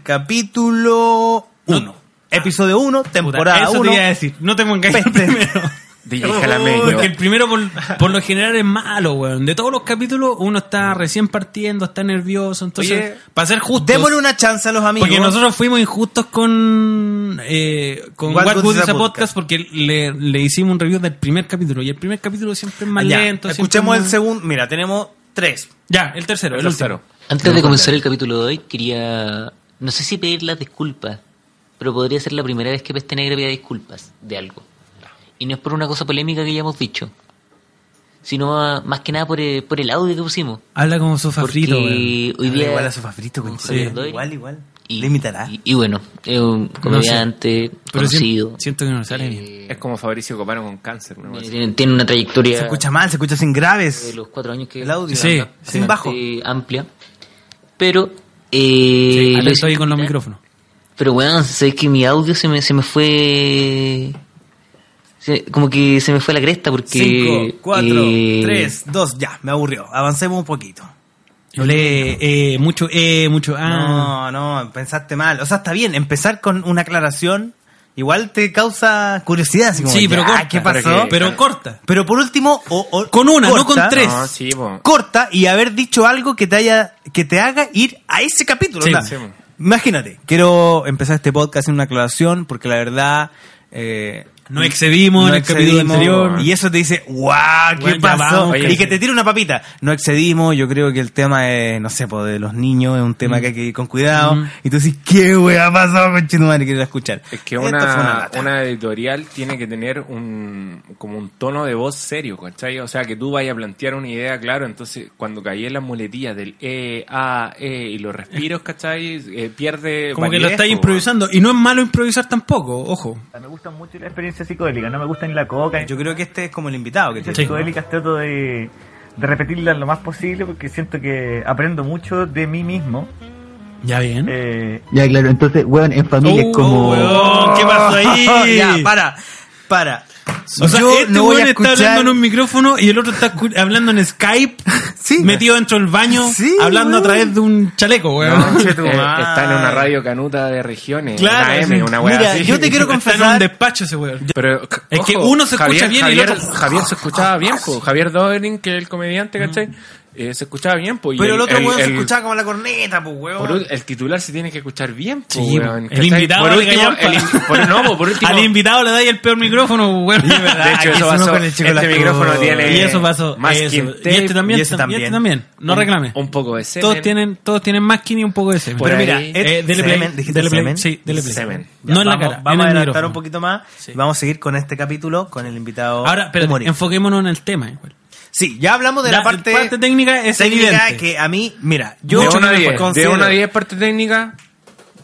Speaker 2: capítulo 1. Episodio 1,
Speaker 3: Puta,
Speaker 2: temporada
Speaker 3: Eso te iba a
Speaker 2: 1.
Speaker 3: decir. No te pongas
Speaker 2: Peste.
Speaker 3: primero.
Speaker 4: DJ Jalameño.
Speaker 3: Porque el primero por, por lo general es malo, weón. De todos los capítulos uno está recién partiendo, está nervioso. Entonces,
Speaker 4: Oye,
Speaker 3: para ser justos.
Speaker 2: Démosle una chance a los amigos.
Speaker 3: Porque nosotros fuimos injustos con, eh, con What, Good is a Podcast porque le, le hicimos un review del primer capítulo. Y el primer capítulo siempre es más
Speaker 2: Ya,
Speaker 3: lento. siempre
Speaker 2: Escuchemos
Speaker 3: es
Speaker 2: el
Speaker 3: más-
Speaker 2: segundo. Mira, tenemos tres.
Speaker 3: Ya, el tercero. El,
Speaker 4: Lo
Speaker 3: último.
Speaker 4: cero.
Speaker 8: Antes de comenzar el capítulo de hoy, quería, no sé si pedir las disculpas, pero podría ser la primera vez que Peste Negra pida disculpas de algo. Y no es por una cosa polémica que ya hemos dicho, sino ah, más que nada por el, por el audio que pusimos.
Speaker 3: Habla como sofá
Speaker 8: Porque
Speaker 3: frito, weón.
Speaker 8: hoy día...
Speaker 2: Ah, Igual a sofá frito, con
Speaker 8: Sí.
Speaker 2: Igual, igual. ¿ah?
Speaker 8: y,
Speaker 2: Le imitará.
Speaker 8: Y, y bueno, es un comediante
Speaker 3: Pero si-
Speaker 8: conocido. Eh,
Speaker 3: siento que no sale bien.
Speaker 4: Es como Fabricio Copano con cáncer. una cosa así.
Speaker 8: Tiene, tiene una trayectoria
Speaker 2: Se escucha mal, se escucha sin
Speaker 8: de
Speaker 2: graves.
Speaker 8: los cuatro años que
Speaker 2: El audio.
Speaker 3: Sí,
Speaker 2: anda,
Speaker 3: sí.
Speaker 2: Sin bajo.
Speaker 8: bastante amplia. Pero... Eh,
Speaker 3: Sí,
Speaker 8: lo
Speaker 3: atento ahí
Speaker 8: hice-
Speaker 3: con los micrófonos.
Speaker 8: Pero weón, sabes que mi audio se me, se me fue. se- como que se me fue la cresta porque.
Speaker 2: 5, 4,
Speaker 8: eh,
Speaker 2: 3, 2, ya, me aburrió. Avancemos un poquito.
Speaker 3: Yo le, eh, mucho, eh, mucho, ah.
Speaker 2: No, no, pensaste mal. O sea, está bien, empezar con una aclaración igual te causa curiosidad. Así como,
Speaker 3: sí,
Speaker 2: ya,
Speaker 3: pero corta.
Speaker 2: ¿qué
Speaker 4: pero
Speaker 2: pasó?
Speaker 4: que-
Speaker 2: Pero,
Speaker 3: Pero corta.
Speaker 2: pero por último, o- o-
Speaker 3: Con una, no con tres.
Speaker 4: Ah, No, sí, po.
Speaker 2: Corta y haber dicho algo que te haya, que te haga ir a ese capítulo.
Speaker 3: Sí,
Speaker 2: onda.
Speaker 4: sí, bueno.
Speaker 2: Imagínate, quiero empezar este podcast en una aclaración porque la verdad... eh,
Speaker 3: No excedimos
Speaker 2: no
Speaker 3: en el capítulo
Speaker 2: excedimos.
Speaker 3: anterior.
Speaker 2: Y eso te dice, ¡guau! ¿Qué
Speaker 3: Bueno, ya
Speaker 2: pasó?
Speaker 3: vamos, pues.
Speaker 2: y
Speaker 4: oye,
Speaker 2: que
Speaker 4: sí.
Speaker 2: te tira una papita. No excedimos, yo creo que el tema es, no sé, po, de los niños, es un tema
Speaker 3: Mm.
Speaker 2: que hay que ir con cuidado. Y tú dices, ¿qué wea pasó con Chetumare? Quiero escuchar.
Speaker 4: Es que
Speaker 2: Esto fue
Speaker 4: una,
Speaker 2: lata.
Speaker 4: una editorial tiene que tener un como un tono de voz serio, ¿cachai? O sea, que tú vayas a plantear una idea, claro, entonces cuando caí en las muletillas del E, A, E y los respiros, ¿cachai? Eh, pierde...
Speaker 3: Como que lo
Speaker 4: validez,
Speaker 3: estáis
Speaker 4: po.
Speaker 3: improvisando. Y no es malo improvisar tampoco, ojo.
Speaker 6: Me gusta mucho la experiencia psicodélica, no me gusta ni la coca. ni
Speaker 2: Yo creo que este es como el invitado que
Speaker 6: las
Speaker 2: tiene.
Speaker 6: psicodélicas trato de, de repetirlas lo más posible porque siento que aprendo mucho de mí mismo.
Speaker 3: Ya bien.
Speaker 6: Eh,
Speaker 9: Ya, claro, entonces, weón, en familia
Speaker 3: Uh,
Speaker 9: es como...
Speaker 3: weón, ¿Qué pasó
Speaker 6: (laughs)
Speaker 3: ahí?
Speaker 2: ya, para, para.
Speaker 3: O sea,
Speaker 2: Yo
Speaker 3: este
Speaker 2: no voy
Speaker 3: weón
Speaker 2: a
Speaker 3: está
Speaker 2: escuchar...
Speaker 3: hablando en un micrófono y el otro está escu- (laughs) hablando en
Speaker 4: (laughs)
Speaker 3: Skype,
Speaker 2: Sí.
Speaker 3: metido dentro del baño,
Speaker 2: Sí,
Speaker 3: hablando
Speaker 2: weón.
Speaker 3: a través de un chaleco, weón.
Speaker 4: No, eh,
Speaker 2: tu madre.
Speaker 4: está en una radio canuta de
Speaker 3: (laughs)
Speaker 4: regiones,
Speaker 3: Claro,
Speaker 4: una M,
Speaker 3: sí.
Speaker 4: una wea
Speaker 2: Mira,
Speaker 4: así.
Speaker 2: yo te quiero
Speaker 3: Está en
Speaker 2: confesar-
Speaker 3: un despacho ese weón.
Speaker 4: Pero, c-
Speaker 3: Es que uno se escucha bien y el
Speaker 4: Javier,
Speaker 3: otro- Mm.
Speaker 4: Javier se escuchaba bien,
Speaker 3: (laughs)
Speaker 4: po. Javier Doering, que es el comediante, ¿cachai? Eh, se escuchaba bien, po. Y
Speaker 2: Pero el otro weón se
Speaker 4: el-
Speaker 2: escuchaba como la corneta, pues, weón.
Speaker 4: Por ul- el titular se tiene que escuchar bien. po,
Speaker 3: Sí,
Speaker 4: weón,
Speaker 3: el
Speaker 4: ¿cachai?
Speaker 3: invitado
Speaker 4: por
Speaker 3: le
Speaker 4: último,
Speaker 3: callan
Speaker 4: el,
Speaker 3: pa-
Speaker 4: in- por, no, po, por
Speaker 3: (laughs)
Speaker 4: último,
Speaker 3: Al Ah, invitado le dais el peor micrófono, weón.
Speaker 4: De hecho,
Speaker 2: Aquí
Speaker 4: eso
Speaker 2: somos
Speaker 4: pasó.
Speaker 2: con el chico
Speaker 4: Este
Speaker 2: Lacour.
Speaker 4: micrófono tiene
Speaker 3: Y eso pasó.
Speaker 4: más
Speaker 3: eso.
Speaker 4: skin
Speaker 3: Y este
Speaker 4: tape,
Speaker 3: también.
Speaker 2: y ese
Speaker 3: tam- y este
Speaker 2: también.
Speaker 3: también. No reclame.
Speaker 4: un poco de semen.
Speaker 3: todos tienen, todos tienen más skin y un poco de semen.
Speaker 4: Por
Speaker 3: Pero
Speaker 4: ahí-
Speaker 3: mira, eh, dele play,
Speaker 2: semen, dijiste
Speaker 3: dele play,
Speaker 2: semen.
Speaker 3: sí, dele play.
Speaker 4: Semen.
Speaker 2: Ya,
Speaker 3: No en la
Speaker 2: vamos-
Speaker 3: cara,
Speaker 2: Vamos
Speaker 3: en
Speaker 2: a
Speaker 3: el
Speaker 2: adelantar
Speaker 3: micrófono.
Speaker 2: un poquito más.
Speaker 3: Sí.
Speaker 2: y Vamos a seguir con este capítulo con el invitado.
Speaker 3: Ahora, espérate,
Speaker 2: humorista.
Speaker 3: enfoquémonos en el tema. eh, igual.
Speaker 2: Sí, ya hablamos de la,
Speaker 3: La
Speaker 2: parte,
Speaker 3: parte técnica es
Speaker 2: técnica
Speaker 3: evidente.
Speaker 2: que a mí, mira, yo
Speaker 4: de 1 a 10. De
Speaker 2: considero
Speaker 4: 1 a 10 parte técnica,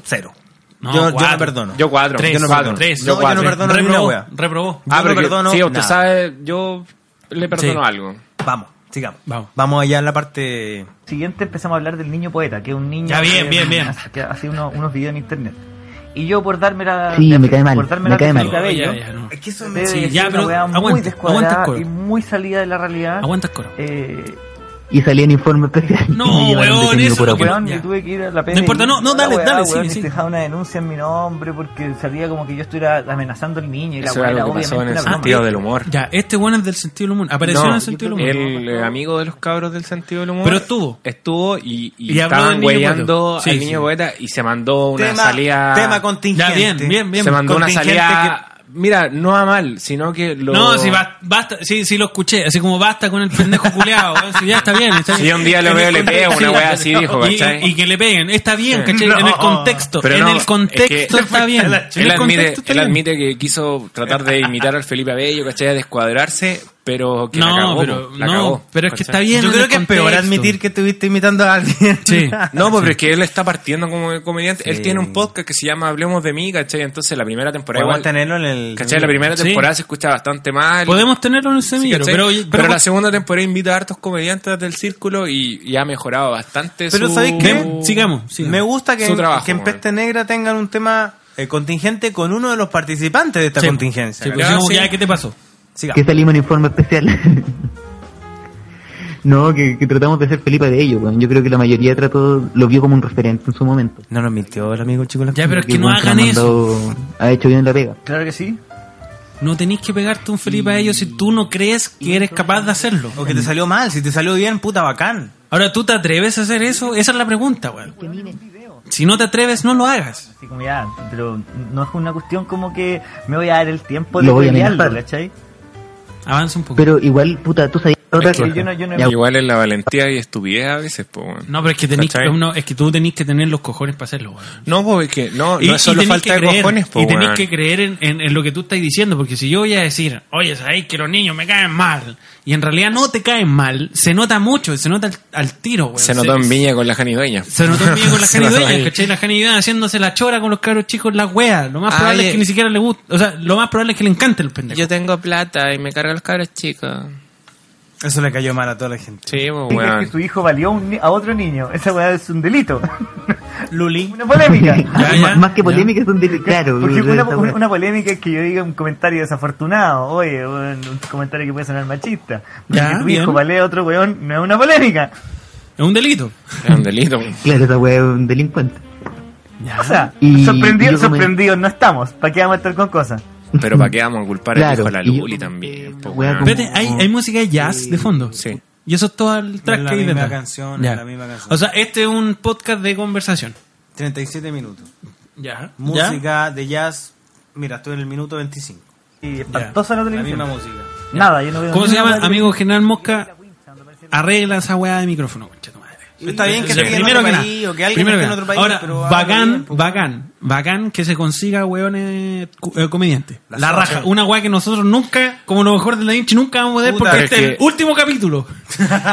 Speaker 2: cero.
Speaker 3: No,
Speaker 2: yo, yo no
Speaker 3: cuatro.
Speaker 2: perdono.
Speaker 4: yo 4.
Speaker 3: Tres,
Speaker 4: yo no
Speaker 3: cuatro,
Speaker 4: perdono.
Speaker 3: tres.
Speaker 2: No, yo
Speaker 4: yo 4.
Speaker 2: no perdono ni una
Speaker 3: reprobó,
Speaker 2: wea.
Speaker 3: reprobó.
Speaker 2: yo no perdono
Speaker 4: Ah, Sí, usted
Speaker 2: nada.
Speaker 4: sabe, yo le perdono
Speaker 3: Sí.
Speaker 4: algo.
Speaker 2: Vamos, sigamos. Vamos.
Speaker 3: Vamos.
Speaker 2: allá a la parte.
Speaker 6: siguiente empezamos a hablar del niño poeta, que es un niño
Speaker 3: Ya, bien,
Speaker 6: que,
Speaker 3: bien, bien.
Speaker 6: que hace unos, unos videos en internet. Y yo por darme la...
Speaker 9: Sí, me cae mal,
Speaker 6: por darme
Speaker 9: me
Speaker 6: la
Speaker 9: cae mal.
Speaker 6: técnica de ello,
Speaker 3: Ya, ya, no.
Speaker 2: Es que eso
Speaker 6: debe
Speaker 3: Sí,
Speaker 6: decir
Speaker 3: ya,
Speaker 6: una
Speaker 3: pero
Speaker 6: weá muy
Speaker 3: aguanta, aguanta
Speaker 6: descuadrada
Speaker 3: el coro.
Speaker 6: y muy salida de la realidad.
Speaker 3: Aguanta el coro.
Speaker 6: Eh,
Speaker 9: Y salía en informe especial.
Speaker 3: No,
Speaker 9: Y me llevaron
Speaker 3: weón,
Speaker 9: detenido
Speaker 3: eso
Speaker 9: por
Speaker 3: no
Speaker 9: abuso.
Speaker 6: Weón,
Speaker 3: Ya.
Speaker 6: yo tuve que ir a la PDI.
Speaker 3: No importa, no, no,
Speaker 6: a la
Speaker 3: dale, dale, sigue,
Speaker 6: y
Speaker 3: sigue.
Speaker 6: se dejaba una denuncia en mi nombre porque salía como que yo estuviera amenazando al niño y la
Speaker 4: Eso
Speaker 6: weá
Speaker 4: es
Speaker 6: era
Speaker 4: algo que pasó en
Speaker 6: obviamente
Speaker 4: el
Speaker 6: una broma.
Speaker 4: sentido del humor.
Speaker 3: Ya, este bueno es del sentido del humor. Apareció
Speaker 4: No,
Speaker 3: en el sentido del humor.
Speaker 4: El eh, amigo de los cabros del sentido del humor.
Speaker 3: Pero estuvo.
Speaker 4: Estuvo y, y,
Speaker 3: Y habló
Speaker 4: estaban
Speaker 3: del niño
Speaker 4: hueveando
Speaker 3: poeta. Sí,
Speaker 4: al
Speaker 3: sí.
Speaker 4: niño poeta y se mandó una
Speaker 2: tema,
Speaker 4: salida.
Speaker 2: tema contingente.
Speaker 3: Ya, bien, bien, bien.
Speaker 4: se mandó una
Speaker 2: contingente
Speaker 4: salida. Mira, no a mal, sino que lo.
Speaker 3: No, si ba- basta, sí, sí lo escuché, así como basta con el pendejo culeado, weón, si ya está bien. está
Speaker 4: Si
Speaker 3: bien.
Speaker 4: un día lo
Speaker 3: En
Speaker 4: veo,
Speaker 3: el
Speaker 4: le pego,
Speaker 3: contexto,
Speaker 4: una
Speaker 3: sí,
Speaker 4: wea así,
Speaker 3: no,
Speaker 4: dijo,
Speaker 3: y-
Speaker 4: ¿cachai?
Speaker 3: Y, que le peguen, está bien, ¿cachai?
Speaker 2: No. oh,
Speaker 3: en el contexto,
Speaker 4: Pero
Speaker 3: en
Speaker 4: no,
Speaker 3: el contexto
Speaker 4: es que-
Speaker 3: está bien.
Speaker 4: Él
Speaker 3: En el
Speaker 4: admite,
Speaker 3: contexto está
Speaker 4: él
Speaker 3: bien.
Speaker 4: admite que quiso tratar de imitar al Felipe Abello, ¿cachai? A descuadrarse, pero que
Speaker 3: No,
Speaker 4: la cagó,
Speaker 3: pero-
Speaker 4: po, la
Speaker 3: no,
Speaker 4: cagó,
Speaker 3: pero es que
Speaker 4: ¿cachai?
Speaker 3: está bien.
Speaker 2: Yo
Speaker 3: en
Speaker 2: creo
Speaker 3: el
Speaker 2: que es peor
Speaker 3: contexto.
Speaker 2: admitir que estuviste imitando a alguien. (laughs)
Speaker 3: Sí.
Speaker 4: No, pues pero es que él está partiendo como comediante. Él
Speaker 2: Sí.
Speaker 4: tiene un podcast que se llama Hablemos de mí, ¿cachai? Entonces la primera temporada.
Speaker 2: Podemos
Speaker 4: igual-
Speaker 2: tenerlo en el.
Speaker 4: ¿Cachai? La primera
Speaker 3: Sí.
Speaker 4: temporada se escucha bastante mal.
Speaker 3: Podemos tenerlo en el
Speaker 4: Sí,
Speaker 3: semillero,
Speaker 4: ¿cachai?
Speaker 3: pero,
Speaker 4: pero,
Speaker 3: pero-
Speaker 4: la segunda temporada invita a hartos comediantes del círculo y, y ha mejorado bastante
Speaker 2: Pero
Speaker 4: su...
Speaker 2: ¿sabéis qué?
Speaker 4: Uh,
Speaker 3: Ven, sigamos, sigamos.
Speaker 2: Me gusta que,
Speaker 4: Su
Speaker 2: en,
Speaker 4: trabajo,
Speaker 2: que en
Speaker 4: bueno.
Speaker 2: Peste Negra tengan un tema eh, contingente con uno de los participantes de esta
Speaker 3: Sí,
Speaker 2: contingencia.
Speaker 3: sí,
Speaker 2: ¿cachai?
Speaker 3: pues,
Speaker 4: Ya,
Speaker 3: digamos,
Speaker 4: sí.
Speaker 3: ya, ¿qué te pasó?
Speaker 2: Sigamos.
Speaker 10: Que salimos en informe especial. (laughs) no, que, que tratamos de ser Felipe de ellos, weón. Yo creo que la mayoría trató, lo vio como un referente en su momento.
Speaker 2: No nos mintió el amigo chico. La
Speaker 3: Ya, pero es que no
Speaker 10: weón se la
Speaker 3: hagan
Speaker 10: ha
Speaker 3: eso.
Speaker 10: mandado- Ha hecho bien la pega.
Speaker 11: Claro que sí.
Speaker 3: No tenéis que pegarte un Felipe a ellos si tú no crees que eres capaz de hacerlo.
Speaker 2: O que te salió mal, si te salió bien, puta bacán.
Speaker 3: Ahora, ¿tú te atreves a hacer eso? Esa es la pregunta, weón. Si no te atreves, no lo hagas.
Speaker 11: Así como ya, pero no es una cuestión como que me voy a dar el tiempo
Speaker 10: Lo
Speaker 11: de
Speaker 10: voy a
Speaker 11: pelearlo,
Speaker 10: amenazar.
Speaker 11: ¿cachai?
Speaker 3: Avanza un poco.
Speaker 10: Pero igual, puta, tú sabías otra
Speaker 11: que
Speaker 10: cosa.
Speaker 11: yo no- yo no-
Speaker 10: Ya,
Speaker 4: Igual es la valentía y estupidez a veces, pues. bueno.
Speaker 3: no, pero es que, tenés que,
Speaker 4: ¿Cachai?
Speaker 3: no, es que tú tenés que tener los cojones para hacerlo, weón.
Speaker 4: No, pues es que no,
Speaker 3: Y-
Speaker 4: no
Speaker 3: y
Speaker 4: es solo
Speaker 3: tenés
Speaker 4: falta
Speaker 3: que
Speaker 4: de
Speaker 3: creer,
Speaker 4: cojones, pues.
Speaker 3: Y tenés
Speaker 4: weón.
Speaker 3: que creer en, en- en lo que tú estás diciendo, porque si yo voy a decir, oye, sabéis que los niños me caen mal, y en realidad no te caen mal, se nota mucho, se nota al, al tiro, weón.
Speaker 4: Se notó en Viña con la Jani Dueña.
Speaker 3: Se notó en mí con
Speaker 4: (laughs)
Speaker 3: las
Speaker 4: Se notó
Speaker 3: canidueñas,
Speaker 4: ahí.
Speaker 3: ¿cachai? Las canidueñas haciéndose la chora con los cabros chicos, las weas. Lo más probable
Speaker 4: Ay,
Speaker 3: es que
Speaker 4: eh.
Speaker 3: ni siquiera le guste, o sea, lo más probable es que le encante el pendejo.
Speaker 4: tengo plata y me cargan los cabros chicos.
Speaker 2: Eso le cayó mal a toda la gente.
Speaker 4: Sí, pues,
Speaker 11: Digas que
Speaker 4: weón.
Speaker 11: su hijo valió a un ni- a otro niño. Esa weá es un delito. (laughs)
Speaker 6: (laughs)
Speaker 3: Luli.
Speaker 11: una polémica.
Speaker 2: (laughs)
Speaker 3: Ya, ya.
Speaker 10: más, más que polémica son de... Claro,
Speaker 11: Porque
Speaker 10: weón,
Speaker 11: una,
Speaker 10: esa
Speaker 11: una-
Speaker 10: weá.
Speaker 11: una polémica es que yo diga un comentario desafortunado, oye, un, un comentario que puede sonar machista. Pero
Speaker 3: Ya,
Speaker 11: que tu
Speaker 3: bien.
Speaker 11: hijo valea a otro weón no es una polémica.
Speaker 3: Es un delito.
Speaker 4: Es un delito. weón.
Speaker 10: Claro, esa weá es un delincuente.
Speaker 11: O sea,
Speaker 10: Y
Speaker 11: sorprendidos,
Speaker 10: yo como-
Speaker 11: sorprendidos no estamos. ¿Para qué vamos a estar con cosas?
Speaker 4: Pero para qué vamos a culpar al
Speaker 10: Claro,
Speaker 4: hijo de la
Speaker 10: y yo
Speaker 4: Luli
Speaker 10: como que
Speaker 4: también, pues,
Speaker 10: una wea
Speaker 4: weón.
Speaker 10: como-
Speaker 3: Espérate, hay, hay música de jazz de fondo.
Speaker 4: Sí.
Speaker 3: Y eso es todo el track
Speaker 2: Es la
Speaker 3: que hay
Speaker 2: misma
Speaker 3: detrás.
Speaker 2: canción,
Speaker 3: Ya.
Speaker 2: es la misma canción.
Speaker 3: O sea, este es un podcast de conversación.
Speaker 2: 37 minutos.
Speaker 3: Ya.
Speaker 2: Música de jazz. Mira, estoy en el minuto 25.
Speaker 11: Y espantosa la
Speaker 2: La
Speaker 11: televisión.
Speaker 2: misma música.
Speaker 11: Nada, yo no veo
Speaker 3: ¿Cómo se
Speaker 11: ninguna
Speaker 3: llama?
Speaker 11: weá de-
Speaker 3: Amigo General Mosca, arregla esa weá de micrófono, concha tu madre.
Speaker 2: Está bien que
Speaker 3: Sí,
Speaker 2: esté en
Speaker 3: primero
Speaker 2: otro
Speaker 3: que
Speaker 2: país
Speaker 3: nada.
Speaker 2: o que alguien
Speaker 3: Primero
Speaker 2: esté en
Speaker 3: que nada.
Speaker 2: otro país.
Speaker 3: Ahora,
Speaker 2: pero hágalo bien, pues.
Speaker 3: bacán,
Speaker 2: po.
Speaker 3: bacán, bacán que se consiga, weones, cu- eh, comediantes.
Speaker 2: La
Speaker 3: La,
Speaker 2: zorra.
Speaker 3: raja. Una weá que nosotros nunca, como lo mejor de la Vinci, nunca vamos a poder
Speaker 4: Puta,
Speaker 3: porque
Speaker 4: es
Speaker 3: este es el
Speaker 4: que-
Speaker 2: (laughs)
Speaker 3: último capítulo.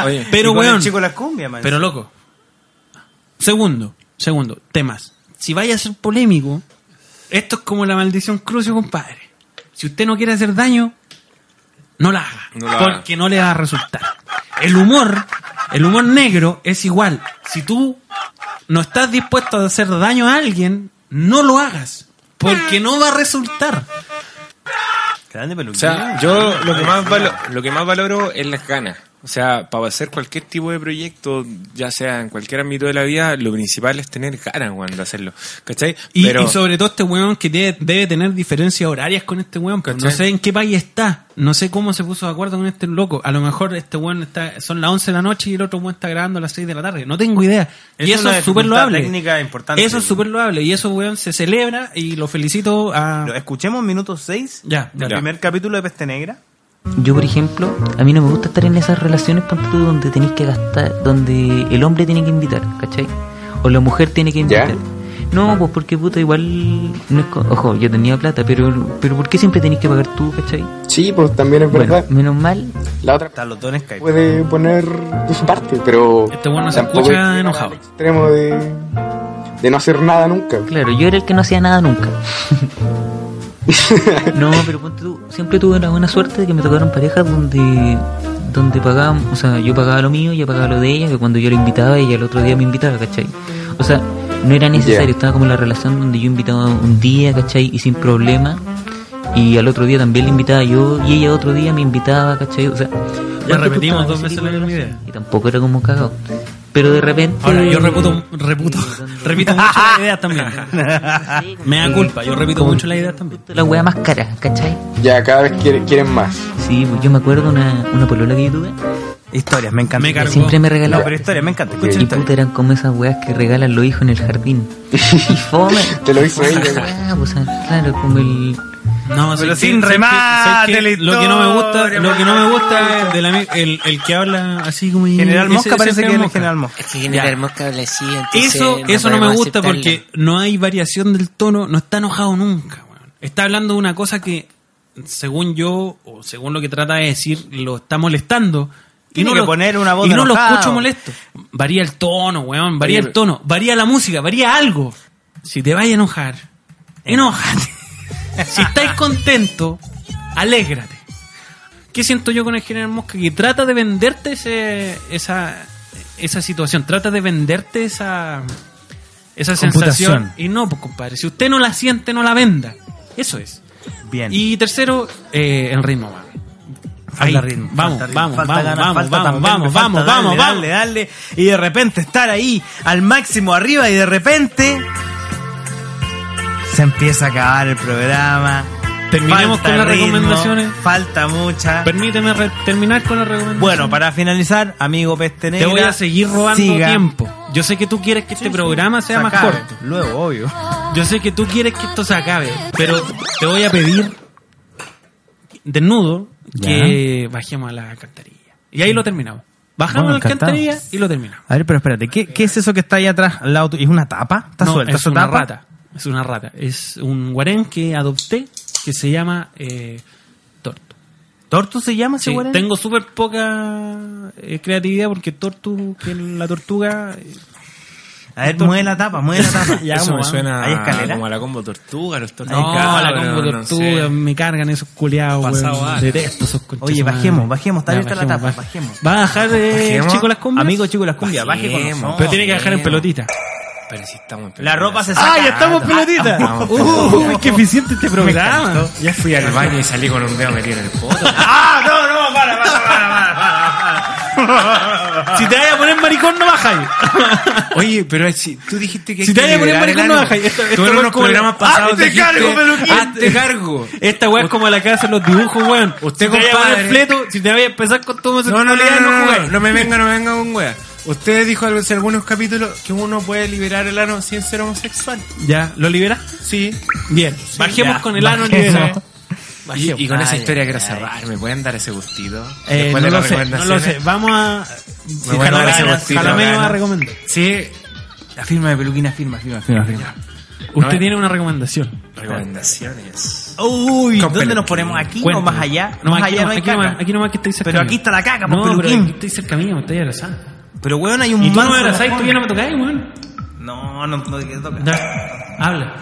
Speaker 4: Oye,
Speaker 3: pero,
Speaker 2: Y con Ah, el
Speaker 3: weón,
Speaker 2: chico de las cumbias, man.
Speaker 3: pero loco. Segundo, segundo, temas. Si vaya a ser polémico, esto es como la maldición crucio, compadre. Si usted no quiere hacer daño, no la haga.
Speaker 4: No la
Speaker 3: porque no le va a resultar. El humor, el humor negro es igual. Si tú no estás dispuesto a hacer daño a alguien, no lo hagas. Porque no va a resultar.
Speaker 2: Grande
Speaker 4: O
Speaker 2: peluquín.
Speaker 4: sea, yo lo que más
Speaker 3: (laughs)
Speaker 4: valo- lo que más valoro es las ganas. O sea, para hacer cualquier tipo de proyecto, ya sea en cualquier ámbito de la vida, lo principal es tener ganas, weón, de hacerlo. ¿Cachai?
Speaker 3: Y,
Speaker 4: Pero-
Speaker 3: y sobre todo este weón que debe, debe tener diferencias horarias con este weón. pues. No
Speaker 4: ¿Cachai?
Speaker 3: sé en qué país está. No sé cómo se puso de acuerdo con este loco. A lo mejor este weón está, son las 11 de la noche y el otro weón está grabando a las 6 de la tarde. No tengo idea.
Speaker 2: Es
Speaker 3: y eso
Speaker 2: una
Speaker 3: es súper
Speaker 2: dificultad
Speaker 3: loable.
Speaker 2: técnica importante.
Speaker 3: Eso es súper loable. Y eso weón se celebra y lo felicito
Speaker 2: Lo-
Speaker 3: a...
Speaker 2: Escuchemos minuto 6
Speaker 3: Ya,
Speaker 2: del
Speaker 4: ya.
Speaker 2: primer capítulo de Peste Negra.
Speaker 8: Yo, por ejemplo, a mí no me gusta estar en esas relaciones ponte tú, donde tenéis que gastar, donde el hombre tiene que invitar, ¿cachai? O la mujer tiene que invitar. No, pues porque puta, igual. No es co- Ojo, yo tenía plata, pero, pero ¿por qué siempre tenéis que pagar tú, cachai?
Speaker 12: Sí, pues también es
Speaker 8: Bueno,
Speaker 12: verdad.
Speaker 8: menos mal.
Speaker 12: La otra
Speaker 2: Están los dos en Skype.
Speaker 12: puede poner de su parte, pero.
Speaker 3: Este bueno se
Speaker 12: tampoco hay
Speaker 3: escucha
Speaker 12: que llegar
Speaker 3: enojado.
Speaker 12: al extremo de, de no hacer nada nunca.
Speaker 8: Claro, yo era el que no hacía
Speaker 12: (laughs)
Speaker 8: nada nunca. no, pero ponte tú, siempre tuve la buena suerte de que me tocaron parejas donde donde pagaban, o sea, yo pagaba lo mío, ella pagaba lo de ella, que cuando yo la invitaba, ella el otro día me invitaba, ¿cachai? O sea, no era necesario,
Speaker 12: Ya.
Speaker 8: estaba como la relación donde yo invitaba un día, ¿cachai? Y sin problema, y al otro día también la invitaba yo, y ella otro día me invitaba, ¿cachai? O sea, ponte tú,
Speaker 3: repetimos
Speaker 8: estaba
Speaker 3: dos
Speaker 8: en ese
Speaker 3: veces
Speaker 8: tipo de
Speaker 3: la misma
Speaker 8: relación,
Speaker 3: idea.
Speaker 8: Y tampoco era como cagado. Pero de repente...
Speaker 3: Ahora, yo reputo, reputo, (laughs) repito mucho las ideas también. Me da culpa, yo repito mucho las ideas también.
Speaker 8: La wea más cara, ¿cachai?
Speaker 12: Ya cada vez quiere- quieren más.
Speaker 8: Sí, pues yo me acuerdo una, una polola que yo tuve.
Speaker 2: Historias, me encanta.
Speaker 3: Me
Speaker 8: que
Speaker 3: cargó.
Speaker 8: siempre me regalaba.
Speaker 2: No, pero historias, me encanta. Escuchen
Speaker 8: y puta,
Speaker 2: historias.
Speaker 8: eran como esas weas que regalan los hijos en
Speaker 12: (laughs)
Speaker 8: el jardín. y fome.
Speaker 12: Te lo hizo ella, güey.
Speaker 8: Ah, pues, ah, claro, como el.
Speaker 3: No,
Speaker 2: Pero
Speaker 3: sí,
Speaker 2: sin
Speaker 3: sí, sí,
Speaker 2: remate,
Speaker 3: sí, que
Speaker 2: la
Speaker 3: Lo que no me gusta,
Speaker 2: historia,
Speaker 3: lo que no me gusta
Speaker 2: mano.
Speaker 3: es del ami- el, el que habla así como...
Speaker 2: General
Speaker 3: ese-
Speaker 2: Mosca
Speaker 3: ese
Speaker 2: parece que es el General Mosca.
Speaker 3: Eso, eso no me gusta porque no hay variación del tono, no está enojado nunca, weón. Está hablando de una cosa que según yo, o según lo que trata de decir, lo está molestando.
Speaker 2: Tiene que
Speaker 3: lo,
Speaker 2: poner una voz
Speaker 3: y
Speaker 2: de
Speaker 3: no lo
Speaker 2: enojado.
Speaker 3: escucho molesto. Varía el tono, weón, varía el tono, varía la música, varía algo. Si te vas a enojar, enójate.
Speaker 2: (laughs)
Speaker 3: si estáis contento, alégrate. ¿Qué siento yo con el general Mosca? Que trata de venderte ese, esa, esa situación, trata de venderte esa, esa sensación.
Speaker 6: Computación.
Speaker 3: Y no, pues compadre, si usted no la siente, no la venda. Eso es.
Speaker 2: Bien.
Speaker 3: Y tercero, eh, el ritmo. man. Ahí,
Speaker 2: Falta ritmo,
Speaker 3: vamos,
Speaker 2: falta ritmo,
Speaker 3: vamos,
Speaker 2: falta
Speaker 3: vamos,
Speaker 2: ganas,
Speaker 3: vamos,
Speaker 2: falta
Speaker 3: vamos,
Speaker 2: también,
Speaker 3: vamos,
Speaker 2: falta
Speaker 3: vamos,
Speaker 2: darle,
Speaker 3: vamos,
Speaker 2: darle,
Speaker 3: vamos.
Speaker 2: darle, y de repente estar ahí al máximo arriba y de repente se empieza a acabar el programa.
Speaker 3: Terminemos
Speaker 2: Falta
Speaker 3: con las
Speaker 2: ritmo,
Speaker 3: recomendaciones.
Speaker 2: Falta mucha.
Speaker 3: Permíteme re- terminar con la recomendación.
Speaker 2: Bueno, para finalizar, amigo Peste
Speaker 3: te
Speaker 2: Negra,
Speaker 3: voy a seguir robando
Speaker 2: siga.
Speaker 3: tiempo. Yo sé que tú quieres que este programa sea más
Speaker 2: Sacar,
Speaker 3: corto.
Speaker 2: Luego, obvio.
Speaker 3: Yo sé que tú quieres que esto se acabe, pero te voy a pedir desnudo que bajemos a la alcantarilla. Y ahí lo terminamos. Bajamos a la
Speaker 2: Vamos,
Speaker 3: alcantarilla
Speaker 2: encantados.
Speaker 3: y lo terminamos.
Speaker 2: A ver, pero espérate, ¿qué, qué es eso que está ahí atrás al lado tu- ¿Es una tapa? ¿Está
Speaker 3: No,
Speaker 2: suelta
Speaker 3: es
Speaker 2: su
Speaker 3: una
Speaker 2: tapa?
Speaker 3: rata. Es una rata. Es un guarén que adopté que se llama eh, Tortu.
Speaker 2: ¿Tortu se llama ese
Speaker 3: Sí,
Speaker 2: guarén?
Speaker 3: tengo súper poca eh, creatividad porque Tortu, que la tortuga, eh,
Speaker 2: A ver, mueve la tapa, mueve (laughs) la tapa.
Speaker 3: Ya,
Speaker 4: Eso
Speaker 3: como,
Speaker 4: me suena
Speaker 2: ¿Hay escalera?
Speaker 4: como a la combo tortuga, los tortugas.
Speaker 3: No, la combo tortuga, me cargan esos culeados,
Speaker 4: Pasado
Speaker 3: weón.
Speaker 4: vara.
Speaker 3: Detesto esos conchas
Speaker 2: Oye,
Speaker 3: de madre.
Speaker 2: bajemos, bajemos, está
Speaker 3: Ya,
Speaker 2: abierta la tapa,
Speaker 3: baj-
Speaker 2: bajemos.
Speaker 3: ¿Va a bajar eh, el
Speaker 4: ¿Bajemos?
Speaker 3: chico las cumbias?
Speaker 2: Amigo chico las cumbias, baje con
Speaker 4: Bajemos.
Speaker 2: nosotros.
Speaker 3: Pero tiene que bajar en pelotita.
Speaker 4: Pero si estamos en
Speaker 2: La ropa se saca.
Speaker 3: ¡Ah, ya estamos en pelotita!
Speaker 4: estamos.
Speaker 3: ¡Uh, qué eficiente este programa!
Speaker 4: Ya fui al baño y salí con un dedo metido en el poto.
Speaker 2: ¡Ah, no, no! ¡Para, para, para, para! para,
Speaker 3: Si te vayas a poner maricón, no bajáis.
Speaker 4: Oye, pero si tú dijiste que hay
Speaker 3: Si te
Speaker 4: que
Speaker 3: vayas a poner
Speaker 4: liberar el
Speaker 3: maricón, no
Speaker 4: ano.
Speaker 3: bajáis. Esto- esto
Speaker 4: Tú en
Speaker 3: fue
Speaker 4: unos
Speaker 3: como-
Speaker 4: programas
Speaker 3: ¡Ah,
Speaker 4: pasados
Speaker 3: te
Speaker 4: dijiste,
Speaker 3: cargo, peluquín!
Speaker 4: ¡Hazte cargo!
Speaker 3: Esta weá es como la que hacen los dibujos, weón. si te
Speaker 4: Usted,
Speaker 3: vayas a poner
Speaker 4: compadre.
Speaker 3: fleto, si te vayas a empezar con tu
Speaker 4: No, no, no,
Speaker 3: homosexualidad,
Speaker 4: no,
Speaker 3: no,
Speaker 4: no, no,
Speaker 3: jugáis.
Speaker 4: no me venga, no me venga con wea. Usted dijo algo- en algunos capítulos que uno puede liberar el ano sin ser homosexual.
Speaker 3: Ya, ¿lo liberas?
Speaker 4: Sí.
Speaker 3: Bien, bajemos
Speaker 4: ya,
Speaker 3: con el ano
Speaker 2: bajemos.
Speaker 3: liberado.
Speaker 4: Y, y con esa
Speaker 2: Ay,
Speaker 4: historia quiero
Speaker 2: ay.
Speaker 4: cerrar. ¿Me pueden dar ese gustito?
Speaker 3: Eh,
Speaker 4: Después
Speaker 3: no
Speaker 4: de
Speaker 3: lo
Speaker 4: las
Speaker 3: sé, no lo
Speaker 4: recomendaciones.
Speaker 2: ¿eh?
Speaker 3: sé. Vamos a...
Speaker 4: Me voy a tomar ese gustito,
Speaker 3: Jalameo
Speaker 4: gana.
Speaker 3: va a recomendar.
Speaker 4: Sí,
Speaker 2: La firma de peluquina, firma, firma, firma, firma. eh.
Speaker 3: Usted
Speaker 4: No,
Speaker 3: tiene una recomendación.
Speaker 4: recomendaciones.
Speaker 2: Uy,
Speaker 4: Con
Speaker 2: ¿dónde
Speaker 4: peluquín.
Speaker 2: nos ponemos? ¿Aquí o
Speaker 3: Cuéntame.
Speaker 2: más allá?
Speaker 3: No,
Speaker 2: más
Speaker 3: aquí
Speaker 2: allá
Speaker 3: no,
Speaker 2: hay
Speaker 3: aquí no más,
Speaker 2: caca.
Speaker 3: aquí no más que estoy cerca
Speaker 2: Pero
Speaker 3: mío.
Speaker 2: aquí está la caca, pues,
Speaker 3: No, pero
Speaker 2: peluquín.
Speaker 3: aquí estoy cerca mío, me estoy abrazando.
Speaker 2: Pero, weón, hay un
Speaker 3: Y tú no
Speaker 2: manso
Speaker 3: me abrazás,
Speaker 2: bajón.
Speaker 3: tú ya no me tocás, weón.
Speaker 2: No, no, no, que toca.
Speaker 3: Ya, Habla.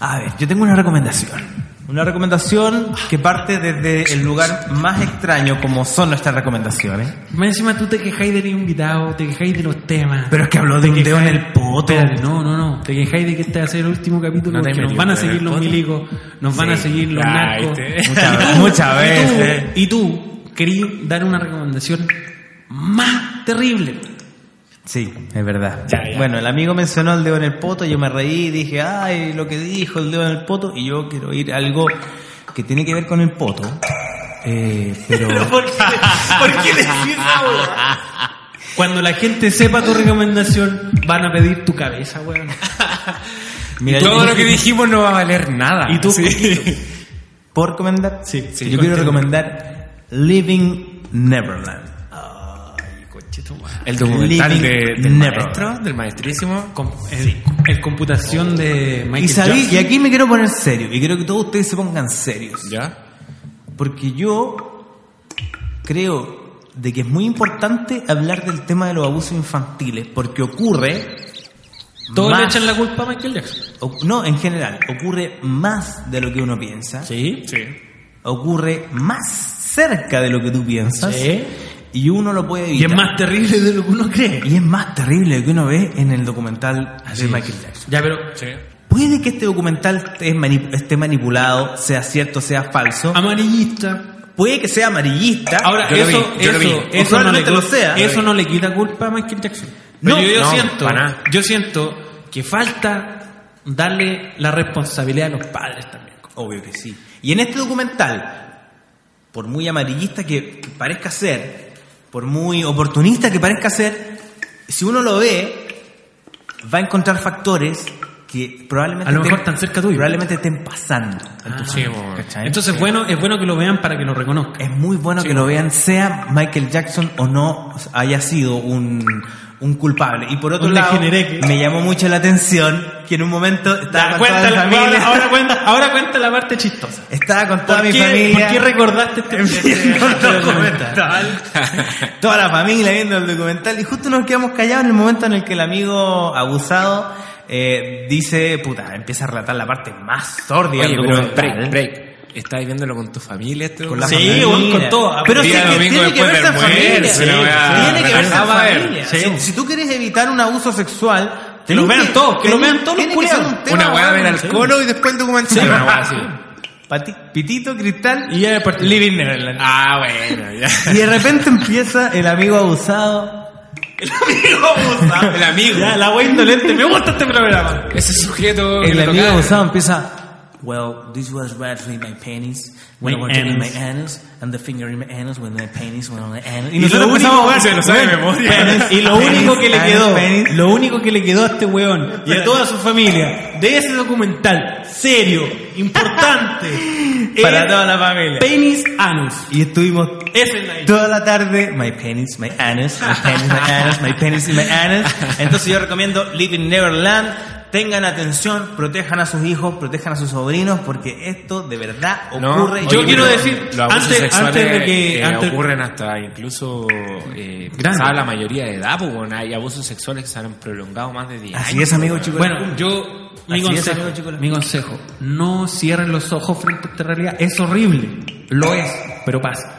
Speaker 2: A ver, yo tengo una recomendación. Una recomendación que parte desde el lugar más extraño como son nuestras recomendaciones.
Speaker 3: Más encima tú te quejáis del invitado, te quejáis de los temas.
Speaker 2: Pero es que habló de
Speaker 3: Te
Speaker 2: un dedo en
Speaker 3: quejáis-
Speaker 2: el poto.
Speaker 3: Espérate, no, no, no. Te quejáis de que este va a ser el último capítulo
Speaker 4: No te
Speaker 3: porque
Speaker 4: metí
Speaker 3: nos
Speaker 4: un
Speaker 3: van a
Speaker 4: dedo en
Speaker 3: seguir
Speaker 4: el
Speaker 3: los
Speaker 4: poto.
Speaker 3: milicos, nos van a seguir los
Speaker 4: Ay,
Speaker 3: narcos.
Speaker 4: te-
Speaker 2: Muchas-
Speaker 3: (laughs) Y tú-
Speaker 2: muchas
Speaker 3: y tú-
Speaker 2: veces.
Speaker 3: Y tú, querías dar una recomendación más terrible.
Speaker 2: Sí, es verdad.
Speaker 4: Ya, ya.
Speaker 2: Bueno, el amigo mencionó el dedo en el poto, yo me reí, dije, ay, lo que dijo el dedo en el poto, y yo quiero ir a algo que tiene que ver con el poto. (laughs) Eh, pero... ¿Por qué,
Speaker 3: Cuando la gente sepa tu recomendación, van a pedir tu cabeza, weón.
Speaker 2: Mira, yo
Speaker 4: Todo
Speaker 2: tengo
Speaker 4: lo que dijimos no va a valer nada.
Speaker 3: Y tú,
Speaker 2: ¿Puedo recomendar?
Speaker 3: Sí, sí,
Speaker 2: Yo quiero
Speaker 3: continúa.
Speaker 2: recomendar Living Neverland.
Speaker 4: El documental de,
Speaker 2: Living
Speaker 4: del
Speaker 2: Never.
Speaker 4: maestro, del maestrísimo.
Speaker 3: Com- el, el computación de Michael
Speaker 2: Y, sabí-
Speaker 3: Jackson.
Speaker 2: y aquí me quiero poner serio, y quiero que todos ustedes se pongan serios.
Speaker 4: ¿Ya?
Speaker 2: Porque yo creo de que es muy importante hablar del tema de los abusos infantiles, porque ocurre,
Speaker 3: Todos
Speaker 2: más-
Speaker 3: le echan la culpa a Michael Jackson.
Speaker 2: o- no, en general, ocurre más de lo que uno piensa,
Speaker 3: Sí.
Speaker 4: Sí.
Speaker 2: ocurre más cerca de lo que tú piensas,
Speaker 3: Sí.
Speaker 2: y uno lo puede
Speaker 3: Y
Speaker 2: evitar.
Speaker 3: es más terrible de lo que uno cree.
Speaker 2: Y es más terrible de lo que uno ve en el documental de Michael Jackson.
Speaker 3: Ya, pero
Speaker 2: Puede que este documental esté manip- esté manipulado, sea cierto, sea falso.
Speaker 3: amarillista.
Speaker 2: Puede que sea amarillista.
Speaker 3: Eh, Ahora,
Speaker 4: Yo lo
Speaker 3: eso,
Speaker 4: vi, yo
Speaker 3: eso,
Speaker 4: lo vi.
Speaker 3: eso no le,
Speaker 2: Probablemente lo
Speaker 3: cu-
Speaker 2: sea.
Speaker 3: eso no le quita culpa a Michael Jackson.
Speaker 2: No,
Speaker 3: Pero yo, yo
Speaker 4: no,
Speaker 3: siento,
Speaker 4: para nada.
Speaker 3: yo siento que falta darle la responsabilidad a los padres también.
Speaker 2: Obvio que sí. Y en este documental, por muy amarillista que, que parezca ser, por muy oportunista que parezca ser, si uno lo ve, va a encontrar factores que probablemente
Speaker 3: A lo mejor tan cerca tuyo.
Speaker 2: probablemente estén pasando. en tu
Speaker 3: Ah,
Speaker 2: familia,
Speaker 3: sí, bueno.
Speaker 2: ¿cachai?
Speaker 3: Entonces bueno, es bueno que lo vean para que lo reconozcan.
Speaker 2: es muy bueno
Speaker 3: (laughs) Sí,
Speaker 2: que lo
Speaker 3: bueno.
Speaker 2: vean, sea Michael Jackson o no haya sido un, un culpable. Y por otro
Speaker 3: Un
Speaker 2: lado,
Speaker 3: degeneré.
Speaker 2: me llamó mucho la atención que en un momento estaba con toda
Speaker 3: Cuenta
Speaker 2: mi
Speaker 3: la-
Speaker 2: familia.
Speaker 3: ahora,
Speaker 2: (laughs)
Speaker 3: ahora cuenta, ahora cuenta la parte chistosa.
Speaker 2: Estaba con toda
Speaker 3: ¿Por
Speaker 2: mi
Speaker 3: qué,
Speaker 2: familia.
Speaker 3: por qué recordaste
Speaker 2: (laughs)
Speaker 3: este, este-
Speaker 2: viendo
Speaker 3: este
Speaker 2: el
Speaker 3: documental?
Speaker 2: documental. Toda la familia viendo el documental y justo nos quedamos callados en el momento en el que el amigo abusado eh, dice, puta, empieza a relatar la parte más sórdida
Speaker 4: Oye,
Speaker 2: del
Speaker 4: pero
Speaker 2: documental.
Speaker 4: break, break. ¿Estáis viéndolo con tu familia? este
Speaker 2: Con la
Speaker 4: documental?
Speaker 3: Sí,
Speaker 2: familia.
Speaker 3: bueno, con todo.
Speaker 2: Pero sí,
Speaker 4: Día
Speaker 2: que
Speaker 4: domingo
Speaker 2: tiene que
Speaker 4: después
Speaker 2: verse en
Speaker 4: del
Speaker 2: familia.
Speaker 4: almuerzo, la weá.
Speaker 2: tiene que verse en
Speaker 4: Ah, va a ver.
Speaker 2: familia.
Speaker 3: Sí.
Speaker 2: Si, si tú quieres evitar un abuso sexual,
Speaker 3: Que lo
Speaker 2: tenés
Speaker 3: vean todos, que lo
Speaker 2: tenés-
Speaker 3: vean todos los
Speaker 2: tiene que ser
Speaker 3: culiados.
Speaker 2: un tema
Speaker 4: Una weá ver
Speaker 2: bueno,
Speaker 4: al
Speaker 2: sí.
Speaker 4: colo y después el documental. Una weá así.
Speaker 2: Pati- Pitito, cristal
Speaker 3: Y ya partió.
Speaker 2: Living Neverland.
Speaker 4: Ah, bueno,
Speaker 2: (laughs)
Speaker 4: ya.
Speaker 2: Y de repente empieza el amigo abusado.
Speaker 4: El amigo.
Speaker 3: Ya, la wea indolente, me gusta este programa.
Speaker 4: Ese sujeto. que
Speaker 2: El
Speaker 4: le
Speaker 2: amigo
Speaker 4: tocaba.
Speaker 3: Ah,
Speaker 2: abusado empieza. Well, this was right between my penis, when I
Speaker 3: My
Speaker 2: was in my
Speaker 3: anus.
Speaker 2: anus, and the finger in my anus, when my penis, when my anus.
Speaker 3: Y lo único- se lo sabe de memoria. Y lo único que le quedó,
Speaker 2: penis.
Speaker 3: lo único que le quedó a este weón y a toda su familia de ese documental serio,
Speaker 2: (laughs)
Speaker 3: importante,
Speaker 2: Para
Speaker 3: es
Speaker 2: toda la familia.
Speaker 3: Penis Anus.
Speaker 2: Y estuvimos
Speaker 3: Esa es la idea.
Speaker 2: toda la tarde, my penis, my anus, my penis, my anus, my penis y my
Speaker 3: (laughs)
Speaker 2: anus. Entonces yo recomiendo Living Neverland. Tengan atención, protejan a sus hijos, protejan a sus sobrinos, porque esto de verdad
Speaker 4: No,
Speaker 2: ocurre.
Speaker 3: yo
Speaker 4: oye,
Speaker 3: quiero
Speaker 4: pero
Speaker 3: decir,
Speaker 4: los abusos
Speaker 3: antes-
Speaker 4: sexuales,
Speaker 3: antes de que-
Speaker 4: eh,
Speaker 3: antes-
Speaker 4: ocurren hasta incluso eh,
Speaker 3: Grande.
Speaker 4: pasada la mayoría de edad, pues, bueno, hay abusos sexuales que se han prolongado más de 10 años.
Speaker 2: Así es, amigo chico.
Speaker 3: Bueno, yo, mi
Speaker 2: Así es,
Speaker 3: consejo,
Speaker 2: amigo Chocolate.
Speaker 3: mi consejo, no cierren los ojos frente a esta realidad. Es horrible, lo es, pero pasa.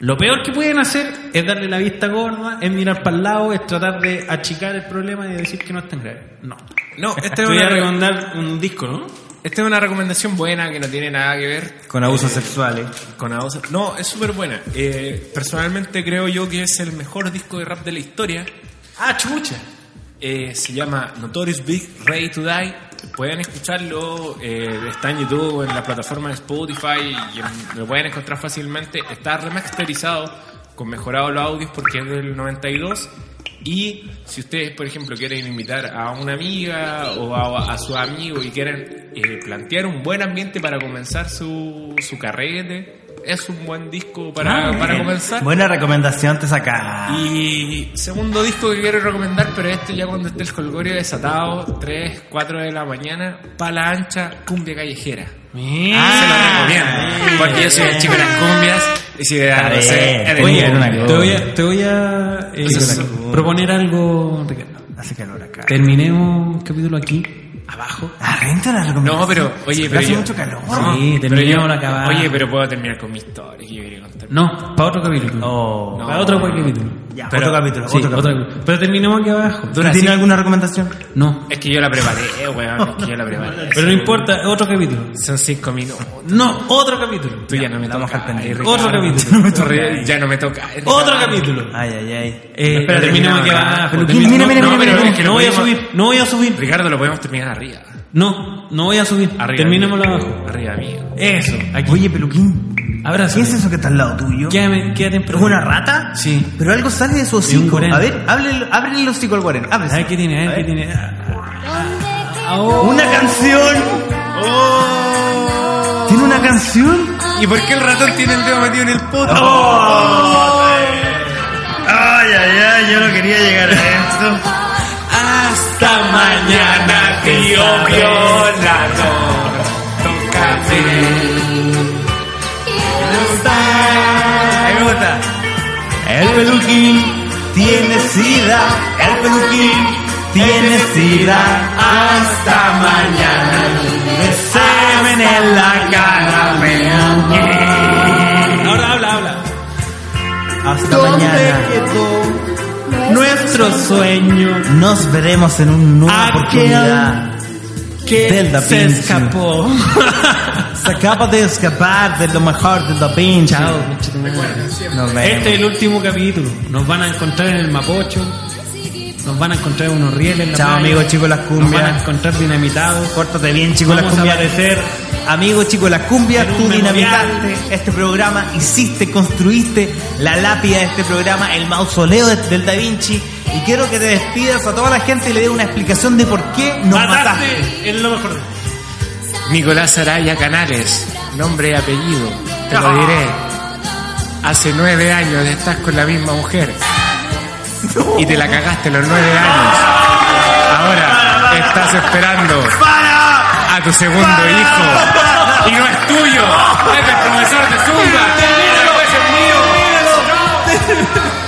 Speaker 3: Lo peor que pueden hacer es darle la vista gorda, es mirar para el lado, es tratar de achicar el problema y decir que no es tan grave. No.
Speaker 4: No, esta
Speaker 3: Te
Speaker 4: es,
Speaker 3: voy a
Speaker 4: una,
Speaker 3: recomendar un disco, ¿no?
Speaker 4: esta es una recomendación buena que no tiene nada que ver eh,
Speaker 2: con abusos sexuales.
Speaker 4: con abusos. No, es súper buena. Eh, personalmente creo yo que es el mejor disco de rap de la historia. ¡Ah, chucha! Eh, se llama Notorious Big Ready to Die. Pueden escucharlo, eh, está en YouTube, en la plataforma de Spotify, y en- lo pueden encontrar fácilmente. Está remasterizado, con mejorados los audios porque es del 92. Y si ustedes, por ejemplo, quieren invitar a una amiga o a, a su amigo y quieren eh, plantear un buen ambiente para comenzar su, su carrete, es un buen disco para, Ah, para comenzar.
Speaker 2: Buena recomendación te saca.
Speaker 4: Y segundo disco que quiero recomendar, pero este ya cuando esté el colgorio desatado, 3, 4 de la mañana, Pala Ancha, Cumbia Callejera.
Speaker 2: Ah,
Speaker 4: se lo recomiendo. Porque yo soy el chico de las cumbias. Y si de
Speaker 2: Está
Speaker 4: no sé,
Speaker 2: bien.
Speaker 4: eres
Speaker 2: Oye,
Speaker 4: un-
Speaker 2: una
Speaker 3: Te voy a, te voy a, eh,
Speaker 4: Entonces,
Speaker 3: proponer algo, Ricardo.
Speaker 2: Hace calor acá.
Speaker 3: Terminemos el capítulo aquí, abajo.
Speaker 2: Arrenta la recomendación.
Speaker 4: No, pero, oye, pero.
Speaker 2: hace
Speaker 4: yo-
Speaker 2: mucho calor.
Speaker 4: No,
Speaker 3: Sí,
Speaker 4: pero
Speaker 3: terminemos
Speaker 4: yo-
Speaker 3: la cagada.
Speaker 4: Oye, pero puedo terminar con mi historia que yo quería contar.
Speaker 3: No, para otro capítulo.
Speaker 2: Oh.
Speaker 3: Para otro capítulo.
Speaker 2: Ya, otro capítulo,
Speaker 3: sí,
Speaker 2: otro capítulo.
Speaker 3: Pero terminemos aquí abajo.
Speaker 2: ¿Tú tienes alguna recomendación?
Speaker 3: No.
Speaker 4: Es que yo la preparé, weón. Es que yo la preparé.
Speaker 3: Pero no importa, otro capítulo.
Speaker 4: Son cinco minutos.
Speaker 3: No, otro capítulo.
Speaker 4: Tú ya, no me
Speaker 2: vamos
Speaker 4: tocas.
Speaker 2: al pendiente.
Speaker 4: Ricardo.
Speaker 3: Otro capítulo.
Speaker 4: No me tocas. Ya no me toca.
Speaker 3: Otro capítulo.
Speaker 2: Ay, ay, ay.
Speaker 3: Eh,
Speaker 4: espera,
Speaker 2: ah,
Speaker 3: terminemos
Speaker 4: terminamos
Speaker 3: aquí
Speaker 4: acá.
Speaker 3: abajo.
Speaker 4: Pero,
Speaker 3: terminemos-
Speaker 4: mira, mira,
Speaker 3: no,
Speaker 4: mira,
Speaker 3: pero
Speaker 4: mira,
Speaker 3: es que
Speaker 4: mira.
Speaker 3: no voy a subir, no voy a subir.
Speaker 4: Ricardo, lo podemos terminar arriba.
Speaker 3: No, no voy a subir.
Speaker 4: Arriba.
Speaker 3: Terminémoslo
Speaker 4: amigo.
Speaker 3: abajo.
Speaker 4: Arriba, amigo.
Speaker 3: Eso, aquí.
Speaker 2: Oye, peluquín.
Speaker 3: Abrazo.
Speaker 2: ¿Qué es eso que está al lado tuyo?
Speaker 3: Quédame, quédate en
Speaker 2: ¿Es una rata?
Speaker 3: Sí.
Speaker 2: Pero algo sale de su
Speaker 3: un
Speaker 2: hocico.
Speaker 3: guarén.
Speaker 2: A ver, ábrele, ábrele el hocico al guarén.
Speaker 3: A ver
Speaker 2: Ábrese.
Speaker 3: qué tiene, a ver qué tiene.
Speaker 2: ¡Una canción! ¿Tiene una canción?
Speaker 4: ¿Y por qué el ratón tiene el dedo metido en el poto? Oh.
Speaker 2: Ay, ay, ay, yo no quería llegar a esto.
Speaker 4: Hasta mañana, tío violador. Tócame.
Speaker 2: Me gusta. El peluquín tiene sida. El peluquín tiene sida. Hasta mañana. Besame en la cara, peluquín.
Speaker 3: Ahora habla, habla.
Speaker 2: Hasta mañana.
Speaker 3: Nuestro sueño
Speaker 2: Nos veremos en un nueva
Speaker 3: Aquel
Speaker 2: oportunidad.
Speaker 3: que
Speaker 2: Del Da
Speaker 3: se
Speaker 2: Vinci.
Speaker 3: escapó.
Speaker 2: Se acaba de escapar de lo mejor de Da Vinci.
Speaker 3: Chao, conchetumare.
Speaker 2: Nos vemos.
Speaker 3: Este es el último capítulo. Nos van a encontrar en el Mapocho. Nos van a encontrar en unos rieles. en la
Speaker 2: Chao,
Speaker 3: playa.
Speaker 2: amigos, chicos, las
Speaker 3: Nos van a
Speaker 2: cumbias.
Speaker 3: encontrar dinamitados.
Speaker 2: Pórtate bien, chicos, las
Speaker 3: Vamos a
Speaker 2: cumbias.
Speaker 3: aparecer.
Speaker 2: Amigo, chicos, las cumbias,
Speaker 3: En un
Speaker 2: tú
Speaker 3: memorial.
Speaker 2: dinamitaste este programa, hiciste, construiste la lápida de este programa, el mausoleo de- del Da Vinci, Y quiero que te despidas a toda la gente y le dé una explicación de por qué nos mataste.
Speaker 3: Es lo mejor.
Speaker 4: Nicolás Araya Canales, nombre y apellido, te
Speaker 3: Ah.
Speaker 4: lo diré. Hace nueve años estás con la misma mujer y te la cagaste los nueve años. Ahora estás esperando a tu segundo hijo y no es Este tuyo, es del profesor de Zumba. Después es mío.